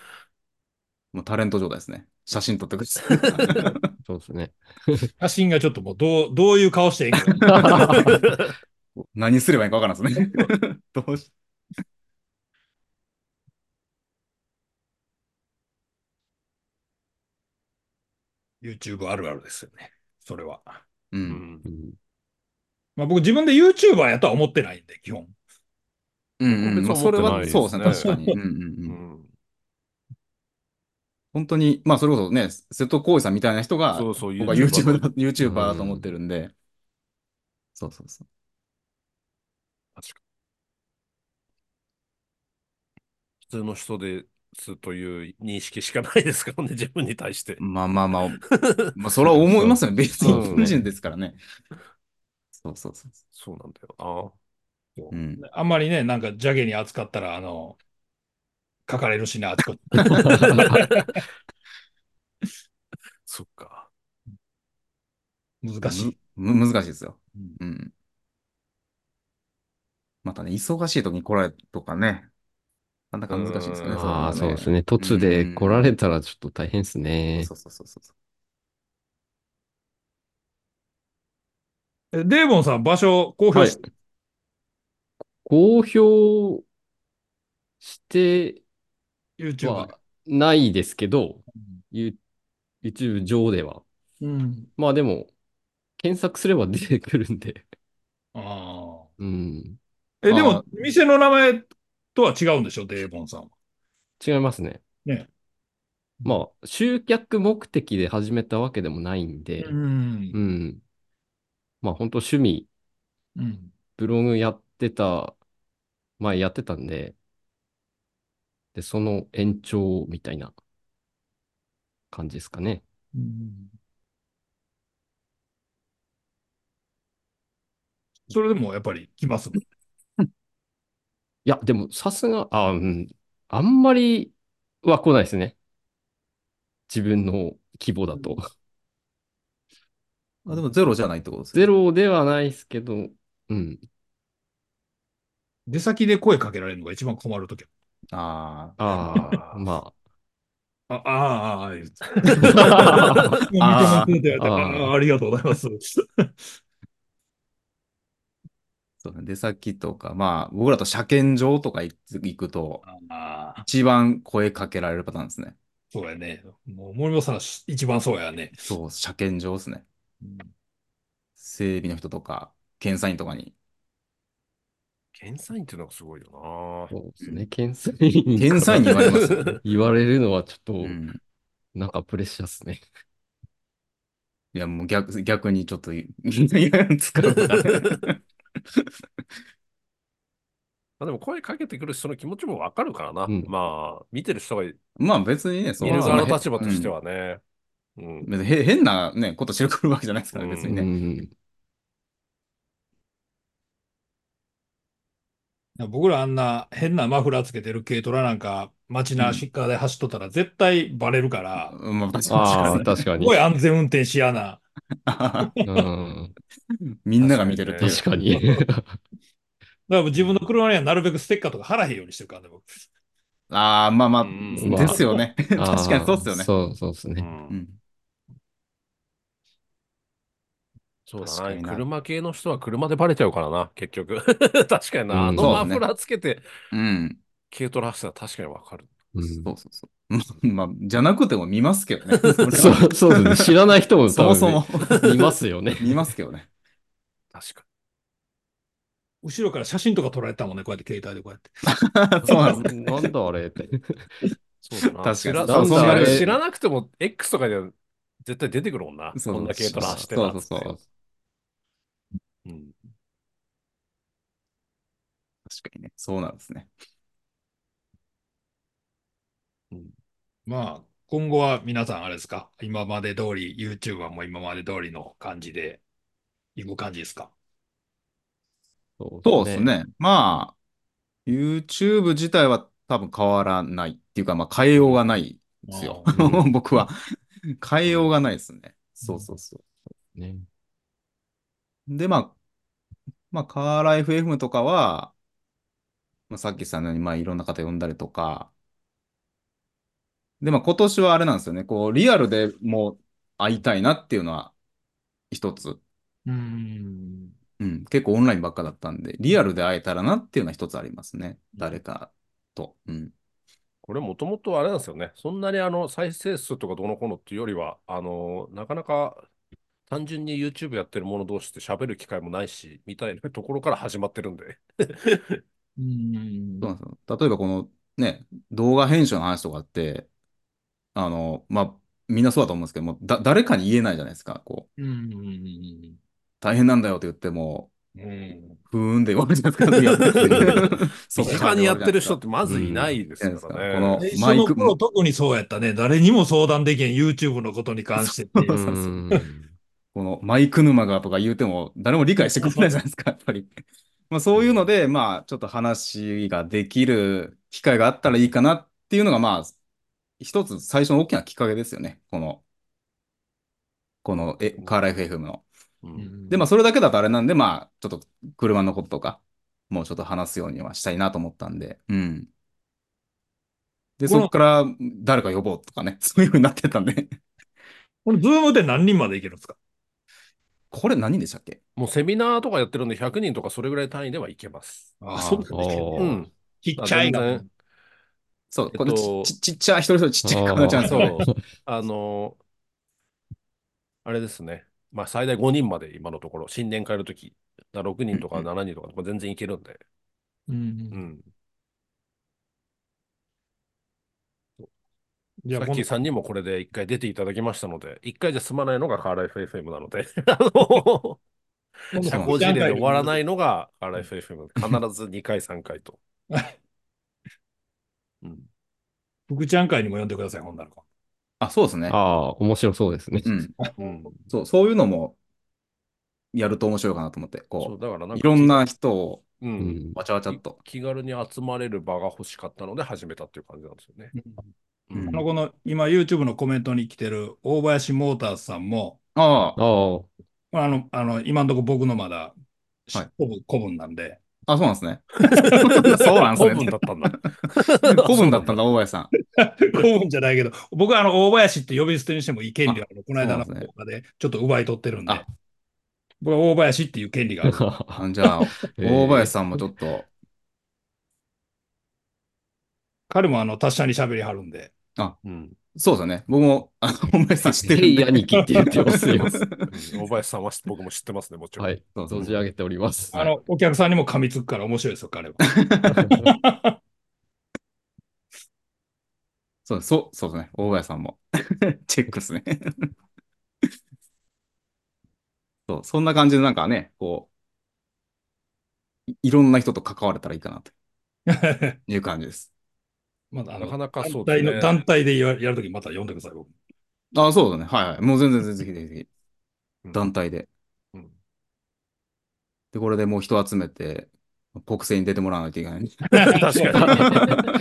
もうタレント状態ですね。写真撮ってください。そうです ね。写真がちょっともう、どう、どういう顔していいか。 何すればいいか分からんです ね。どうしユーチューブあるあるですよね。それは。う。うんんう。んまあ僕自分で YouTuber やとは思ってないんで、基本。うんうん。別まにあ、それ思っては、ないそうですね。です確ねかに。うんうんううん。ん本当に、まあ、それこそね、瀬戸康史さんみたいな人が、そうそう、僕は YouTuber だだ YouTuber だと思ってるんで。そうそうそう。普通の人ですという認識しかないですからね、自分に対して。まあまあまあ、 まあ、それは思いますよね。別にそう日本人ですからね。そうそうそうそそうなんだよう。うん。あんまりね、なんか邪気に扱ったら、あの、書かれるしな、あ ちこち。な。そっか。難しい。むむ難しいですようん。うん。またね、忙しい時に来られるとかね。なんだか難しいですよね。れうんはああ、そうです。ね。突で来られたらちょっと大変ですね。そうそうそうそうそう。えデーボンさん、場所公表し、公表して YouTube はないですけどうん、ユ YouTube 上では。うん。まあでも、検索すれば出てくるんで。あうん。あ。え、でまあも、店の名前とは違うんでしょ、デーボンさんは。違いますね。ねまあ、集客目的で始めたわけでもないんで、んう。ん。まあ本当趣味、うん。ブログやってた、前やってたんで、で、その延長みたいな感じですかね。それでもやっぱり来ますもん。いや、でもさすが、あ、うん、あんまりは来ないですね。自分の規模だと。あでもゼロじゃないってことですゼね。ロではないですけど、うん。出先で声かけられるのが一番困るとき。あああ、まああ、ああ、ああ、言ってあ。ああああありがとうございます。そうね。出先とか、まあ、僕らと車検場とか行行くと、ああ、一番声かけられるパターンですね。そうやね。もう森本さん、一番そうやね。そう、車検場ですね。整備の人とか、検査員とかに。検査員っていうのがすごいよあ、そうですね。検査員検査員に言われます よね。言われるのはちょっと、うんなんかプレッシャーっすね。いや、もう逆、逆にちょっと、 いや使う からねな。あでも声かけてくる人の気持ちもわかるからな。うんまあ、見てる人がいるまあ別にね、そ見る側側の立場として。はね。うん別にへ変なね、ことしてくるわけじゃないですから、うん別うにね。ん。僕らあんな変なマフラーつけてる軽トラなんか、街なシッカーで走っとったら絶対バレるから、うんまあ確あかあ、確かすにごい。安全運転しやな。にうん、みんなが見てるっていう。確かに。だから自分の車にはなるべくステッカーとか貼らへんようにしてるからね、僕。ああ、まあまあ、うんまあですよね。 確かにそうっすよね。そう、そうですうね。んうんそう確だかなにな車系の人は車でバレちゃうからな、結 局。確かにな。あうんのそうだマねフラーつけてうん。軽トラ走ったら確かにわかる。うんそうそうそう。まあ、じゃなくても見ますけ どね。それはそう、そうですね。知らない人もそ多もそも分 いますよね。見ますけどね。確か後ろから写真とか撮られたもんね、こうやって携帯でこうやって。そうなんです。 なんだあれって。そうだ確な。かに知らそうそそんなれに知らなくても、X とかでは絶対出てくるもんな。そうそうこんだけトラしてそたうそうそう。うん確かにね。そうなんですね。まあ、今後は皆さんあれですか今まで通り、YouTuber も今まで通りの感じで行く感じですかそうです。ね。まあ、YouTube 自体は多分変わらないっていうか、まあ変えようがないですよ。あ ー僕は。変えようがないですね。そうそうそう。ねで、まあ、まあ、カーライフ FM とかは、まあ、さっきさんのように、まあ、いろんな方呼んだりとか、で、まあ、今年はあれなんですよね、こう、リアルでもう会いたいなっていうのは、一つ。うん。うん、結構オンラインばっかだったんで、リアルで会えたらなっていうのは一つありますね。誰かと。うん。これもともとあれなんですよね。そんなにあの再生数とかどうのこうのっていうよりは、あの、なかなか単純に YouTube やってる者同士で喋る機会もないし、みたいなところから始まってるんで。うそんうなんですよ。例えば、このね、動画編集の話とかって、あの、まあ、みんなそうだと思うんですけども、だ、誰かに言えないじゃないですか。こう、うん。大変なんだよって言っても、うん。ふーんで終わるじゃないですか。身 近にやってる人ってまずいないですうんからね。いないですから最マイ初クの頃特にそうやったね。誰にも相談できん YouTube のことに関してっていううそうそうんこのマイク沼がとか言うても、誰も理解してくれないじゃないですか、やっぱり。まあそういうので、まあちょっと話ができる機会があったらいいかなっていうのが、まあ、一つ最初の大きなきっかけですよね。この、この、え、カーライフ FM の。うんで、まあそれだけだとあれなんで、まあちょっと車のこととか、もうちょっと話すようにはしたいなと思ったんで、うん。で、このそこから誰か呼ぼうとかね、 そういうふうになってったんで。この Zoom で何人までいけるんですかこれ何人でしたっけもうセミナーとかやってるんで、100人とかそれぐらい単位ではいけます。あーそんなあにいけるーうん。ちっちゃいあな。全然そう、えっこれとちちちっちゃい、一人一人ちっちゃいあーくなっちゃうんですそようね。。あのあれですね。まあ、最大5人まで今のところ、新年会の時、だ6人とかうん7人とか、全然いけるんで。うんうん。じゃあさっ今きさんにもこれで一回出ていただきましたので、一回じゃ済まないのがカーライフ FM なの で、あの、度、。社社交交辞令で終わらないいのがカーライフ FM なので、必ず2回、3回と。うん、福ちゃん会にも呼んでください、ほんなら。あ、そうですね。ああ、面白そうですね。うん。うん、そう、そういうのもやると面白いかなと思って、そうこだからなう、んかいろんな人をう、うんん。わちゃわちゃっと。気軽に集まれる場が欲しかったので始めたっていう感じなんですよね。うんうんあの、この、今 YouTube のコメントに来てる大林モーターズさんも、あああ、あの、あの、今んとこ僕のまだ、しはい古文古文なんで、あ、あ、そうなんですね。そうなんです古ね文だ。ったんだ。 古文だったんだ、大林さん。古文じゃないけど、僕はあの、大林って呼び捨てにしてもいい権利がある。この間のそうなんですね動画で、ちょっと奪い取ってるんであ、僕は大林っていう権利が ある。あじゃあ、大林ささんもちょっと、彼もあの、達者に喋りはるんで、うん、そうですよね。僕も、あの、大林さん知ってるんで。兄貴って言ってま すよ。うん大林さんは僕も知ってますね、もちろん。はい。そうそう存じ上げております。あの、お客さんにも噛みつくから面白いですよ、彼は。そう、そう、そうですね。大林さんも。 チェックですね。そう、そんな感じでなんかね、こう、いいろんな人と関われたらいいかなという感じです。 まだあのなかなかそう団です体ねの団体でやるときまた呼んでください、僕。あ、そうだね。はいはい。もう全然、全然、ぜひぜひぜひ。うん 団体で。うんで、これでもう人集めて、国政に出てもらわないといけ ない。確かに。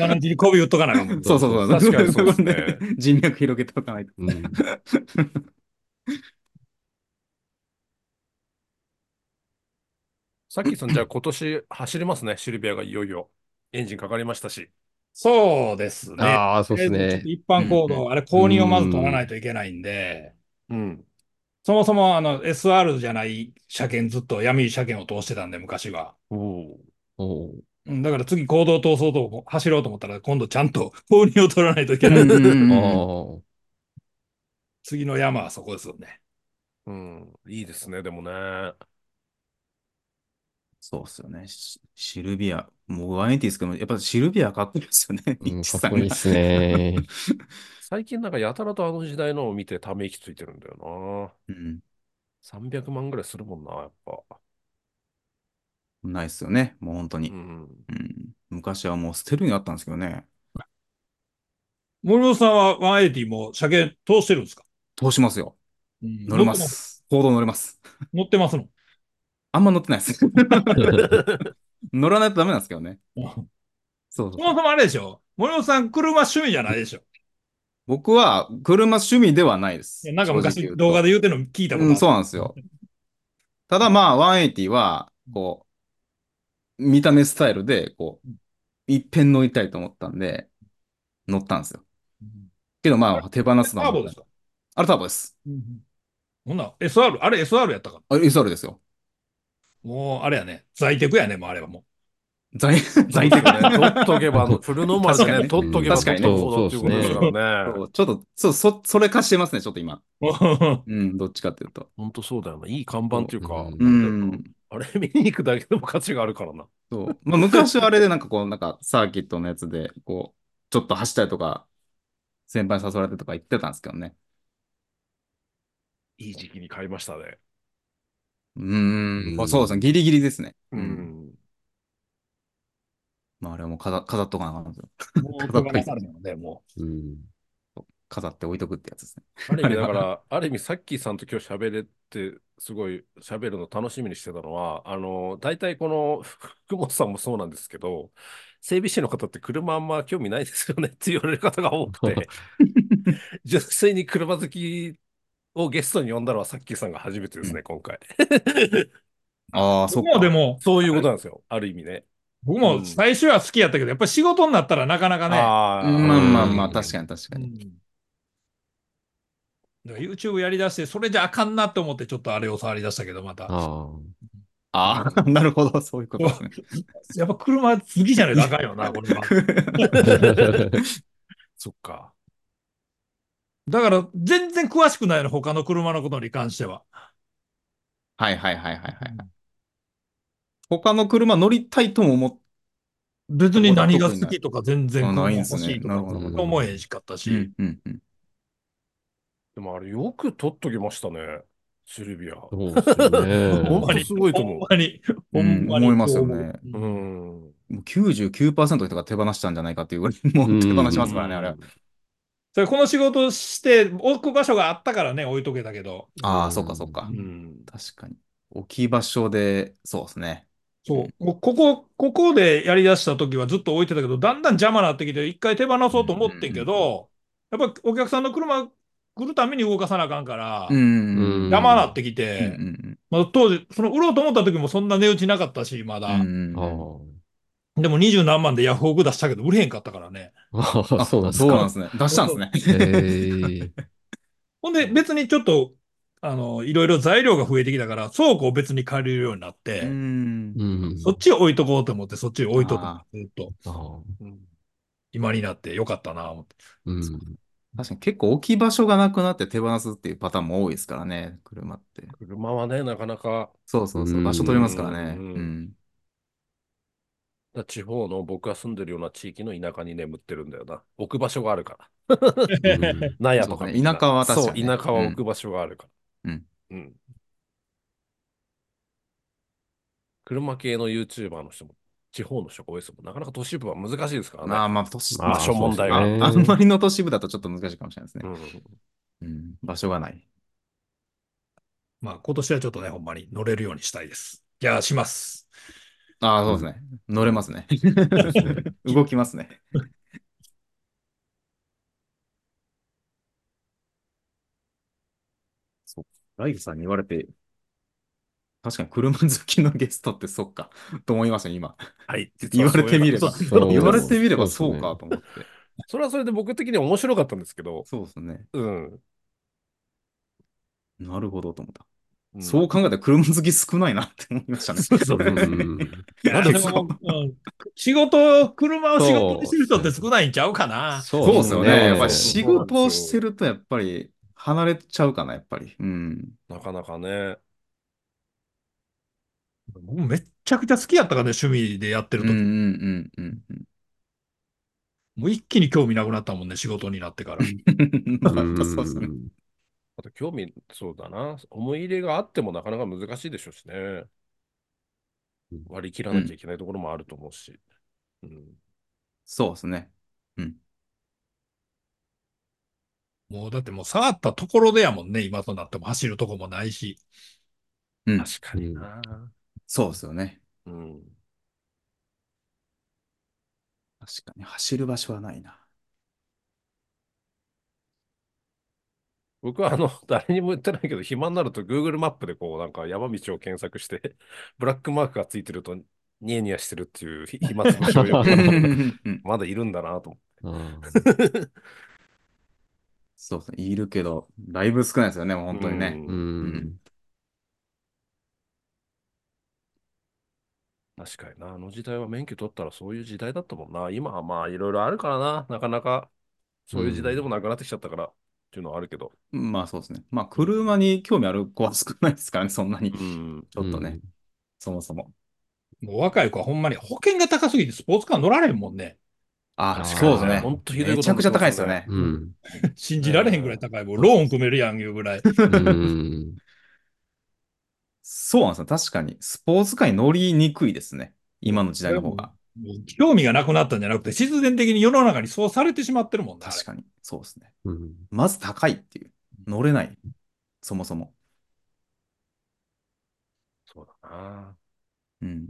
あのうちに媚び打っとかなあかんもん。そうそうそう。確かにそ うですね人脈広げておかないと。うんさっきさん、じゃあ今年走りますね、シルビアがいよいよ。エンジンかかりましたし。そうですね。ああ、そうですとりあえずちょねっと。一般行うん動、あれ、公認をまず取らないといけないんで、うん。そもそもあの SR じゃない車検ずっと闇車検を通してたんで、昔は。おお。おううんだから次、行動を通そうと、走ろうと思ったら、今度ちゃんと公認を取らないといけない。ああー次の山はそこですよね。うん。いいですね、でもね。そうっすよね。シシルビア。もう180ですけど、やっぱシルビアかっこいいですよね。うん、一かさっんこいいっす ね。最近なんかやたらとあの時代のを見てため息ついてるんだようん。な。300万ぐらいするもんな、やっぱ。ないっすよね。もう本当うに。 ん。うん。昔はもう捨てるにあったんですけどね。森本さんは180も車検通してるんですか通しますよ。乗れま。す。報道乗れます。乗ってますの。あんま乗ってないです。 乗らないとダメなんですけどね。そうそそ うもそもあれでしょ森本さん、車趣味じゃないでしょ。僕は車趣味ではないですいや。なんか正直言昔うと動画で言うてるの聞いたことあうる。ん、そうなんですよ。ただまあ、180は、こう、見た目スタイルで、こう、一遍乗りたいと思ったんで、乗ったんですよ。けどまあ、手放すのはターボですかあれターボです。ほんなら SR、あれ SR やったかあれ SR ですよ。もう、あれやね。在宅やね、もうあれはも在、在取宅ね。っとけば、あのフルノーマルでね、確取っとけば確か取っにねとけばそうだっていうことですからね。そうちょっと、そう、そ、それ化してますね、ちょっと今。う。うん、どっちかっていうと。本当そうだよな。いい看板っていうか、うんうん。あれ見に行くだけでも価値があるからな。そう。まあ、昔はあれでなんかこう、なんかサーキットのやつで、こう、ちょっと走ったりとか、先輩に誘われてとか言ってたんですけどね。いい時期に買いましたね。うーん。まあ、うんそうですね。ギリギリですね。う。ん。まあ、あれはもう飾飾っとかなあかんですよ。もう、手放されたので、もうん。飾って置いとくってやつですね。ある意味、だから、ある意味、さっきさんと今日喋れて、すごい喋るの楽しみにしてたのは、あの、大体この、福本さんもそうなんですけど、整備士の方って車あんま興味ないですよねって言われる方が多 くて、純粋に車好きをゲストに呼んだのはさっきさんが初めてですね、今回。ああ、う。そっ僕もか。でも、そういうことなんですよ、ある意味ね。僕も最初は好きやったけど、やっぱり仕事になったらなかなかね、あーまあまあまあ、うん確かに確かうに。んだから YouTube やりだして、それじゃあかんなと思って、ちょっとあれを触り出したけど、また。あああ、なるほど、そういうことですね。やっぱ車好きじゃないとあかんよな、これは。あ。そっか。だから、全然詳しくないの、他の車のことに関しては。はいはいはいはいはいはい。他の車乗りたいとも思っ別に何が好きとか、全然あ車ないん欲ですねしいとなかるほど、思えへんしかったて、し、うんうんうん。でもあれ、よく取っときましたね、シルビア。そうっすよほんねま。にすごいと思うほんまに、ほんまに思いますよねううんん。もう99%の人が手放したんじゃないかっていうぐら い、もう手放しますからね、あれ。それこの仕事して、置く場所があったからね、置いとけたけど、ああ、そっかそっかう。ん。確かに。置き場所で、そうですね。そう、もうここ、ここでやりだした時はずっと置いてたけど、だんだん邪魔になってきて、一回手放そうと思ってんけど、やっぱお客さんの車来るために動かさなあかんから、うんうんうん。邪魔なってきうんうて、んまあ、当時、その売ろうと思った時もそんな値打ちなかったし、まだ。うん。あうんでも二十何万でヤフオク出したけど、売れへんかったからね。ああ。あそうなんですそうなんかで。すね。出したんですね。へえ。ほんで、別にちょっと、あの、いろいろ材料が増えてきたから、倉庫を別に借りるようになって、うんうん。そっちを置いとこうと思って、そっちを置いとくあずっと、ああ。今になってよかったな、思って。うん。確かに結構置き場所がなくなって手放すっていうパターンも多いですからね、車って。車はね、なかなか、そうそうそうう、ん場所取れますからね。ううんん。だ地方の僕が住んでるような地域の田舎に眠ってるんだよな。置く場所があるから。うん納屋とかそうねみんな田舎は確かにねそう、田舎は置く場所があるから。うん。うん。車系の YouTuber の人も、地方の人が多いですもん。なかなか都市部は難しいですからね。まあまあ、都市、まあ場所問題があねあんまりの都市部だとちょっと難しいかもしれないですうね。うん、ん。場所がない。まあ、今年はちょっとね、ほんまに乗れるようにしたいです。じゃあ、します。ああ、そうですね。乗れ ますね。動きますね。 そう。ライフさんに言われて、確かに車好きのゲストってそっか、と思いましたね、今。はい。実言はわそうれいてみえばれば。そう言われてみればそうそうかと思って。それはそれで僕的には面白かったんですけど、そうですね。うん。なるほどと思った。うんそう考えたら車好き少ないなって思いま したね。そうそううそん。なんでいやそうもうん仕事、車を仕事にしてる人って少ないんちゃうかな。そうですよね。やっぱりし仕事をしてると、やっぱり離れちゃうかな、やっぱり。うん。なかなかね。僕めっちゃくちゃ好きやったからね、趣味でやってるうんうと、んうんうんうん。もう一気に興味なくなったもんね、仕事になってから。まあ本当 そうですね。あと興味、そうだな。思い入れがあってもなかなか難しいでしょうしね。割り切らなきゃいけないところもあると思うし。うん。そうですね。もうだってもう触ったところでやもんね、今となっても走るとこもないし。うん。確かにな。そうですよね。うん。確かに。走る場所は ないな。僕はあの、 誰にも言ってないけど、暇になると Google マップでこう、なんか山道を検索して、 ブラックマークがついてると、ニヤニヤしてるっていうひ暇つぶしをようんう んくうんまだいるんだなと思あーって。そうですね。いるけど、だいぶ少ないですよね、もう本当にね。ううんん。確かにな、あの時代は免許取ったらそういう時代だったもんな。今はまあいろいろあるからな、なかなかそういう時代でもなくなってきちゃったからっていうのはあるけど。まあそうですね。まあ車に興味ある子は少ないですからね、そんなに。うちん。ょっとね、うんそもそも。もう若い子はほんまに保険が高すぎてスポーツカー乗られへんもんね。あ、あそうですね。本当ひどいことめちゃくちゃ高いですよね。うん。信じられへんぐらい高い。もうローン組めるやんいうぐらい。うん。そうなんですよ。確かに。スポーツカーに乗りにくいですね。今の時代の方が。もう興味がなくなったんじゃなくて、必然的に世の中にそうされてしまってるもんね。確かに。そうですね。うん。まず高いっていう。乗れない。そもそも。そうだな。うん。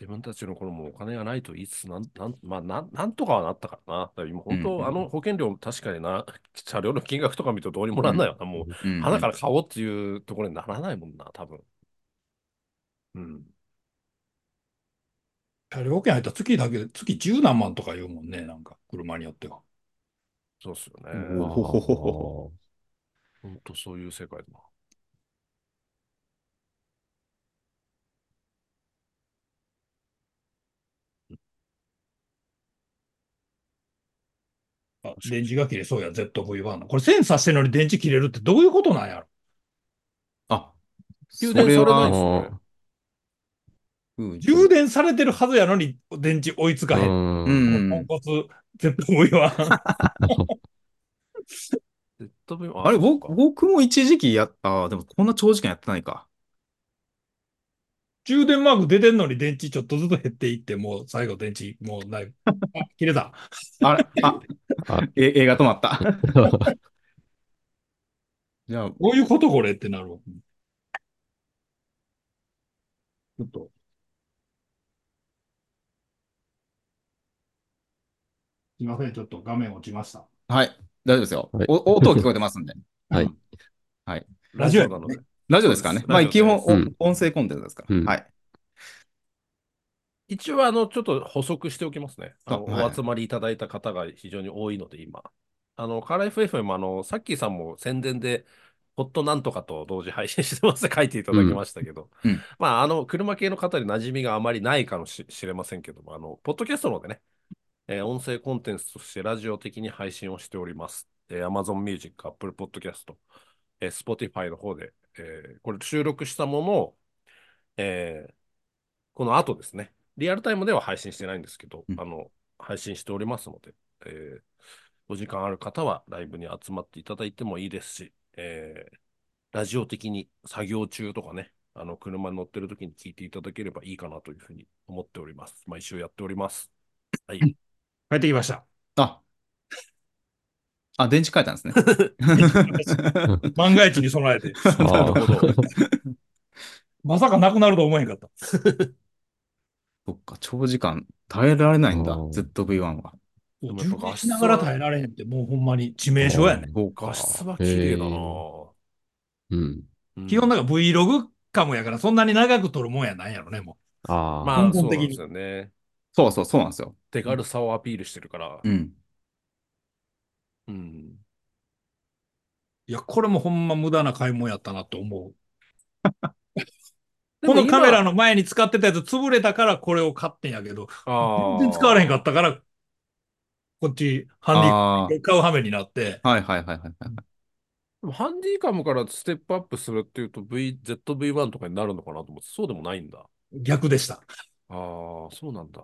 自分たちの頃もお金がないと言いつつ、なん、なん、まあ、なん、なんとかはなったからな。だから今、本当、うんうんあの保険料、確かにな、車両の金額とか見るとどうにもなんないよな。もう、うん花から買おうっていうところにならないもんな、多分。うん。車両保険入ったら月だけで、月十何万とか言うもんね、なんか、車によっては。そうっすよおね。ほほほほ本当そういう世界だな。あ電池が切れそうや、ZV-1 の。これセンサーしてるのに電池切れるってどういうことなんやろあ、給そ電れされないは、ですはね。うん充電されてるはずやのに電池追いつかへん。ううん。ん。ポンコツ ZV-1。絶対ああれ、そうか僕僕も一時期やった。あでもこんな長時間やってないか。 充電マーク出てんのに電池ちょっとずつ減っていって、もう最後電池もうない。あ、切れた。あれ、ああ、え映画止まった。 じゃあ、どういうことこれってなるわ。ちょっと。すいません、ちょっと画面落ちました。はい、大丈夫ですよ。はいお音聞こえてますんで。はい。ラジオやなので。大丈夫ですからね。まあ、大基丈夫本です、おうん音声コンテンツですから。うんはい。一応、あの、ちょっと補足しておきますね。あのはいお集まりいただいた方が非常に多いので、今。あの、カーライフ FM、あの、さっきさんも宣伝で、ホットなんとかと同時配信してます書いていただきましたけど、うんうんまあ、あの、車系の方に馴染みがあまりないかもししれませんけども、あの、ポッドキャストの方でね、えー音声コンテンツとしてラジオ的に配信をしております。えー Amazon Music、Apple Podcast、えー Spotify の方で、えーこれ収録したものを、えーこの後ですね、リアルタイムでは配信してないんですけど、うんあの配信しておりますので、えーお時間ある方はライブに集まっていただいてもいいですし、えーラジオ的に作業中とかね、あの車に乗ってる時に聞いていただければいいかなというふうに思っております。毎週やっております。はい。帰ってきました。あ、あ、電池変えたんです ね。万が一に備えて。なるほど。まさかなくなると思えへんかった。そっか、長時間耐えられないんだ、あー ZV-1 は。もやっ充ぱ電しながら耐えられへんって、もうほんまに致命傷やね。そうか画質は綺麗だへなぁ、うん。うん基本なんか Vlog かもやから、そんなに長く撮るもんやないやろね、もああ。まあ、根そうな本的んでにすよね。そうそう、そうなんですよ。手軽さをアピールしてるから。うん。うん。う。いや、これもほんま無駄な買い物やったなと思う。でこもの今カメラの前に使ってたやつ潰れたからこれを買ってんやけど、あ全ー然使われへんかったから、こっちハンディあ買う羽目になって、あ、はいはいはいはいはい。でもハンディカムからステップアップするっていうと V、ZV1 とかになるのかなと思って、そうでもないんだ。あ逆でした。あ、そうなんだ。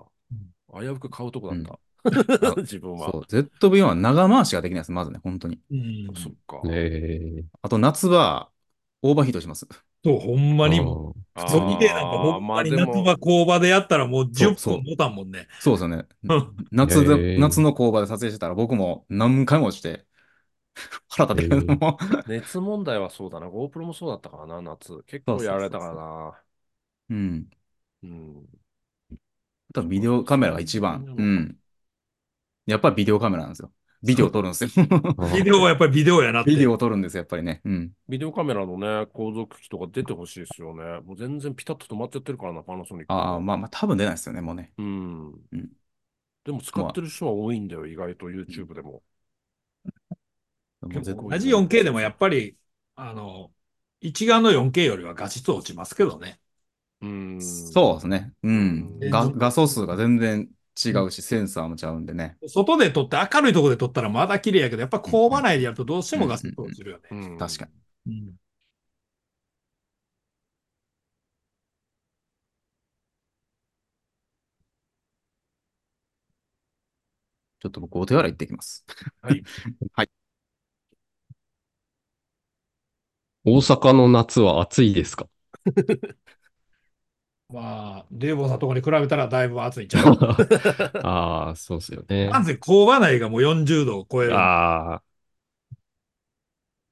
危うく買うとこだった。 うん自分は。そう、ZV-1 は長回しができないです、まずね、本当に。うんそっか。ええあと、夏場、オーバーヒートします。 そう、ほんまにもう。あーゾンビデーなんかほんまに夏場工場でやったらもうそう10そう分持たんもんね。そうですよ ね。うん夏へで、ー夏の工場で撮影してたら、僕も何回もして、腹立ってくるのも。熱問題はそうだな。GoPro もそうだったからな、夏。結構やられたからな。 うん。うん。多分ビデオカメラが一番。うん。やっぱりビデオカメラなんですよ。ビデオ撮るんですよ。ビデオはやっぱりビデオやなって。 ビデオを撮るんですよ、やっぱりね。うん。ビデオカメラのね、後続機とか出てほしいですよね。もう全然ピタッと止まっちゃってるからな、パナソニック。ああ、まあまあ、多分出ないですよね、もうね。うん。うんでも使ってる人は多いんだよ、意外と YouTube でも。もう結絶構同じ 4K でもやっぱり、あの、一眼の 4K よりは画質落ちますけどね。うん。そうですね。うん。うんが画素数が全然違うし、センサーもちゃうんでね。外で撮って明るいところで撮ったらまだ綺麗やけど、やっぱ工場内でやるとどうしても画質落ちるよね。うん確かに。うんちょっと僕、お手洗い行ってきます。はい。大阪の夏は暑いですかまあ、デーボンさんとかに比べたらだいぶ暑いんちゃう ああ、そうですよね。なんせ工場内がもう40度を超える。ああ。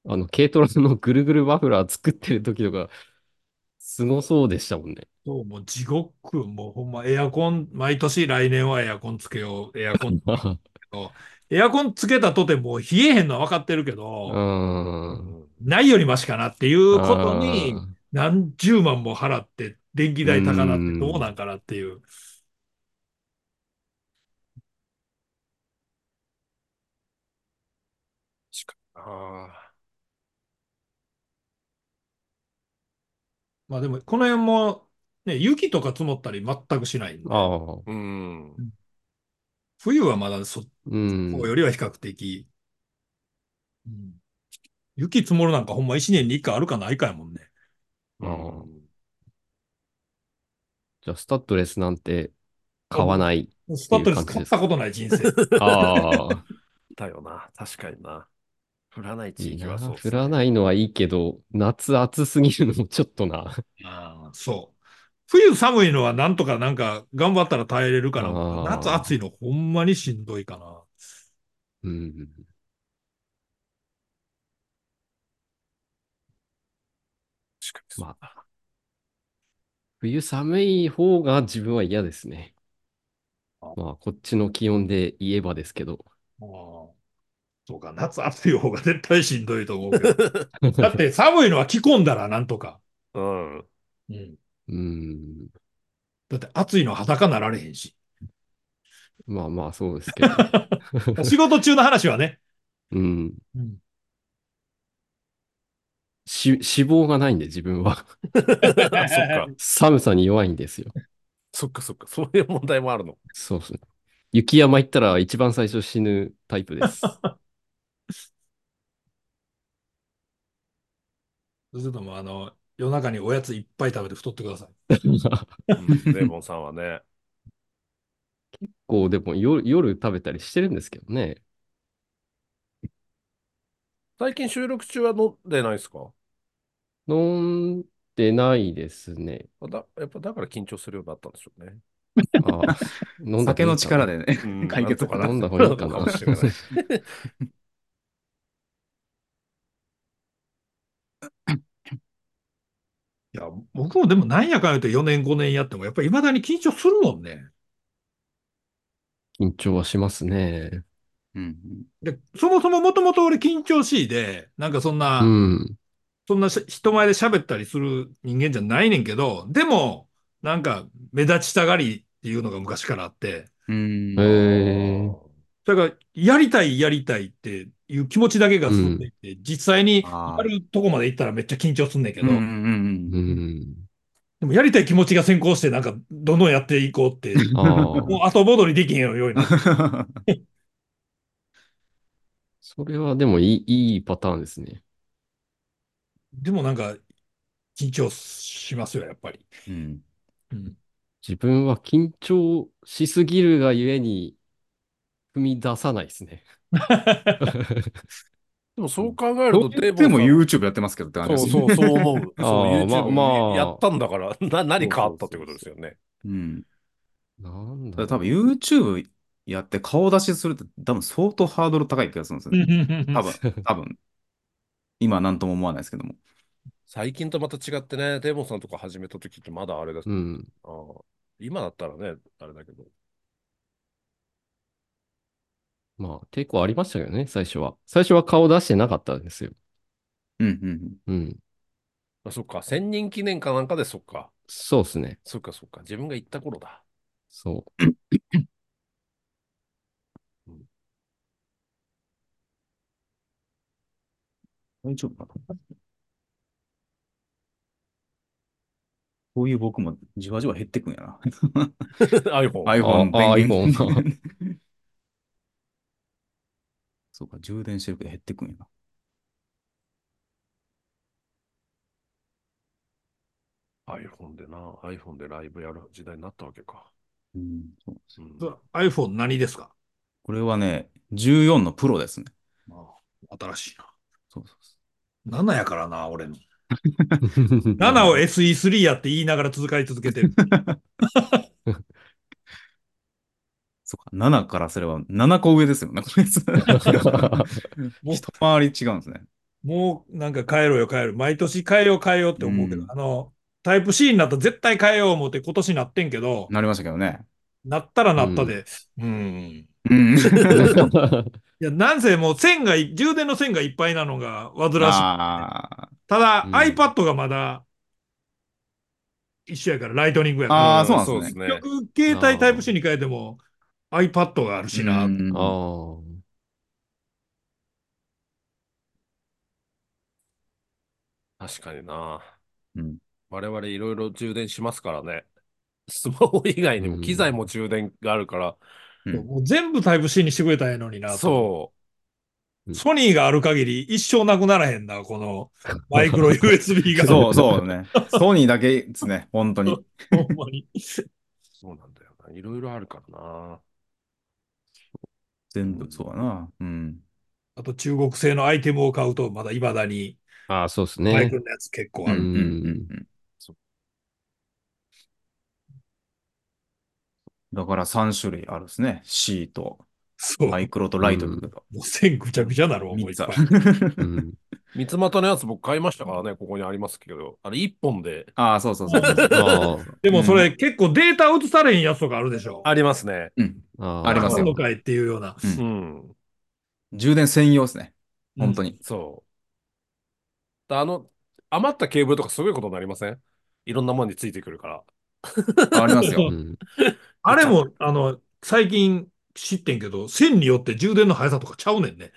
あの、軽トラのぐるぐるマフラー作ってる時とか、すごそうでしたもんね。そう、もう地獄、もうほんまエアコン、毎年来年はエアコンつけよう、エアコン。エアコンつけたとてもう冷えへんのは分かってるけうど、ー。うん んないよりマシかなっていうこあとにー何十万も払って電気代高なってどうなんかなっていう。ああ。まあでもこの辺もね、雪とか積もったり全くしないんで。あー。うん。冬はまだそこうん。よりは比較的。うん雪積もるなんかほんま1年に1回あるかないかやもんね。あーじゃあ、スタッドレスなんて買わない。スタッドレス買ったことない人生。 ああ。だよな。確かにな。降らない地いい域なはそうっす降らないのはいいけど、夏暑すぎるのもちょっとな。ああ、そう。冬寒いのはなんとかなんか頑張ったら耐えれるかな。ああ夏暑いのほんまにしんどいかな。うん。確かにま冬寒い方が自分は嫌ですね。まあ、こっちの気温で言えばですけど。ああそうか、夏暑い方が絶対しんどいと思うけ ど。だって寒いのは着込んだらなんとか。うん。うん、うん。だって暑いのは裸なられへん し。まあまあ、そうですけど。仕事中の話はね。うん。うんし、脂肪がないんで、自分は。そっか。寒さに弱いんですよ。 そっかそっか。そういう問題もあるの。そうですね。雪山行ったら一番最初死ぬタイプです。そうするともうあの、夜中におやついっぱい食べて太ってください。うんデーモンさんはね。こう、でも夜、夜食べたりしてるんですけどね。最近収録中は飲んでないですか飲んでないですね。だやっぱだから緊張するようになったんでしょうね。ああ飲んだ方がいいか酒のな力でね。 うん解決かな飲んだ方がいいかなもしれ ないいや、僕もでもなんやかんやと4年5年やっても、やっぱり未だに緊張するもんね。緊張はしますね。うん。で、そもそももともと俺緊張しいで、なんかそんな、うん。そんなし人前で喋ったりする人間じゃないねんけど、でも、なんか目立ちたがりっていうのが昔からあって、うん。へえ。だからやりたいやりたいっていう気持ちだけが進んでいって、実際にあーやるとこまで行ったらめっちゃ緊張すんねんけうど、んうんううん。ん。でもやりたい気持ちが先行して、なんかどんどんやっていこうって、ああ。 もう後戻りできへんようになってそれはでもいい、いいパターンですね。でもなんか、緊張しますよ、やっぱり。 うん。うん。自分は緊張しすぎるがゆえに踏み出さないですね。でもそう考えるどと、う言ってもう。 YouTube やってますけどって感じそでうすねそう、そう 思う。あそう、ーまあ YouTube まあやったんだから、 な、何かあったということですよね。うん。なんだたろだ多う分 YouTube やって顔出しするって多分相当ハードル高い気がするんですよね。多分、 多分。今何とも思わないですけども。最近とまた違ってね、デーモンさんとか始めた時ってまだあれだし、うん。あー今だったらね、あれだけど。まあ、抵抗ありましたけどね、最初は。最初は顔出してなかったんですよ。うんうんうん。うん。あそっか、千人記念かなんかで、そっか、そうですね。そっか、そっか、自分が行った頃だ。 そう。大丈夫かなこういう僕もじわじわ減ってくんやな。iPhone。iPhone ああ電源 iPhone そうか、充電してるけど減ってくんやな。 iPhone でな、iPhone でライブやる時代になったわけか。うん、そううんそれ iPhone 何ですかこれはね、14のプロですね。ああ新しいそうそうそな。7やからな、俺の。7を SE3 やって言いながら続かり続けて る。うそうか。7からすれば7個上ですよね、これ。 一回り違うんですね。もうなんか変えろよ変える。毎年変えよう変えようって思うけど、うんあの、タイプ C になったら絶対変えよう思って今年なってんけど、なりましたけどね。なったらなったで、うん。うん。いや、なんせもう線がい、充電の線がいっぱいなのが煩わしい。あただ、うん iPad がまだ一緒やから、ライトニングやから。あーそうなんですねそう結局、携帯タイプ C に変えても iPad があるーしな。うんああ。確かにな。うん我々いろいろ充電しますからね。スマホ以外にうもん機材も充電があるから、もう全部タイプ C にしてくれたらええのにな。そうソニーがある限り一生なくならへんな、このマイクロ USB が。そうそうね。ソニーだけですね、本当に。ほんまに。う、そうなんだよな。いろいろあるからな。全部そうだな。うん。あと中国製のアイテムを買うと、まだいまだにああ、そうですマねイク。ロのやつ結構ある。うんうんだから3種類あるんですね。C とそう。マイクロとライトとか。もう線ぐちゃぐちゃなる思い三つあっぱい。るうん。三つ股のやつ僕買いましたからね、ここにありますけど、あれ一本で。 ああ、そうそうそうそう。あでもそれ結構データ移されへんやつとかあるでしょ。ありますね。うんあ。ああありますよ今度かいっていうような。うん。充電専用ですね。本当に。そう。あの、余ったケーブルとかすごいことになりませんいろんなものについてくるから。ありますうよ。んあれも、あの、最近知ってんけど、線によって充電の速さとかちゃうねんね。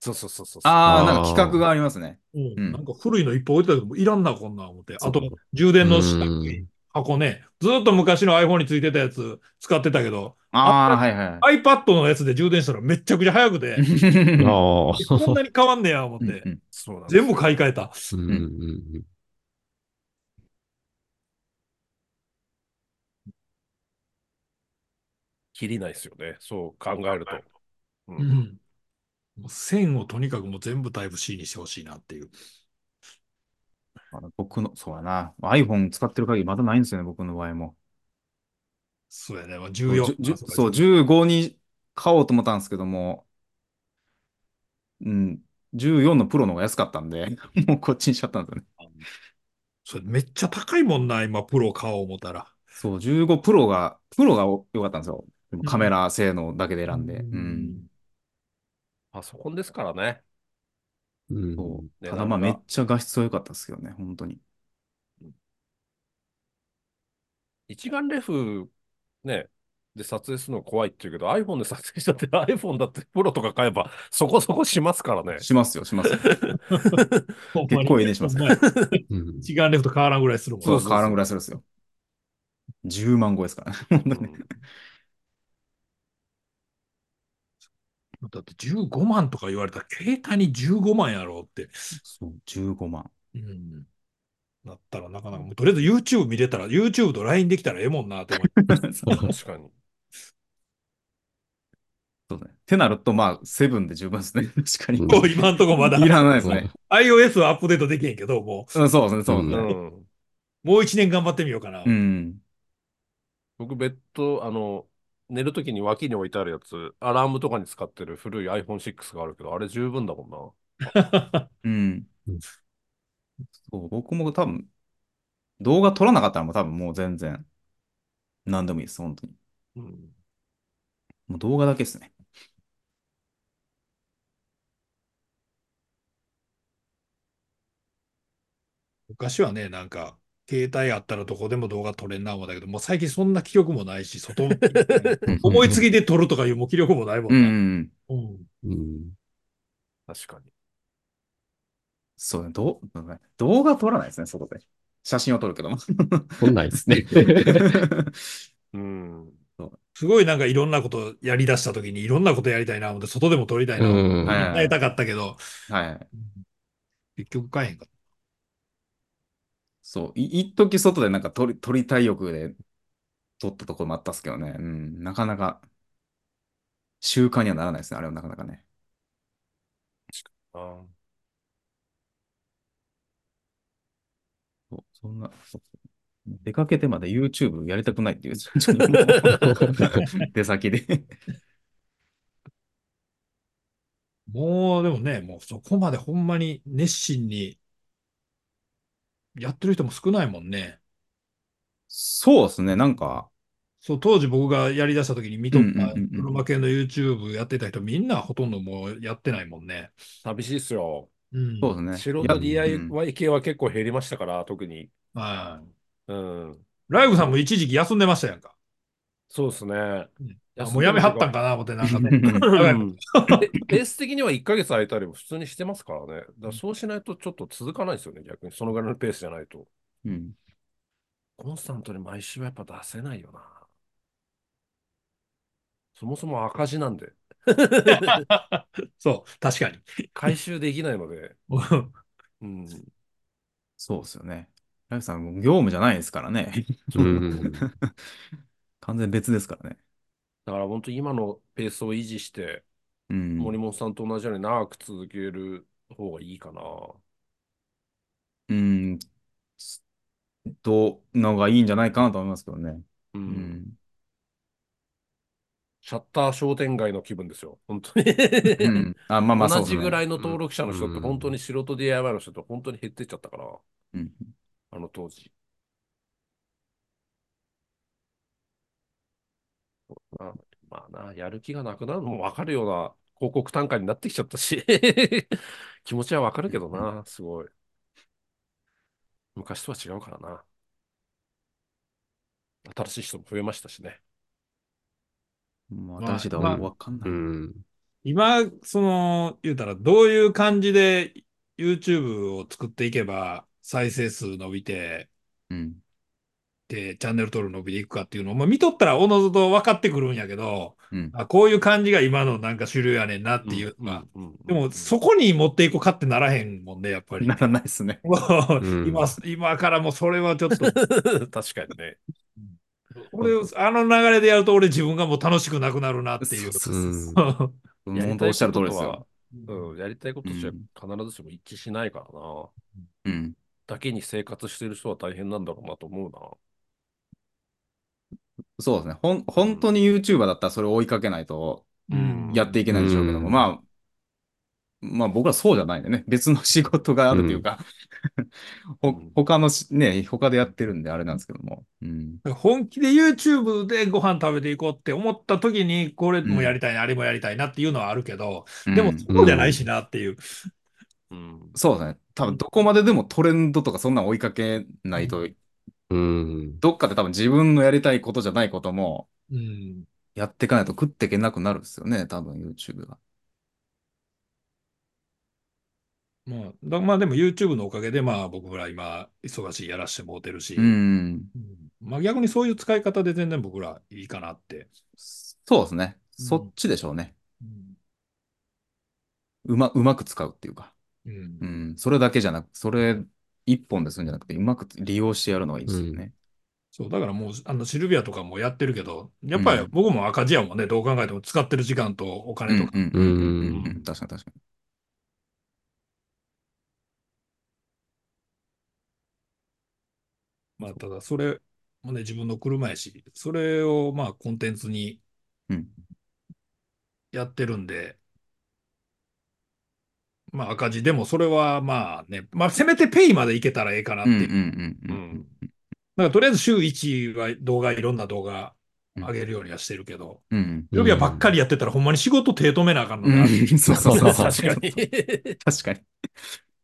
そうそうそうそう。ああ、なんかあー企画がありますね。うんうんなんか古いの一本置いてたけど、いらんな、こんなん思って。そうあと、充電のう下ん箱ね、ずっと昔の iPhone についてたやつ使ってたけど、ああ、はいはい。 iPad のやつで充電したらめっちゃくちゃ速くあて、あ。こんなに変わんねや、思 っうんてう。んそうなんです全部買い替えた。うんうんうん切りないですよね。そう考えると。ううんん。もう線をとにかくもう全部タイプ C にしてほしいなっていう。あの僕の、そうやな。iPhone 使ってる限りまだないんですよね、僕の場合も。そうやね、まそあう14。じゅじあゅかそう、15に買おうと思ったんですけども、うん、14のプロの方が安かったんで、 もうこっちにしちゃったんですよね。それめっちゃ高いもんな、今、プロ買おう思ったら。そう、15プロが、プロがお良かったんですよ。でもカメラ性能だけで選んで。ううんん。パソコンですからね。うんそう。ねただまあなめんっかちゃ画質は良かったですけどね、本当に。一眼レフ、ね、で撮影するの怖いって言うけど、iPhone で撮影したって iPhone だってプロとか買えばそこそこしますから ね。しますよ、しますよ。結構ええねしますねね。うん一眼レフと変わらんぐらいするもんそ、そうう変わらんぐらいするんですよ。10万超えですからね。本当にうんだって15万とか言われたら、携帯に15万やろうって。そう、15万。うん。なったら、なかなか、もうとりあえず YouTube 見れたら、YouTube と LINE できたらええもんなと思って。確かに。そうね。ってなると、まあ、セブンで十分ですね。確かに。もう今んとこまだいらないですね。 iOS はアップデートできへんけど、もうん、そうですね、そううですうね。ん。う、もう一年頑張ってみようかな。うん。僕、ベッド、あの、寝るときに脇に置いてあるやつ、アラームとかに使ってる古い iPhone6 があるけど、あれ十分だもんな。うん。そう、僕も多分、動画撮らなかったらもう多分もう全然、何でもいいです、本当に。うん、もう動画だけですね。昔はね、なんか、携帯あったらどこでも動画撮れんな思うんだけど、もう最近そんな記憶もないし、外も思いつきで撮るとかいうもう気力もないもうんん、うな。ん。うんうん。確かに。そうね、どう動画撮らないですね、そこで。写真を撮るけ ども。こんないですね。うん。すごいなんかいろんなことやり出したときにいろんなことやりたいな思って、外でも撮りたいうな、思ってん。はいやりたかったけど、はい。結局買えへんかっそう、い一時外でなんか撮り、撮りたい欲で撮ったところもあったっすけどね。うん、なかなか、習慣にはならないですね、あれはなかなかね。あそうそんな、そう出かけてまで YouTube やりたくないって いう、ちょっともう出先で。た。もうでもね、もうそこまでほんまに熱心にやってる人も少ないもんね。そうですね、なんか、そう、当時僕がやり出したときに見とったうんうんうんうん車系の YouTube やってた人みんなほとんどもうやってないもんね。寂しいっすよ。うん。そうです素ね。いや人 DIY 系は結構減りましたから、特に。はい。うん。ライブさんも一時期休んでましたやんか。そうですねうん。あもうやめはったんかな思って、なんかね。う長いこうんでベース的には1ヶ月空いたりも普通にしてますからね。だからそうしないとちょっと続かないですよね、逆に。そのぐらいのペースじゃないと。うん。コンスタントに毎週はやっぱ出せないよな。そもそも赤字なんで、とそう、確かに。回収できないので。うん。そうですよね。ライフさん、もう業務じゃないですからね。うん。完全別ですからね。だから本当に今のペースを維持して、うん。森本さんと同じように長く続ける方がいいかな。うん。どうのがいいんじゃないかなと思いますけどね。うう。んん。シャッター商店街の気分ですよ。本当に。うんあ、まあまあ、そう同ですじね。ぐらいの登録者の人ってうん本当に素人 DIY の人って本当に減ってっちゃったから、うん。あの当時。そうだなまあな、やる気がなくなるのもわかるような広告単価になってきちゃったし、 気持ちはわかるけどな、すごい。昔とは違うからな。新しい人も増えましたしね。もうまあ新しいとまあはわかんなうい。ん。今、その、言うたら、どういう感じで YouTube を作っていけば、再生数伸びて、うん。で、チャンネル登録伸びていくかっていうのを、まあ、見とったらおのずと分かってくるんやけど、うん。あこういう感じが今のなんか主流やねんなっていうのが、うん、うんでも、そこに持っていこうかってならへんもんね、やっぱりな。らないですね。 もううん今、今からもうそれはちょっと、 確かにね。俺、あの流れでやると俺自分がもう楽しくなくなるなっていう。そうそうそううんうん本当おっしゃる通りですよ。うん、やりたいことじゃ必ずしも一致しないからな。うん。だけに生活してる人は大変なんだろうなと思うな。そうですね。ほん、本当に YouTuber だったらそれを追いかけないとうんやっていけないでしょうけども、うんまあ、まあ僕らそうじゃないんでね、別の仕事があるというか、うほ、ん他のしね、他でやってるんであれなんですけども。うん。本気で YouTube でご飯食べていこうって思った時に、これもやりたいな、あれもやりたいなっていうのはあるけど、でうもんそうじゃないしなっていう。うん。そうですね。多分どこまででもトレンドとかそんなん追いかけないと、うん。どっかで多分自分のやりたいことじゃないこともうん。やっていかないと食っていけなくなるんですよね、多分 YouTube が。まあ、だまあでも YouTube のおかげで、まあ僕ら今、忙しいやらしてもうてるし、うん。うんまあ逆にそういう使い方で全然僕らいいかなって。そうですね。うんそっちでしょうね。うん。うま、うまく使うっていうか。うんうん、それだけじゃなく、それ一本でするんじゃなくて、うまく利用してやるのがいいですよね。そう、だからもう、あの、シルビアとかもやってるけど、やっぱり僕も赤字やもんね、どう考えても使ってる時間とおうん金とか。うんうんうんうん確かに確かに。まあ、ただ、それもね、自分の車やし、それをまあ、コンテンツにうんやってるんで、まあ、赤字でもそれはまあね、まあ、せめてペイまでいけたらええかなっうんうんていう。うんうんうんなんか、とりあえず週1は動画、いろんな動画上げるようにはしてるけど、うんシルビアばっかりやってたら、ほんまに仕事手止めなあかんのうな。ん。そうそうそうそう。確かに。確かに。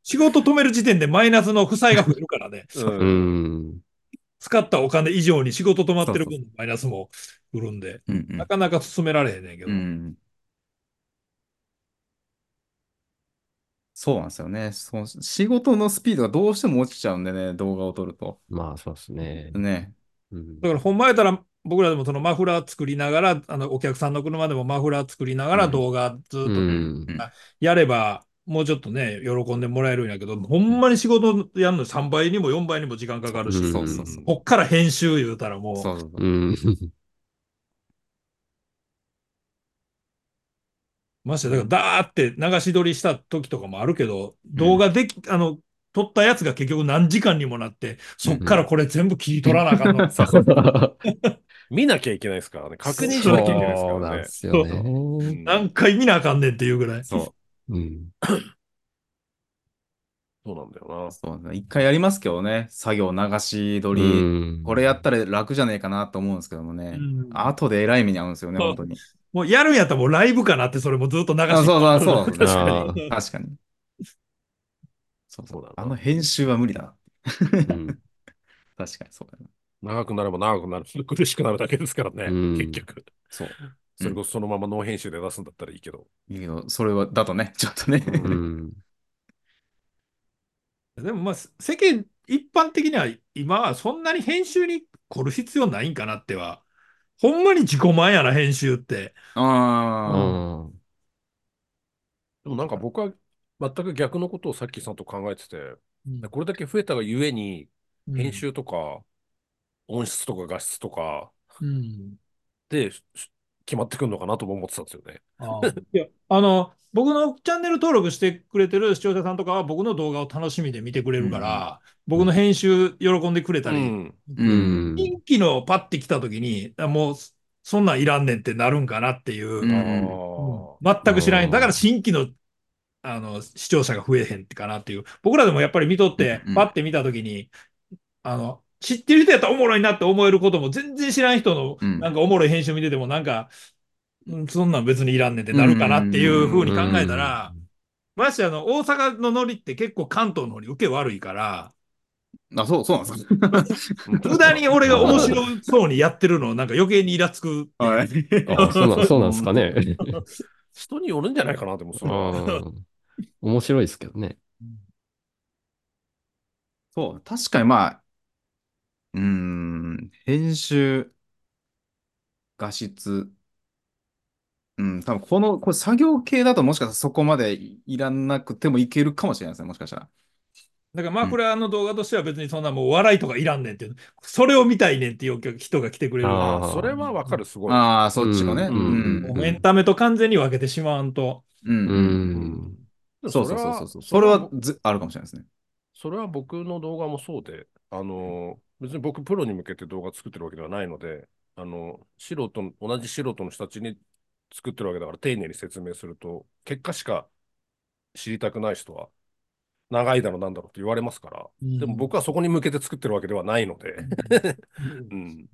仕事止める時点でマイナスの負債が増えるからね。ううんん。使ったお金以上に仕事止まってる分のマイナスも売るんで、うんうんなかなか進められへんねんけど。うんそうなんですよね。そう仕事のスピードがどうしても落ちちゃうんでね、動画を撮ると。まあ、そうですね。ね。うんだからほんまやったら僕らでもそのマフラー作りながら、あのお客さんの車でもマフラー作りながうらん動画ずっうとん。やれば、もうちょっとね、喜んでもらえるんやけど、ほんまに仕事やるの3倍にも4倍にも時間かかるし、うんそうそうそう。こっから編集言うたらもう、そうそうそううん。まして、だからダーって流し撮りした時とかもあるけど、動画でき、あの、撮ったやつが結局何時間にもなって、そっからこれ全部切り取らなあかん の。そうそうそう見なきゃいけないですからね。確認しなきゃいけないですかそうならんねで。すよね。うん何回見なあかんねんっていうぐらい。そううん。そうなんだよそうね一回やりますけどね、作業流し撮り、うんこれやったら楽じゃねえかなと思うんですけどもね、うん後で偉い目に遭うんですよね、そう本当に。もうやるんやったらもうライブかなって、それもずっと流してあそうそうそう確かにあー確かに。そうそそううだ。なあの編集は無理だな。うん確かにそうだな。な。長くなれば長くなる。苦しくなるだけですからね。うん結局。そう。それこそそのままノー編集で出すんだったらいいけど。いいけど、それは、だとね、ちょっとね。ううん。でもまあ、世間一般的には今はそんなに編集に凝る必要ないんかなっては。ほんまに自己満やな、編集って。あでもなんか僕は全く逆のことをさっきさんと考えてて、うんこれだけ増えたがゆえに、編集とか、音質とか画質とかうんでし決まってくるのかなとも思ってたんですよね。 いや、あの、僕のチャンネル登録してくれてる視聴者さんとかは僕の動画を楽しみで見てくれるから、僕の編集喜んでくれたり、ー。う。うんん。新規のパッて来た時に、あもう、そんなんいらんねんってなるんかなっていう、うん全く知らん。うんだから新規の、あの、視聴者が増えへんってかなっていう。僕らでもやっぱり見とってうんうん、パッて見た時に、あの、知ってる人やったらおもろいなって思えることも、全然知らん人の、うんなんかおもろい編集見てても、なんか、うんそんなん別にいらんねんってなるかなっていう風に考えたら、ましてあの、大阪のノリって結構関東のノリ受け悪いから、あ、そう、そうなんです か。無駄に俺が面白そうにやってるの、なんか余計にイラつく。はい。あ、そうなん、そうなんですかね。人によるんじゃないかな、でもそれは。うん面白いですけどね。そう、確かにまあ、うーん、編集、画質、うん、多分この、これ作業系だともしかしたらそこまでいらなくてもいけるかもしれないですね、もしかしたら。だからマフラーの動画としては別にそんなもう笑いとかいらんねんっていう、それを見たいねんっていう人が来てくれる。あもあそれはわかる、すごい。ああ、そっちもね。ううんん、うんうエンタメと完全に分けてしまわんと。う、うんん。そうそうそうそうそう。それはずあるかもしれないですね。それは僕の動画もそうで、あの、別に僕プロに向けて動画作ってるわけではないので、あの、素人の、同じ素人の人たちに作ってるわけだから丁寧に説明すると、結果しか知りたくない人は、長いだろなんだろうって言われますから、でも僕はそこに向けて作ってるわけではないので、うん。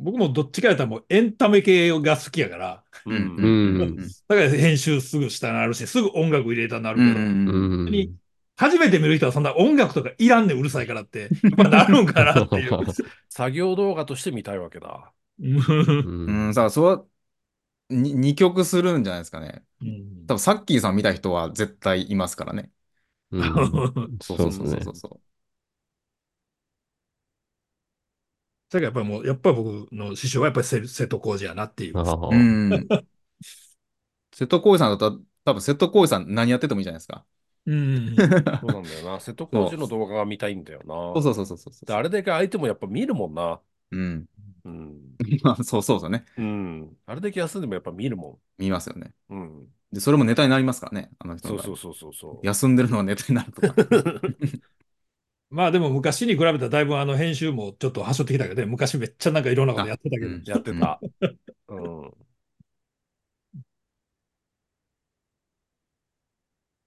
僕もどっちかやったらもうエンタメ系が好きやから、うう。んん。だから編集すぐしたなるし、すぐ音楽入れたなるうけん、ど、ううん、ん。に初めて見る人はそんな音楽とかいらんねん、うるさいからって、やっぱなるんかなっ ていう。作業動画として見たいわけだ。うん ううんん。さあ、それは、に二曲するんじゃないですかね。多分、サッキーさん見た人は絶対いますからね。うんそうですそうねそ。うそう。だからやっぱりもう、やっぱり僕の師匠はやっぱり瀬瀬戸康史やなっていう。ああうん。瀬戸康史さんだったら、多分瀬戸康史さん何やっててもいいじゃないですか。うん。そうなんだよな。瀬戸康史の動画が見たいんだよそうな。そうそうそうそうであれだけ相手もやっぱ見るもんな。うん。 うん。まあ、そうそうそうね。うん。あれだけ休んでもやっぱ見るも見ますよね。ん。うん。で、それもネタになりますからね。あの人そのう場合そうそうそうそう。休んでるのはネタになるとか。まあでも昔に比べたらだいぶあの編集もちょっと端折ってきたけどね、昔めっちゃなんかいろんなことやってたけど、うんやってた。うん。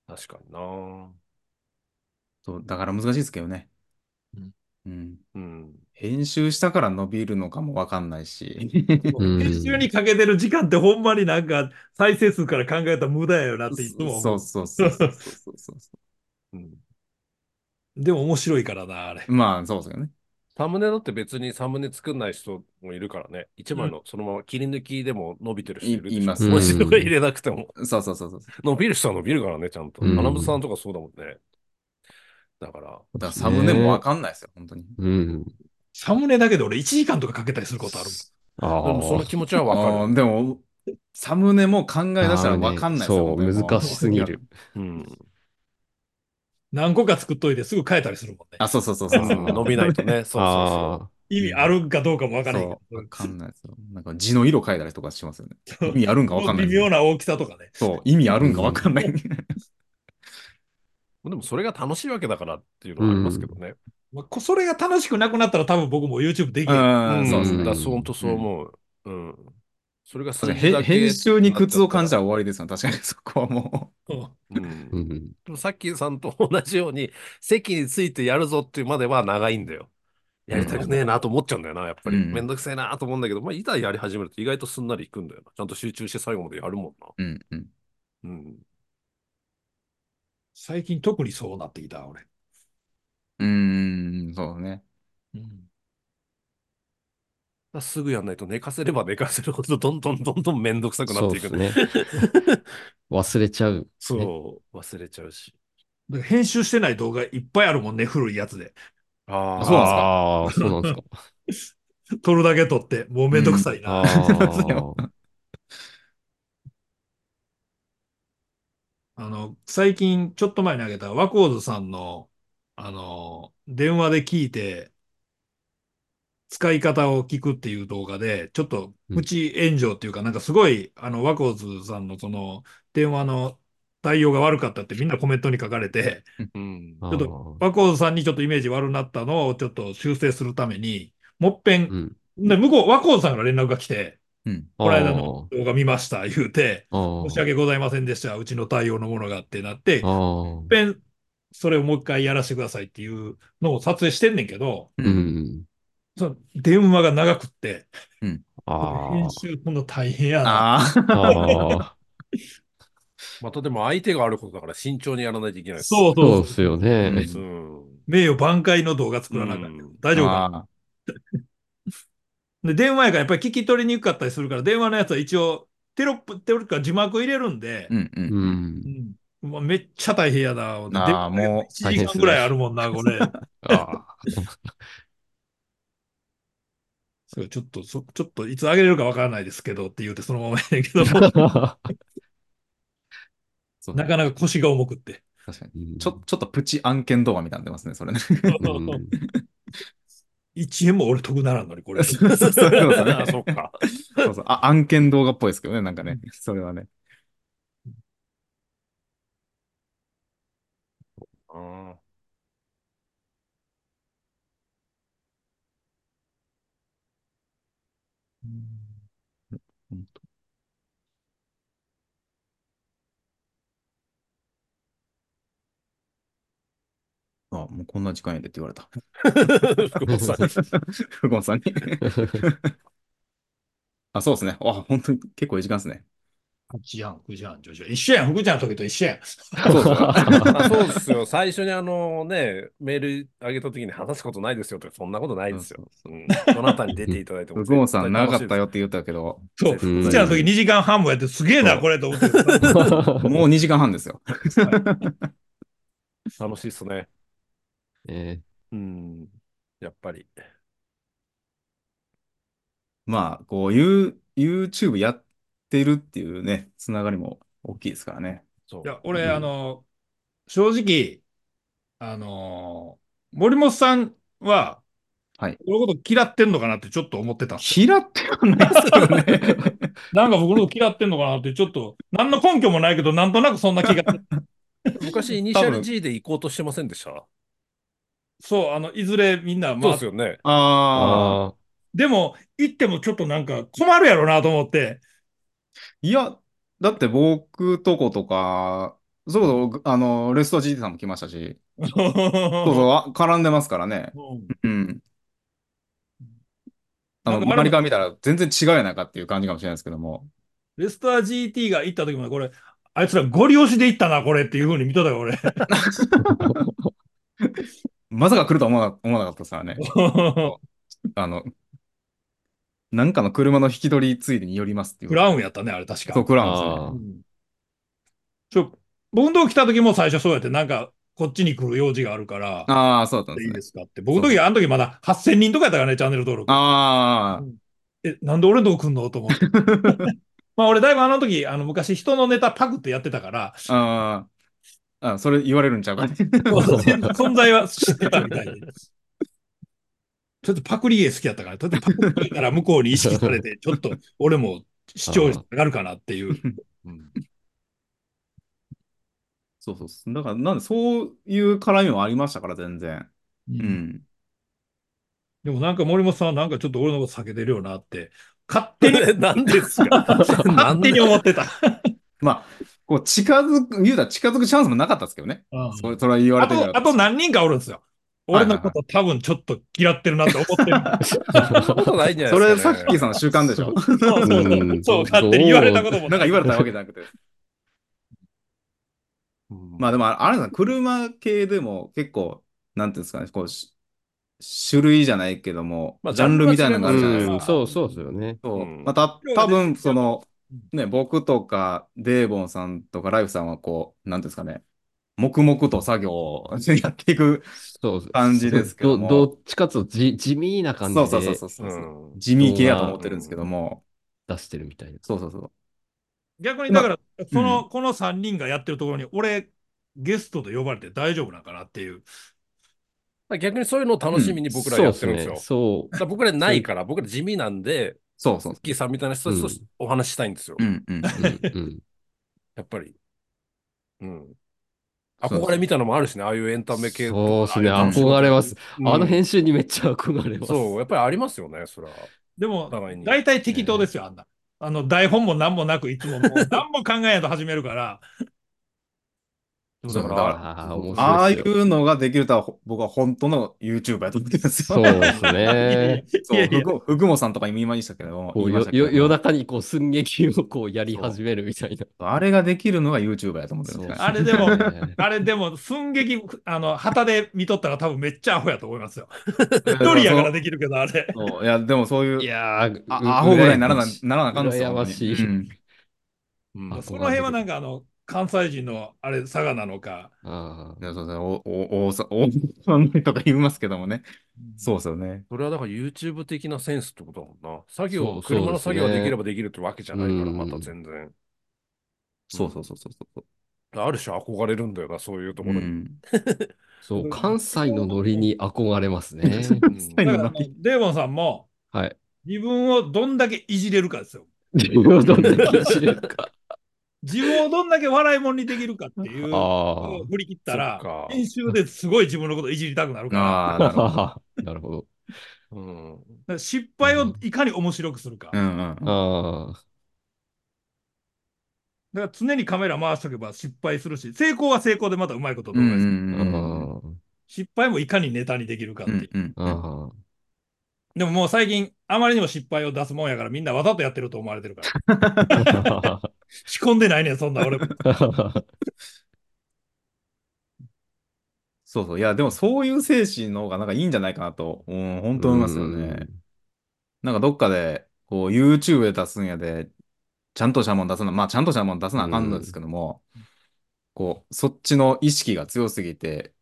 確かにな。そう、だから難しいですけどねうん。うん。うん。編集したから伸びるのかもわかんないし。うん編集にかけてる時間ってほんまになんか再生数から考えたら無駄やよなっていつも思う。そうそうそうそうそうそうそうんでも面白いからな、あれ。う。まあ、そうですよね。サムネだって別にサムネ作んない人もいるからね。一枚のそのまま切り抜きでも伸びてる人いるでしょいいます文字とか入れなくても。そうそうそうそう。伸びる人は伸びるからね、ちゃんと。うん花本さんとかそうだもんね。だから、だからサムネもわかんないですよ、本当に。うん。サムネだけで俺1時間とかかけたりすることあるもん。あでもその気持ちはあわかーでも、サムネも考え出したらわかんないですよそ、う、本当に難しすぎる。。る。うん。何個か作っといてすぐ変えたりするもんね。あ、そうそうそうそうそう。伸びない とね。そうそあ意味あるんかどうかもわからへんけそうわかんないですよ。なんか字の色変えたりとかしますよね。ど。 意味あるんかわかんない。微妙な大きさとかね。そう、意味あるんかわかんない。う。でもそれが楽しいわけだからっていうのはありますけどね。まあこ、それが楽しくなくなったら多分僕も YouTube できうる。ん、そうですんね。だかだからそう、本当そう思う。うん。それがら数字へだけ編集に苦痛を感じただら終わりですよ。確かにそこはもうんったら。うんあ、うん。でもさっきさんと同じように、席についてやるぞっていうまでは長いんだよ。やりたくねえなと思っちゃうんだよな、やっぱり。うんめんどくせえなと思うんだけど、まあ、いざやり始めると意外とすんなりいくんだよな。ちゃんと集中して最後までやるもんな。う。うんうん。うん。最近特にそうなってきた、俺。うーん、そうね。すぐやんないと寝かせれば寝かせるほど、どんどんどんどんめんどくさくなそっうていですくんだよ。ね。 忘れちゃう。そう、忘れちゃうし。だから編集してない動画いっぱいあるもんね、古いやつで。あああ、そうなんですかああ、そうなん ですか。撮るだけ撮って、もうめんどくさいな。ああ。あの、最近、ちょっと前にあげたワコーズさんの、あの、電話で聞いて、使い方を聞くっていう動画で、ちょっとプチ炎上っていうか、なんかすごい、あの、ワコーズさんのその、電話の対応が悪かったってみんなコメントに書かれて、うん。あちょっとワコーズさんにちょっとイメージ悪なったのをちょっと修正するために、もっぺ、ーうんん。で向こう、ワコーズさんから連絡が来て、うん。この間の動画見ました、言うて、あー。申し訳ございませんでした、うちの対応のものがってなって、いっああ。ぺん、それをもう一回やらせてくださいっていうのを撮影してんねんけど、う。うんん。その電話が長くって、あ編集この大変やな。ああ。あ。ああ。またでも相手があることだから慎重にやらないといけない。そうそそううで。すよね。うん。名誉挽回の動画作らなあかった、うん大丈夫かあで、電話やからやっぱり聞き取りにくかったりするから、電話のやつは一応テロップ、テロップか字幕入れるんでーう、んうん。うん。うんまあめっちゃ大変やな。ああ、もう。 1時間ぐらいあるもんな、これ。あそうちょっと、そちょっといつ上げれるかわからないですけどって言うて、そのままやねんけど、 あ。そうなかなか腰が重くって。確かに。ちょ、ちょっとプチ案件動画みたいになってますね、そ れね。うん1円も俺得ならんのに、 これ。そうそうそう あそっか。そうそう。あ、案件動画っぽいですけどね、なんかね。それはね。うんあ、もうこんな時間やでって言われ た。福本さんフゴンさんに。 あ、そうですね。あ、本当に結構いい時間ですね。 8時半、9時半、10時半。一緒やん、福ちゃんの時と一緒やん。そうそう あそうですよ。最初にあのね、メールあげた時に話すことないですよとか、そんなことないですよ。うんどなたに出ていただいても。フゴンさん、長かったよって言ったけど、そう、絶対うん福ちゃんの時2時間半もやって、すげえそな、うこれと思ってた。もう2時間半ですよ。 楽しいっすね。えうん。やっぱり。まあ、こう、ユー YouTube やってるっていうね、つながりも大きいですからね。そう。いや、俺、うんあの、正直、あのー森本さんは、はい俺のこと嫌ってんのかなってちょっと思ってたんですよ嫌ってはないですけどね。 なんか僕のこと嫌ってんのかなって、ちょっと、何の根拠もないけど、なんとなくそんな気 が。昔、イニシャル G で行こうとしてませんでしたそう、あの、いずれみんな、そうまあです、よね。ああ。ああ。でも、行ってもちょっとなんか困るやろなと思って、いや、だって僕とことか、そうそう、あの、レスト GT さんも来ましたし、そうそう、あ絡んでますからね。うんうん。あの、なんか周りから見たら全然違うやないかっていう感じかもしれないですけども。レスター GT が行った時も、これ、あいつらゴリ押しで行ったな、これっていう風に見とった よ、俺。まさか来るとは思わな思わなかったです からね。あの、なんかの車の引き取りついでによりますっていう。クラウンやったね、あれ確か。そう、クラウンですね。あうんちょ、僕のとこ来た時も最初そうやって、なんか、こっちに来る用事があるから、ああ、そうだったんでですいいねで。すかって。僕の時、あの時まだ8000人とかやったからね、チャンネル登録。あえ、なんで俺のとこ来んの と思って。まあ俺、だいぶあの時、あの昔人のネタパクってやってたから、あ、ああ、あそれ言われるんちゃうかね。 存在は知ってたみたいで。ちょっとパクリゲー好きやったから、ちょっとパクリゲーから向こうに意識さ れて、ちょっと俺も視聴率上がるかなっていう。 そうそうそう。だから、なんで、そういう絡みもありましたから、全然。ううんん。でもなんか森本さんはなんかちょっと俺のこと避けてるよなって、勝手に、何ですか 勝手に思ってた。まあ、こう、近づく、言うたら近づくチャンスもなかったですけどね。それそれは言われあてみれと、ばあと何人かおるんですよ。俺のこと多分ちょっと嫌ってるなって思ってる。そんなことないんじゃなそいれ、ですさか、っね。きさんの習慣でしょ。そうそうそううんそう、勝手に言われたことも。なんか言われたわけじゃなくて。うんまあでも、あれだな、車系でも結構、なんていうんですかね、こう、し種類じゃないけども、まあジャンルみたいなのがあるじゃないですうか。ん、そうそうですよね。そうう。んまた、今日は多ね分、その、ね、僕とか、デーボンさんとか、ライフさんは、こう、なんていうんですかね、黙々と作業をやっていくそうそう感じですけどもどどっちかというとじ地味な感じそうそうそうでそうそうう、ん地味系やと思ってるんですけども、出してるみたいな。そうそうそう。逆にだから、その、この3人がやってるところに、俺、ゲストで呼ばれて大丈夫なんかなっていう。まあ逆にそういうのを楽しみに僕らやってるんですよ。そうだから僕らないから、僕ら地味なんで、そうそうそさっきさんみたいな人たちとうんお話ししたいんですよ。う。うんうん。っすね。そ う。うんうんやっぱり。うん。そうそう憧れみたいなのもあるしね、ああいうエンタメ系とかそうですねああいう仕事憧れますうんあの編集にめっちゃ憧れます。そう、やっぱりありますよね、それは。でおも、互いに。大体適当ですよ、あんな。あの、台本も何もなく、いつももう何も考えないと始めるから、そうだからああ、面あ白あいいですよ。うのができるとは、ほ僕は本当の YouTuber やと思ってるんですそうよ。です ね。そういやいやふぐふぐもさんとか今言いましたけども、こう言いまよしたけどよも夜中にこう寸劇をこうやり始めるみたいな。あれができるのが YouTuber やと思ってるんですよね。あれでもそうですねあれでも、寸劇、あの、旗で見とったら多分めっちゃアホやと思いますよ。一一人やからできるけど、あれ。そういや、でもそういう、いやー、あうアホぐらいにならな羨ましいならなあかんのですよ。羨ましい本当にうんうんあその辺はなんか、あの、関西人の、あれ、佐賀なのか。あいやそうそう、お、お、お、さお、お、とか言いますけどもね。そうですよね。それはだから YouTube 的なセンスってことだもんな。作業、そう車そうのです作ね業ができればできるってわけじゃないから、うんまた全然。そうそうそうそうそう。ある種憧れるんだよな、そういうところうに。んーそう、関西のノリに憧れますね。うんはだいからあの、デーモンさんも、はい。自分をどんだけいじれるかですよ。どんだけ知れるか。自分をどんだけ笑いもんにできるかっていう。あ振り切ったらそっか、編集ですごい自分のこといじりたくなるから、ああ、な るほど。あ。なるほど。うんだから失敗をいかに面白くするか。うんうんうん。ああ。だから常にカメラ回しとけば失敗するし、成功は成功でまたうまいことう動ん画うにするうんうん。ん。失敗もいかにネタにできるかってういんう。うんああ。でももう最近、あまりにも失敗を出すもんやから、みんなわざとやってると思われてるから。仕込んでないねん、そん な俺も。そうそう。いや、でもそういう精神の方がなんかいいんじゃないかなと、うん、本当思いますよね。なんかどっかで、こう、YouTube で出すんやで、ちゃんとしたもん出すの、まあ、ちゃんとしたもん出すのはあかんのですけども、こう、そっちの意識が強すぎて、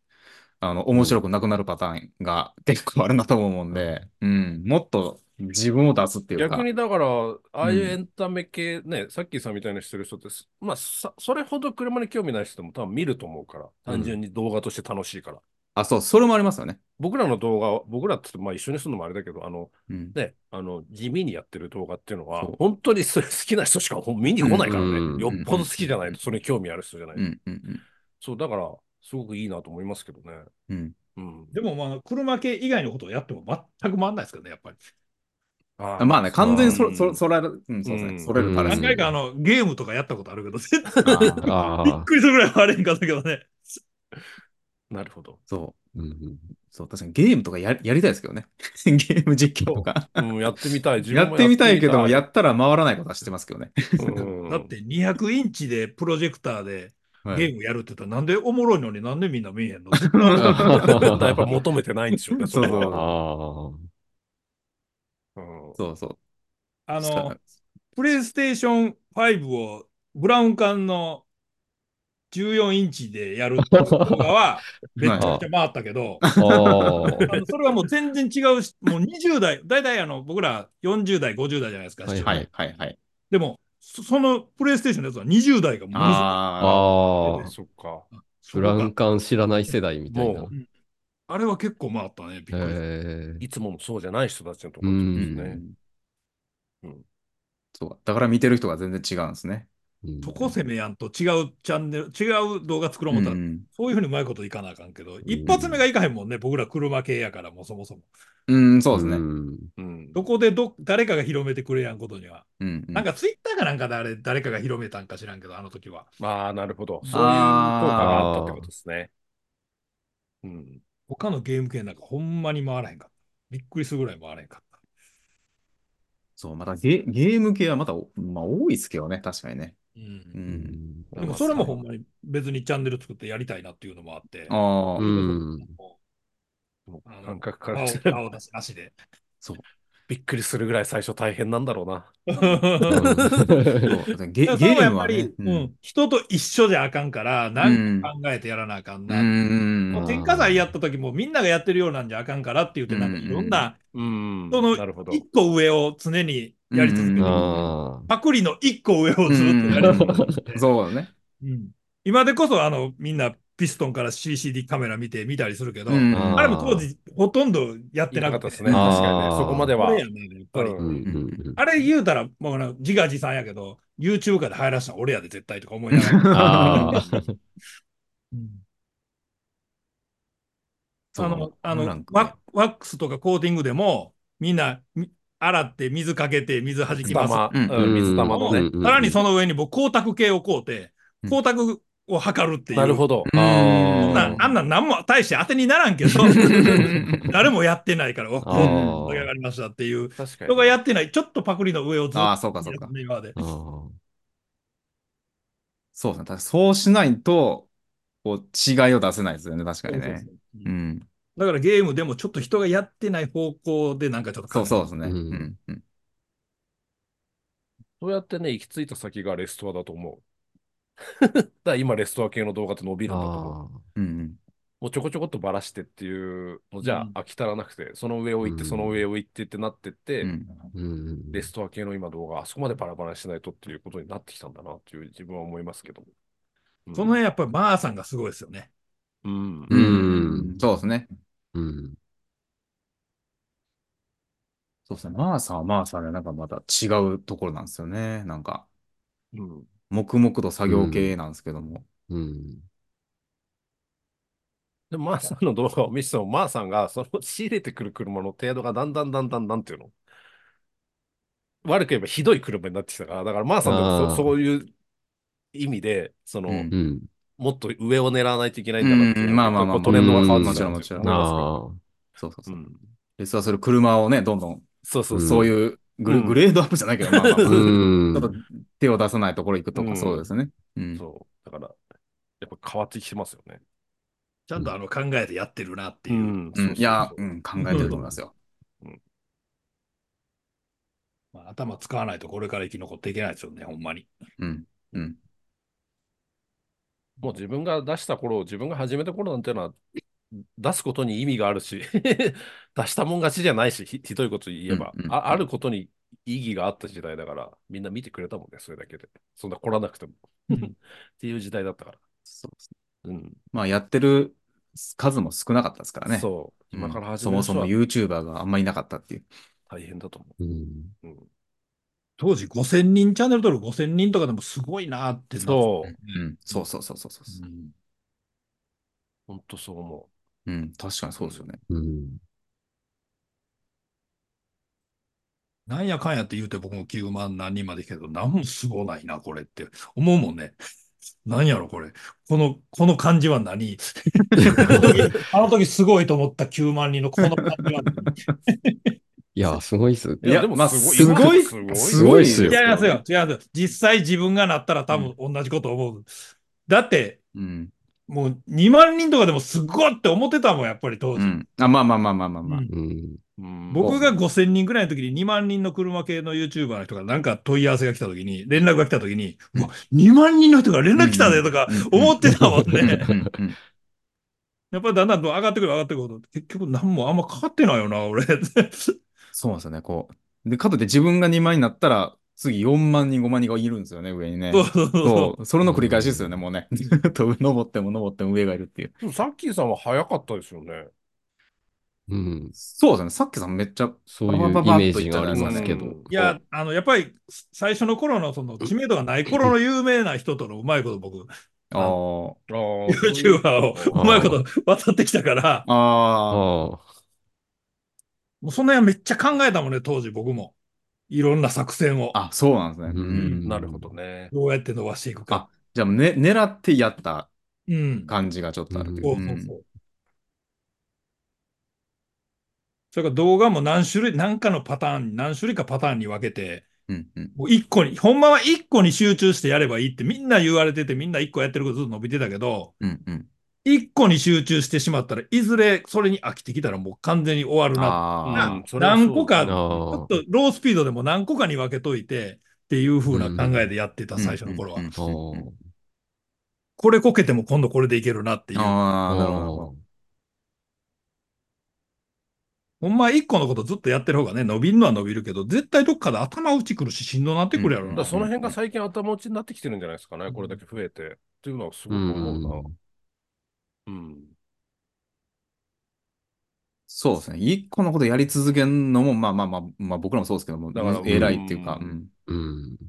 あの、面白くなくなるパターンが結構あるなと思うんで、うん、もっと自分を出すっていうか。逆にだから、ああいううんエンタメ系、ね、さっきさんみたいなしてる人って、まあさ、それほど車に興味ない人も多分見ると思うから、単純に動画として楽しいから。あ、そう、それもありますよね。僕らの動画は、僕らって言ってまあ一緒にするのもあれだけど、あの、うん。ね、あの、地味にやってる動画っていうのはそう、本当にそれ好きな人しかほん見に来ないからうんうんうんね。よっぽど好きじゃないと、それに興味ある人じゃなうい。ん、うん、そう、だから、すごくいいなと思いますけどね。うん。うん。うん。でもまあ、車系以外のことをやっても全く回んないですけどね、やっぱり。ああまあね、完全にそうんれ、それ、それ、うん、そうですうんね。それるたらうしん何い。回かあの、ゲームとかやったことあるけど、全然あーあびっあ。くりするぐらい悪いんかだけどね。なるほど。そう。うんそう、確かにゲームとかややりたいですけどね。 ゲーム実況とか。うん、やってみたい。自や分もってみたいけども、やっったら回らないことは知ってますけどね。てみたいうんだって200インチでプロジェクターで はいゲームやるって言ったら、なんでおもろいのになんでみんな見えへん のだからやっぱ求めてないんでしょうね。れそうそうはあうんそうそう。あそうなんので、すプレイステーション5をブラウン管の14インチでやる動画は、めちゃくちゃ回ったけど、あ。ああ。あのそれはもう全然違うし、もう20代、大体あの僕ら40代、50代じゃないですか。はいはい、はい、はい。でも、そそのプレイステーションのやつは20代がものすごあいああ。そっか。ブラウン管知らない世代みたいなも。あれは結構回ったね、びっくりしたええ。いつものそうじゃない人たちのところってことですあ。ね。うんそう。だから見てる人が全然違うんですね。うんそこ攻めやんと違うチャンネル、違う動画作ろうう思ったら、ん。そういうふうにうまいこといかなあかんけど、一発目がいかへんもんね、僕ら車系やから、もうそもそも。うん、そうですね。んうん。どこでど誰かが広めてくれやんことには。うん。なんかツイッターかなんかであれ、誰かが広めたんか知らんけど、あの時は。ああ、なるほど。そういう効果あーがあったってことですね。うん。他のゲーム系なんかほんまに回らへんかった。びっくりするぐらい回らへんかっそう、またゲゲーム系はまた、まあ多いですけどね、確かにね。た。う。うんん。でもそれもほんまに別にチャンネル作ってやりたいなっていうのもあって、ああ、うん。ももうあの感覚 からう顔したら顔出しなしで。びっくりするぐらい最初大変なんだろうな。そうゲゲでもそれーもやムっはぱりね。うん人と一緒じゃあかんから、なんか考えてやらなあかんうな。ん。もううん添加剤やった時もみんながやってるようなんじゃあかんからって言って、なんかいろんなうん。そのなるほど。一個上を常にやり続けうんる。 あパクリの一個上をずっとやり続けて。そうだね。うん今でこそあのみんなピストンから CCD カメラ見て見たりするけど、うん あれも当時ほとんどやってなかったですね。確あーかにね。そこまではこ。れやねやっぱり。あ。うんうんあれ言うたら、もうな自画自賛やけど、YouTube かで入らしたの俺やで絶対とか思いな がら。ああ。うんそうあの、あなのんかねワ、ワックスとかコーティングでも、みんなみ洗って水かけて水弾き水ます。玉、うんうん水玉ものうね。うんさらにその上に僕光沢系を買うて、うん光沢を測るっていう。なるほど。うんあんなあんなん何も大して当てにならんけど、誰もやってないから、わあこーう盛り上がりましたっていう。確かに。人がやってない、ちょっとパクリの上をず っああ、とそうか、そうか。今まで。あそうですね。ただそうしないと、こう、違いを出せないですよね、確かにそうそうねそう。ううんん。だからゲームでもちょっと人がやってない方向でなんかちょっと考そえうそうですね。ううんん。うんそうやってね、行き着いた先がレストアだと思う。 だから今、レストア系の動画って伸びるんだと思う。あ。うん。もうちょこちょこっとばらしてっていうのじゃうん飽き足らなくて、その上を行って、うんその上を行ってってなってって、うん。うん。レストア系の今動画、あそこまでバラバラにしないとっていうことになってきたんだなっていう自分は思いますけども。うんその辺やっぱりマーさんがすごいですよね。うんううんん。そうですね。うん。そうですね。マーサーはマーサーで、なんかまた違うところなんですよね。なんか、うん黙々と作業系なんですけども。うん。でも、マーさんの動画を見せても、マーさんがその仕入れてくる車の程度がだんだんだんだんなんていうの悪く言えばひどい車になってきたから、だからマーさんってあーそそういう意味で、その、うんうん。もっと上を狙わないといけないんだなっていう、うんまあまあまあこうトレンドが変わってきたもちろんもちろんなって思いまああ。そうそうそすけどう。うんレストアする車をね、どんどん、そうそうう、んそういうグレうんグレードアップじゃないけど、まあまあまあ、うちょんっと手を出さないところ行くとうんか、そうですね。うん。そう。だから、やっぱ変わってきてますよね。ちゃんとあの考えてやってるなっていう。んうんいや、ううんん、考えてると思いますよ。まあ、頭使わないとこれから生き残っていけないですよね、ほんまに。うん。うん。もう自分が出した頃、自分が始めた頃なんていうのは、出すことに意味があるし、 出したもん勝ちじゃないし、ひひどいこと言えば、うんうんうんあ、あることに意義があった時代だから、みんな見てくれたもんね、それだけで。そんな来らなくても。 っていう時代だったから。そうですねうん。まあ、やってる数も少なかったですからね。そうう。ん今から始そめるも人そはも YouTuber があんまりいなかったっていう。大変だと思うん。う。うん、当時5000人、チャンネル登録5000人とかでもすごいなってなそう。うん、そうそうそうそうそうう。んほんとそう思うん、確かにそうですよね。うん。なんやかんやって言うて僕も9万何人まで来たけど、なんもすごないな、これって思うもんね。なんやろ、これ。この、この感じは何 あの時すごいと思った9万人のこの感じは何いや、すごいっす。う。いやでもまあすすごい今のすごいっすよ 違いますよ、違います。実際自分がなったら多分同じこと思う。だって、うん。もう2万人とかでもすごいって思ってたもん、やっぱり当う時。ん。あ、まあまあまあまあまあまあ。うんうん。うん僕が5000人ぐらいの時に2万人の車系の YouTuber の人がなんか問い合わせが来た時に、連絡が来た時に、うんうわ2万人の人が連絡来たでとかうん思ってたもんうんうんね。やっぱりだんだんと上がってくる上がってくるほど、結局何もあんまかかってないよな、 俺。そうなんですよね、こう。で、かといって自分が2万になったら、次4万人、5万人がいるんですよね、上にね。そうそうそそう、それの繰り返しですよね、もうね。ずっ と登っても登っても上がいるっていう。でもサッキーさんは早かったですよね。うん。そうですね、さっきさんめっちゃ、そういうイメージがありますけうどん。う。いや、あの、やっぱり最初の頃のその知名度がない頃の有名な人とのうまいこと僕、あーあー YouTuber をそういううまいこと渡ってきたから、あああ。もうその辺めっちゃ考えたもんね、当時僕も。いろんな作戦をー、。あ、そうなんですね。ううんんなるほどね。どうやって伸ばしていくか。じゃあ、ね、狙ってやったうん。感じがちょっとあるというそうか。そうそう。それから動画も何種類、何かのパターン、何種類かパターンに分けて、うんうんもう一個に、ほんまは一個に集中してやればいいってみんな言われてて、みんな一個やってることずっと伸びてたけど、うんうん。一個に集中してしまったらいずれそれに飽きてきたらもう完全に終わるな。あうんあ、それはそう何個かあちょあっ。とロースピードでも何個かに分けといてっていう風な考えでやってた最初の頃は。うんうんあうんうんこれこけても今度これでいけるなっていう。ああ。あ、なるほどなるほど。ほんまは一個のことずっとやってる方がね、伸びるのは伸びるけど、絶対どっかで頭打ちくるし、しんどなってくるやろうだんかな。らその辺が最近頭打ちになってきてるんじゃないですかね、これだけ増えて。っていうのはすごく思うな。うん。そうですね。一個のことやり続けるのも、まあまあまあ、まあ僕らもそうですけどもだから、偉いっていうか、ううんん。うん。だか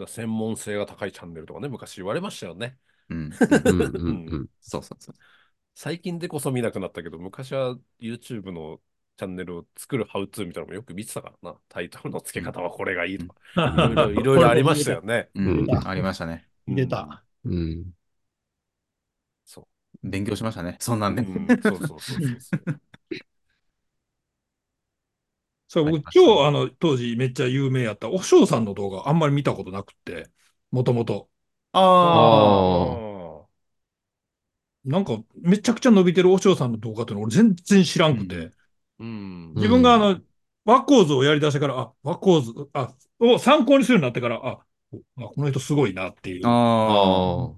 ら専門性が高いチャンネルとかね、昔言われましたよね。うん。うん。うん。そうそうそう。最近でこそ見なくなったけど、昔は YouTube のチャンネルを作るハウツーみたいなのもよく見てたからな。タイトルの付け方はこれがいいとか、いろいろいろいろありましたよね。うんう。んありましたね。うん出。た。うん。そ勉強しましたね。そんなう。うんで。ん、 そうそうそうそう そう。そう、僕、今日、あの、当時めっちゃ有名やった、おしょうさんの動画あんまり見たことなくって、もともと。ああ。あなんか、めちゃくちゃ伸びてるおしょうさんの動画っていうの俺全然知らんくて、ー。うん。自分があの、和光図をやり出してから、あ、和光図、あ、を参考にするようになってから、あ、おあこの人すごいなっていう。ああ。あ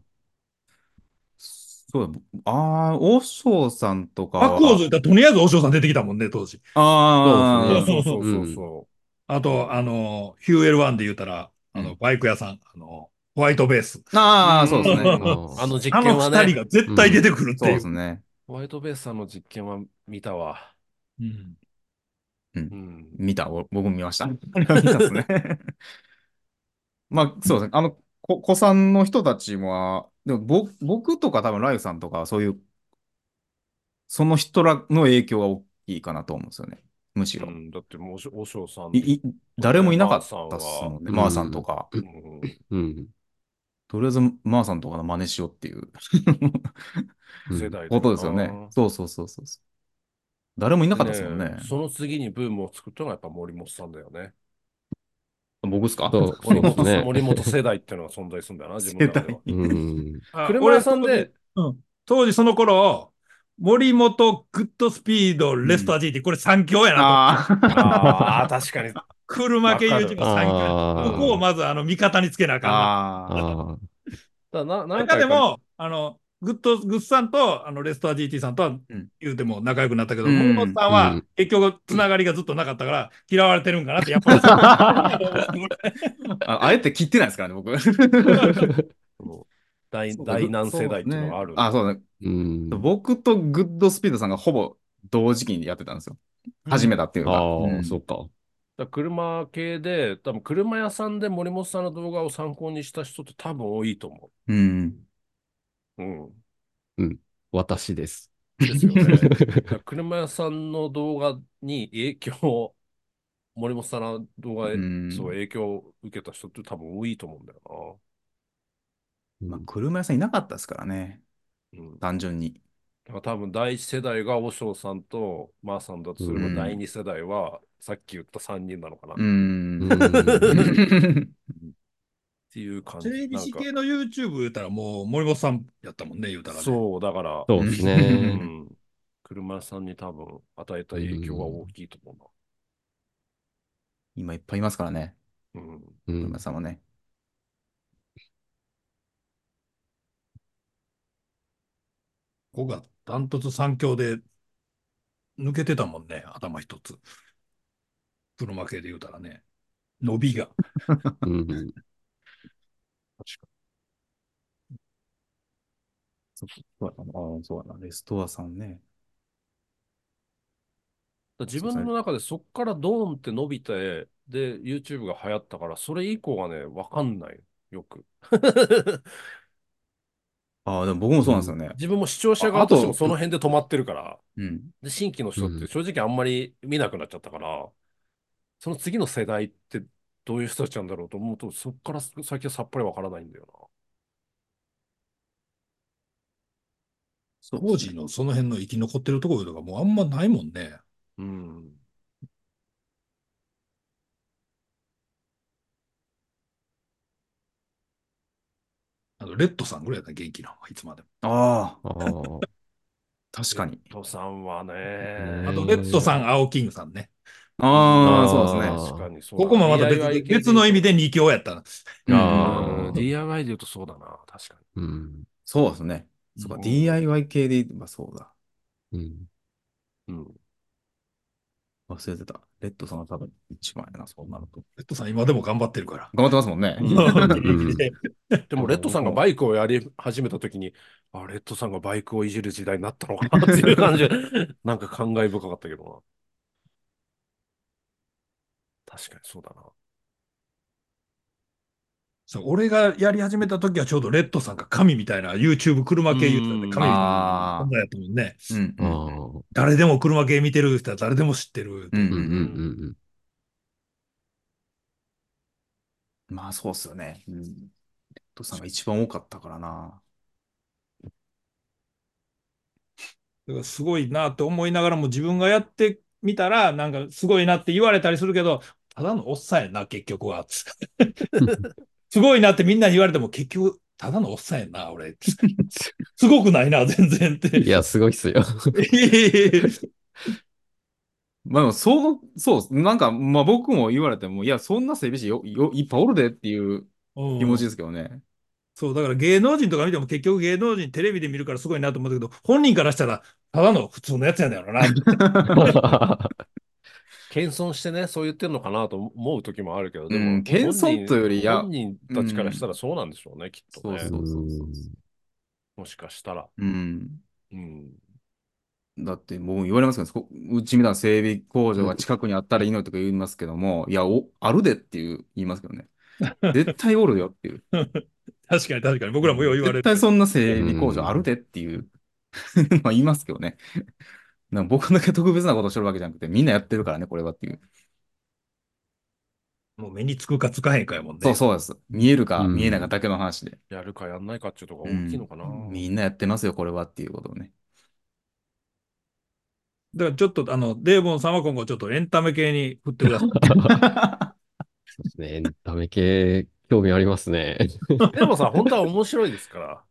そうだ。ああ、和尚さんとかは。和光図ってとりあえずおしょうさん出てきたもんね、当時。ああ。そうそうそうそあと、あの、ヒューエルワンで言うたら、あうの、んバイク屋さん、あの、ホワイトベース。ああ、そうですね。あ。う。あの実あ験のは二人ね、が絶対出てくるっそうていでうす。ね。ホワイトベースさんの実験は見たわ。うんうん。見た。お僕も見ま した。見たですね。まあ、そうですね。あの、こ子さんの人たちは、でもぼ僕とか多分ライフさんとかはそういう、その人らの影響が大きいかなと思うんですよね。むしうろ。ん、だってもう、おしょうさんいい誰もいなかったマーっすさんはもんね。うんマーさんとか。うんうん。とりあえず、マーさんとかの真似しようっていう 世代だよなことですよね。そうそうそうそうそう。誰もいなかったですもんね。えその次にブームを作ったのがやっぱ森本さんだよね。僕っすかそう森です本ね森本世代っていうのが存在するんだよな、自分の中では。うん。あ車屋さんで、当時その頃、森本、グッドスピード、レスター GT、これ三強やなと。ああ。ああ、確かに。車系わかる YouTuber 三強やあな。ーここをまずあの味方につけなあかん な。ああ。ああ。だな何中回でかも、あの、グッド、グッさんと、あの、レストア GT さんとはうん、言うても仲良くなったけど、うモんンモンさんは、結局、つながりがずっとなかったから、嫌われてるんかなって、やっ ぱああえて切ってないですから ね、僕。大そう大難世代っていうのがある。あ、そうね。うん。僕とグッドスピードさんがほぼ同時期にやってたんですよ。り。始めた。たっていうあか。あ、うんそうか。だから車系で、多分車屋さんで森本さんの動画を参考にした人って多分多いと思うん。う。うん。私です。ですよね。だから車屋さんの動画に影響を、森本さんの動画で、うんそう影響を受けた人って多分多いと思うんだよまあ、車屋さんいなかったですからね、な。うん。だ単純に。から多分第一世代が和尚さんとマーさんだとすれば、うん第二世代はさっき言った3人なのかなっうんう。ん ていう感じ。なんか JDC 系の YouTube 言うたら、もう、森本さんやったもんね、言うたら、ね。そう、だから、 そうですうね。ん、車屋さんに多分与えた影響が大きいと思今いっぱいいますからね、うな。うんうん車屋さんはね。ここがダントツ三強で抜けてたもんね、頭一つ。プロ負けで言うたらね、伸びが。うんああ、そうだな、レストアさんね。だ自分の中でそっからドーンって伸びて、で、YouTube が流行ったから、それ以降はね、わかんないよく。ああ、でも僕もそうなんですよね。自分も視聴者ああ側ととしてもその辺で止まってるから、うん。で新規の人っうてん正直あんまり見なくなっちゃったから、その次の世代ってどういう人たちなんだろうと思うと、そっから先はさっぱりわからないんだよそう当時のその辺の生き残ってるところとかもうあんまないもんね。な。うん。あのレッドさんぐらいだな、元気なのはいつまでも。ああ、あー確かに。トさんはうんね、あと、レッドさん、青キングさんね。ああ、あーそうですね。確かにそうだここもまた別 DIY 系で別の意味で二強やったな。うんあうん DIY で言うとそうだな、確かに。うんそうですね。そうか、うん DIY 系で言えばそうだ。うんうん。忘れてた。レッドさんは多分一番やな、そうなると。レッドさん今でも頑張ってるから。頑張ってますもんね。ん でも、レッドさんがバイクをやり始めたときに、あ、レッドさんがバイクをいじる時代になったのかなってい う感じで、なんか感慨深かったけどな。確かにそうだな。そう俺がやり始めた時はちょうどレッドさんが神みたいな YouTube 車系言ってたね。神みたいなあ存在やったもんね。ーうんあー誰でも車系見てる人は誰でも知ってる。うんうんうんうんうんまあ、そうっすよね。うんレッドさんが一番多かったからな。だからすごいなって思いながらも自分がやってみたら、なんかすごいなって言われたりするけど、ただのおっさんやな、結局 は。すごいなってみんなに言われても、結局、ただのおっさんやな、俺。すごくないな、全然って。うん。いや、すごいっすよ。まあでも、そう、そうっす、なんか、まあ僕も言われても、いや、そんな整備士よ、よ、いっぱいおるでっていう うん気持ちですけどね。そう、だから芸能人とか見ても結局芸能人テレビで見るからすごいなと思ったけど、本人からしたら、ただの普通のやつやん だよな。謙遜してね、そう言ってるのかなと思う時もあるけど、でうも、ん謙遜というよりいや本人本人たちからしたらそうなんでしょうね、きっとね。そうそうそうそうもしかしたら。うん。うん。だって、僕言われますけど、そこうちみたいな整備工場が近くにあったらいいのにとか言いますけども、いや、お、あるでっていう言いますけど ね。絶対おるよっていう。確かに確かに、僕らもよう言われ絶る。対そんな整備工場あるでっていう、 まあ言いますけどね。なんか僕だけ特別なことしてるわけじゃなくて、みんなやってるからね、これはっていう。もう目につくかつかへんかやもんね。そうそうです。見えるかうん見えないかだけの話で。やるかやんないかっていうとこがうん大きいのかな。みんなやってますよ、これはっていうことをね。だからちょっと、あの、デーボンさんは今後ちょっとエンタメ系に振ってく ださい。ね、エンタメ系、興味ありますね。でもさ、本当は面白いですから。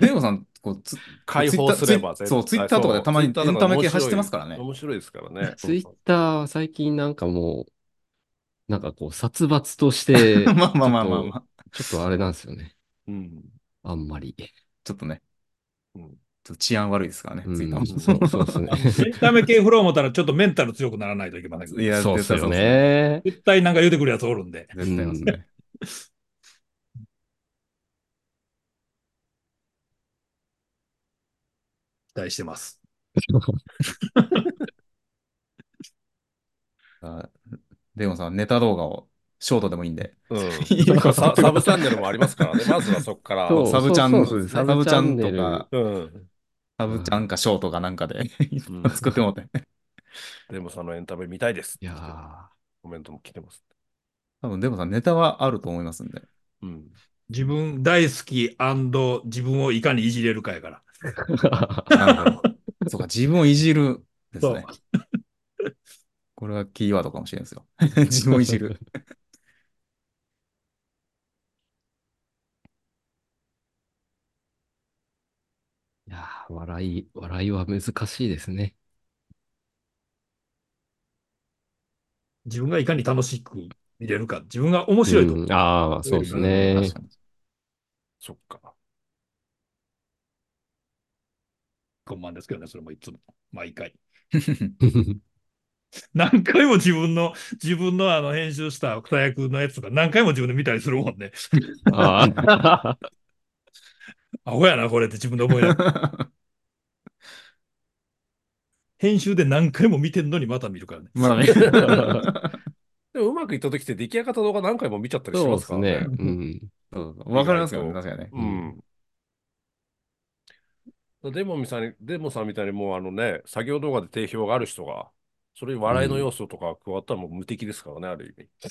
デーモさん、こう、つ解放すればツイッターそう、ツイッターとかでたまにエンタメ系走ってますからね。面白いですからね。ツイッター、最近なんかもう、なんかこう、殺伐として、まあまあまあまあまあ、ちょっとあれなんですよね。うん。あんまり。ちょっとね。ちょっと治安悪いですからね、うんツイッターも。 そうそうですね。エンタメ系フロー持ったらちょっとメンタル強くならないといけませんけどいやそうっすよ。ね。絶対なんか言うてくるやつおるんで。絶対そう絶対いますね。期待してます。あレゴンさん、ネタ動画をショートでもいいんで。 うん。ササブチャンネルもありますからね。まずはそこから。そうサブチャンそうそうそうサブチャンサブチャンネとルか、うん。サブチャンかショートかなんかでう ん作ってもらって。デモさんのエンタメ見たいです。いやーコメントも来てます。多分、レゴンさん、ネタはあると思いますんで。うん。自分大好き自分をいかにいじれるかやから。なるほど。そうか、自分をいじるですね。これはキーワードかもしれないですよ。 自分をいじる。いやー笑い、笑いは難しいですね。自分がいかに楽しく見れるか。自分が面白いと。うんああ、そうですね。確かにそっか。こんまんですけどね、それもいつも。毎回。うん 何回も自分の、自分のあの編集した二役のやつとか何回も自分で見たりするもんね。あーアホやな、これって自分で思いな がら。編集で何回も見てんのにまた見るからね。まだね。でもうまくいった時って出来上がった動画何回も見ちゃったりしそうまですすからね。ね。うん。そうそうわかりますよね、意外確かにね。うん。デモみさんに、デモさんみたいにもうあのね、作業動画で定評がある人が、それに笑いの要素とか加わったらもう無敵ですからね、ある意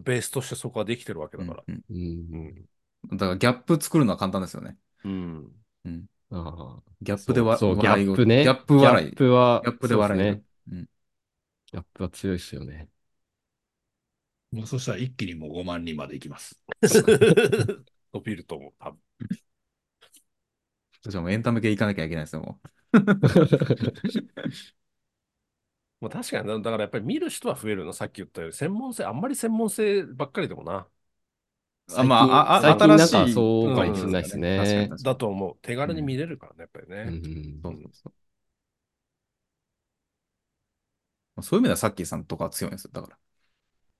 味。ベースとしてそこはできてるわけだから。うんうんうん。だから、ギャップ作るのは簡単ですよね。 うん。あギャップでわそうそう笑いをギャップねギャッープ笑い。ギャップは、ギャップで笑えるそうですうんね。ギャップは強いですよね。もうそしたら一気にもう5万人までいきます。伸びると思う、多分。私はもうエンタメ系行かなきゃいけないですよ、もまあ確かにな、だからやっぱり見る人は増えるの、さっき言ったように、専門性、あんまり専門性ばっかりでもな、う。あまあ、あ最あ近新なんしかい。そうかもしれないですね確かに確かだにと思う。手軽に見れるからね、やっぱりね。うんそうそうそうまあそういう意味ではさっきさんとかは強いんですよ、だから。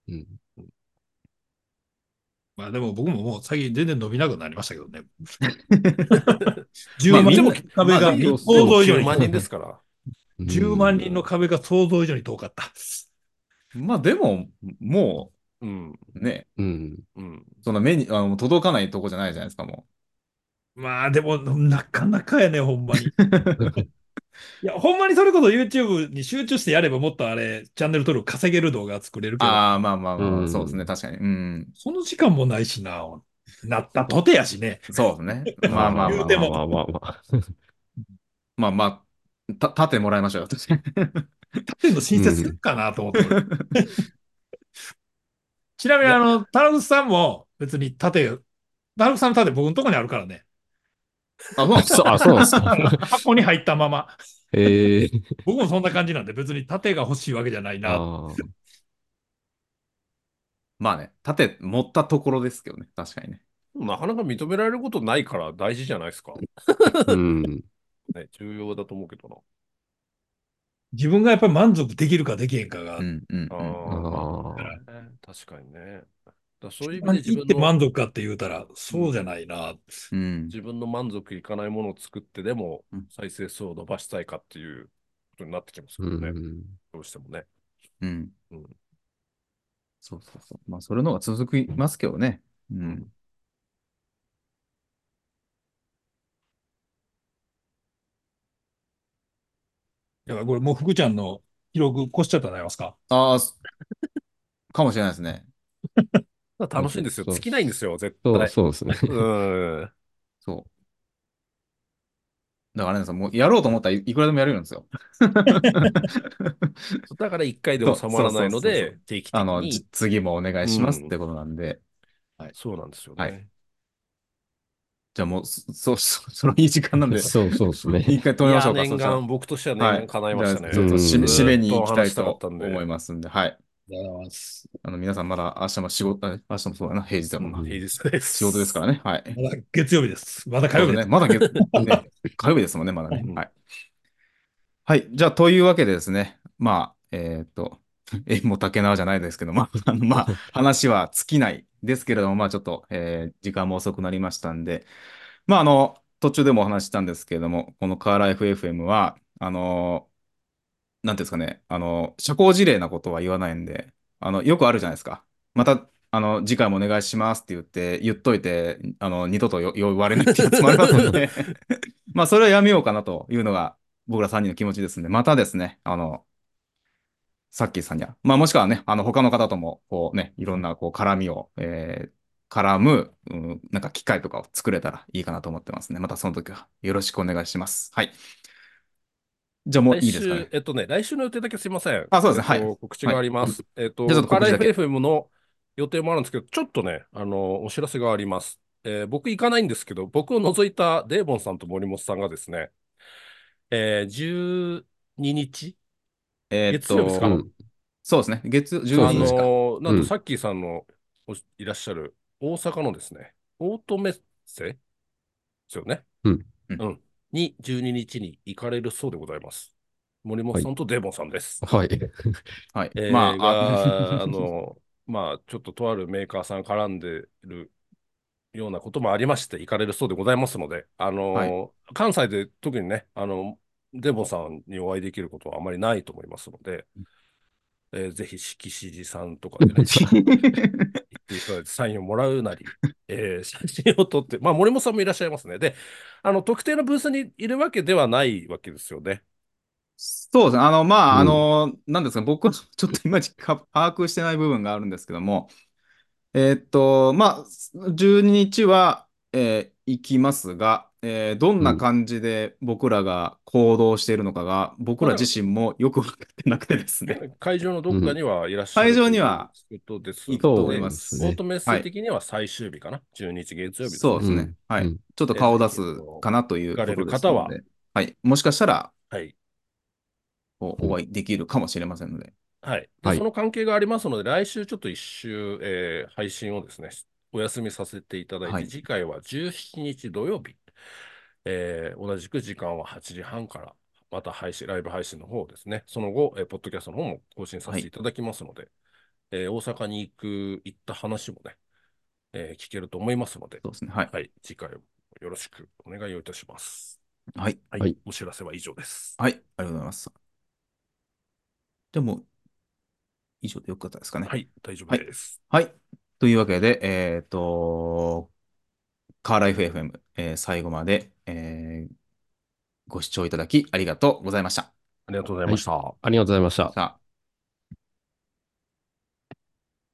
うんまあでも僕ももう最近全然伸びなくなりました けどね。まあ10万人のみん壁まがあ想でも像以上10に万人ですから。うん10万人の壁が想像以上に遠かった。まあでも、もうん。うね、うん。うん。そんな目にあの届かないとこじゃないじゃないですか、もまあでもなかなかやね、ほんまに。いや、ほんまにそれこそ YouTube に集中してやればもっとあれ、チャンネル登録稼げる動画作れるう。けど、ああ、まあまあまあ、うんそうですね、確かに。うん。その時間もないしな、なったとてやしね。そうですね。 まあまあま言あまうてあ、もまあまあまあ。まあまあ、た立てもらいましょうよ、 私。っていうの新設するかなと 思って。ちなみに、あの、田中さんも別に盾、田中さんの盾僕のとこにあるからね。あ、そうそう、あ、そうなんですか。箱に入ったまま。ええ。僕もそんな感じなんで、別に盾が欲しいわけじゃないな。あーまあね、立て持ったところですけどね、確かにね。なかなか認められることないから大事じゃないですか。うん。ね、重要だと思うけどな。自分がやっぱり満足できるかできへんかが、うんうん、うん。ああ。ね確かにね。だからそういう意味で行っ自て分の満足かって言うたら、そうじゃないな。うん、自分の満足いかないものを作ってでもうん再生数を伸ばしたいかっていうことになってきますうからね。ん。どうしてもね。うんうん。そうそうそう。まあ、それの方が続きますけどね。うん。だからこれもう福ちゃんの記録越しちゃったんじゃないますか。ああ、すかもしれないですね。ただ楽しいんですよ。そう尽きないんですよ、絶そう、対。そうですね。うん。そう。だからね、そのもうやろうと思ったらいいくらでもやれるんですよ。だから一回で収まらないそのうそうそうそでう、定期的あの、にじ。次もお願いしますってことなんで。そうなんですよはね。じゃあもう、そ、そ、そそのいい時間なんで、そう、そうですね。一回止めましょういやか、そ念したら願、僕としては念願叶いましたね。じゃあちょっと締めうん締めに行きたいずっと話したかとったんで思いますんで、はい。りがとうございます。あの、皆さんまだ明日も仕事、あ明日もそうだな、平日だもんな。平日です。仕事ですからね。はい。まだ月曜日です。まだ火曜日です。ね。まだ 月、ね、火曜日ですもんね、まだね。はい。はい。じゃあ、というわけでですね、まあ、えーっと、 えも竹縄じゃないですけど、まあ、あのまあ、話は尽きないですけれども、まあ、ちょっと、えー時間も遅くなりましたんで、まあ、あの、途中でもお話ししたんですけれども、このカーライフ FM は、あのーなんていうんですかね、あの社交辞令なことは言わないんで、あの、よくあるじゃないですか。また、あの、次回もお願いしますって言って、言っといて、あの、二度とよ言われないってやつもありますので、まあ、それはやめようかなというのが、僕ら3人の気持ちですんで、またですね、あの、さっきさんには、まあ、もしくはね、あの、他の方とも、こうね、いろんな、こう、絡みを、えー絡む、うん、なんか機会とかを作れたらいいかなと思ってますね。またその時はよろしくお願いします。はい。じゃあもう来いいですかね週。えっとね、来週の予定だけすいません。あそうですねえっとは告知があります。えっと、じゃあちょっとカ告ラ知イだフけ FM の予定もあるんですけど、ちょっとね、あの、お知らせがあります。えー僕行かないんですけど、僕を除いたデーボンさんと森本さんがですね、えー、12日、えーっ月曜日ですかと、そうですね。月、あ14日ですか。の、なんうとんさっきさんのおいらっしゃる大阪のですね、オートメッセですよね。うんうんうん。に、12日に行かれるそうでございます。森本さんとデーボンさんです。はい。はい。えーまあ、 があの、まあ、ちょっととあるメーカーさん絡んでるようなこともありまして、行かれるそうでございますので、あの、はい関西で特にね、あの、デボンさんにお会いできることはあまりないと思いますので、えーぜひ、色紙寺さんとかでね、行っていただ いて、サインをもらうなり、えー写真を撮って、まあ、森本さんもいらっしゃいますね。で、あの、特定のブースにいるわけではないわけですよね。そうですね。あの、まあ、あうんの、なんですか、僕はちょっといまいちか把握してない部分があるんですけども、えーっと、まあ、12日は、えー行きますが、えーどんな感じで僕らが行動しているのかが、僕ら自身もよく分かってなくてです ね。会場のどっかにはいらっしゃうる、ん会場にはということです行くとの思でいますオねートメッセ的には最終日かな、12日月曜日そうですね。うんはい、うんちょっと顔を出すかなという行かれることです方のはで、はい。もしかしたら、はい。こうお会いできるかもしれませんので。はい。ではいその関係がありますので、来週ちょっと一周、えー配信をですね、お休みさせていただいて、はい次回は17日土曜日、えー同じく時間は8時半から、また配信、ライブ配信の方ですね、その後、えーポッドキャストの方も更新させていただきますので、えー大阪に行く、行った話もね、えー聞けると思いますので、そうですね。はい。はい、次回もよろしくお願いをいたします。はい。はい、はいお知らせは以上です。はい。ありがとうございます。でもう、以上でよかったですかね。はい、大丈夫です。はい。というわけで、えっと、カーライフ FM、えー最後まで、えーご視聴いただきありがとうございました。ありがとうございました。 ありがとうございました。さあ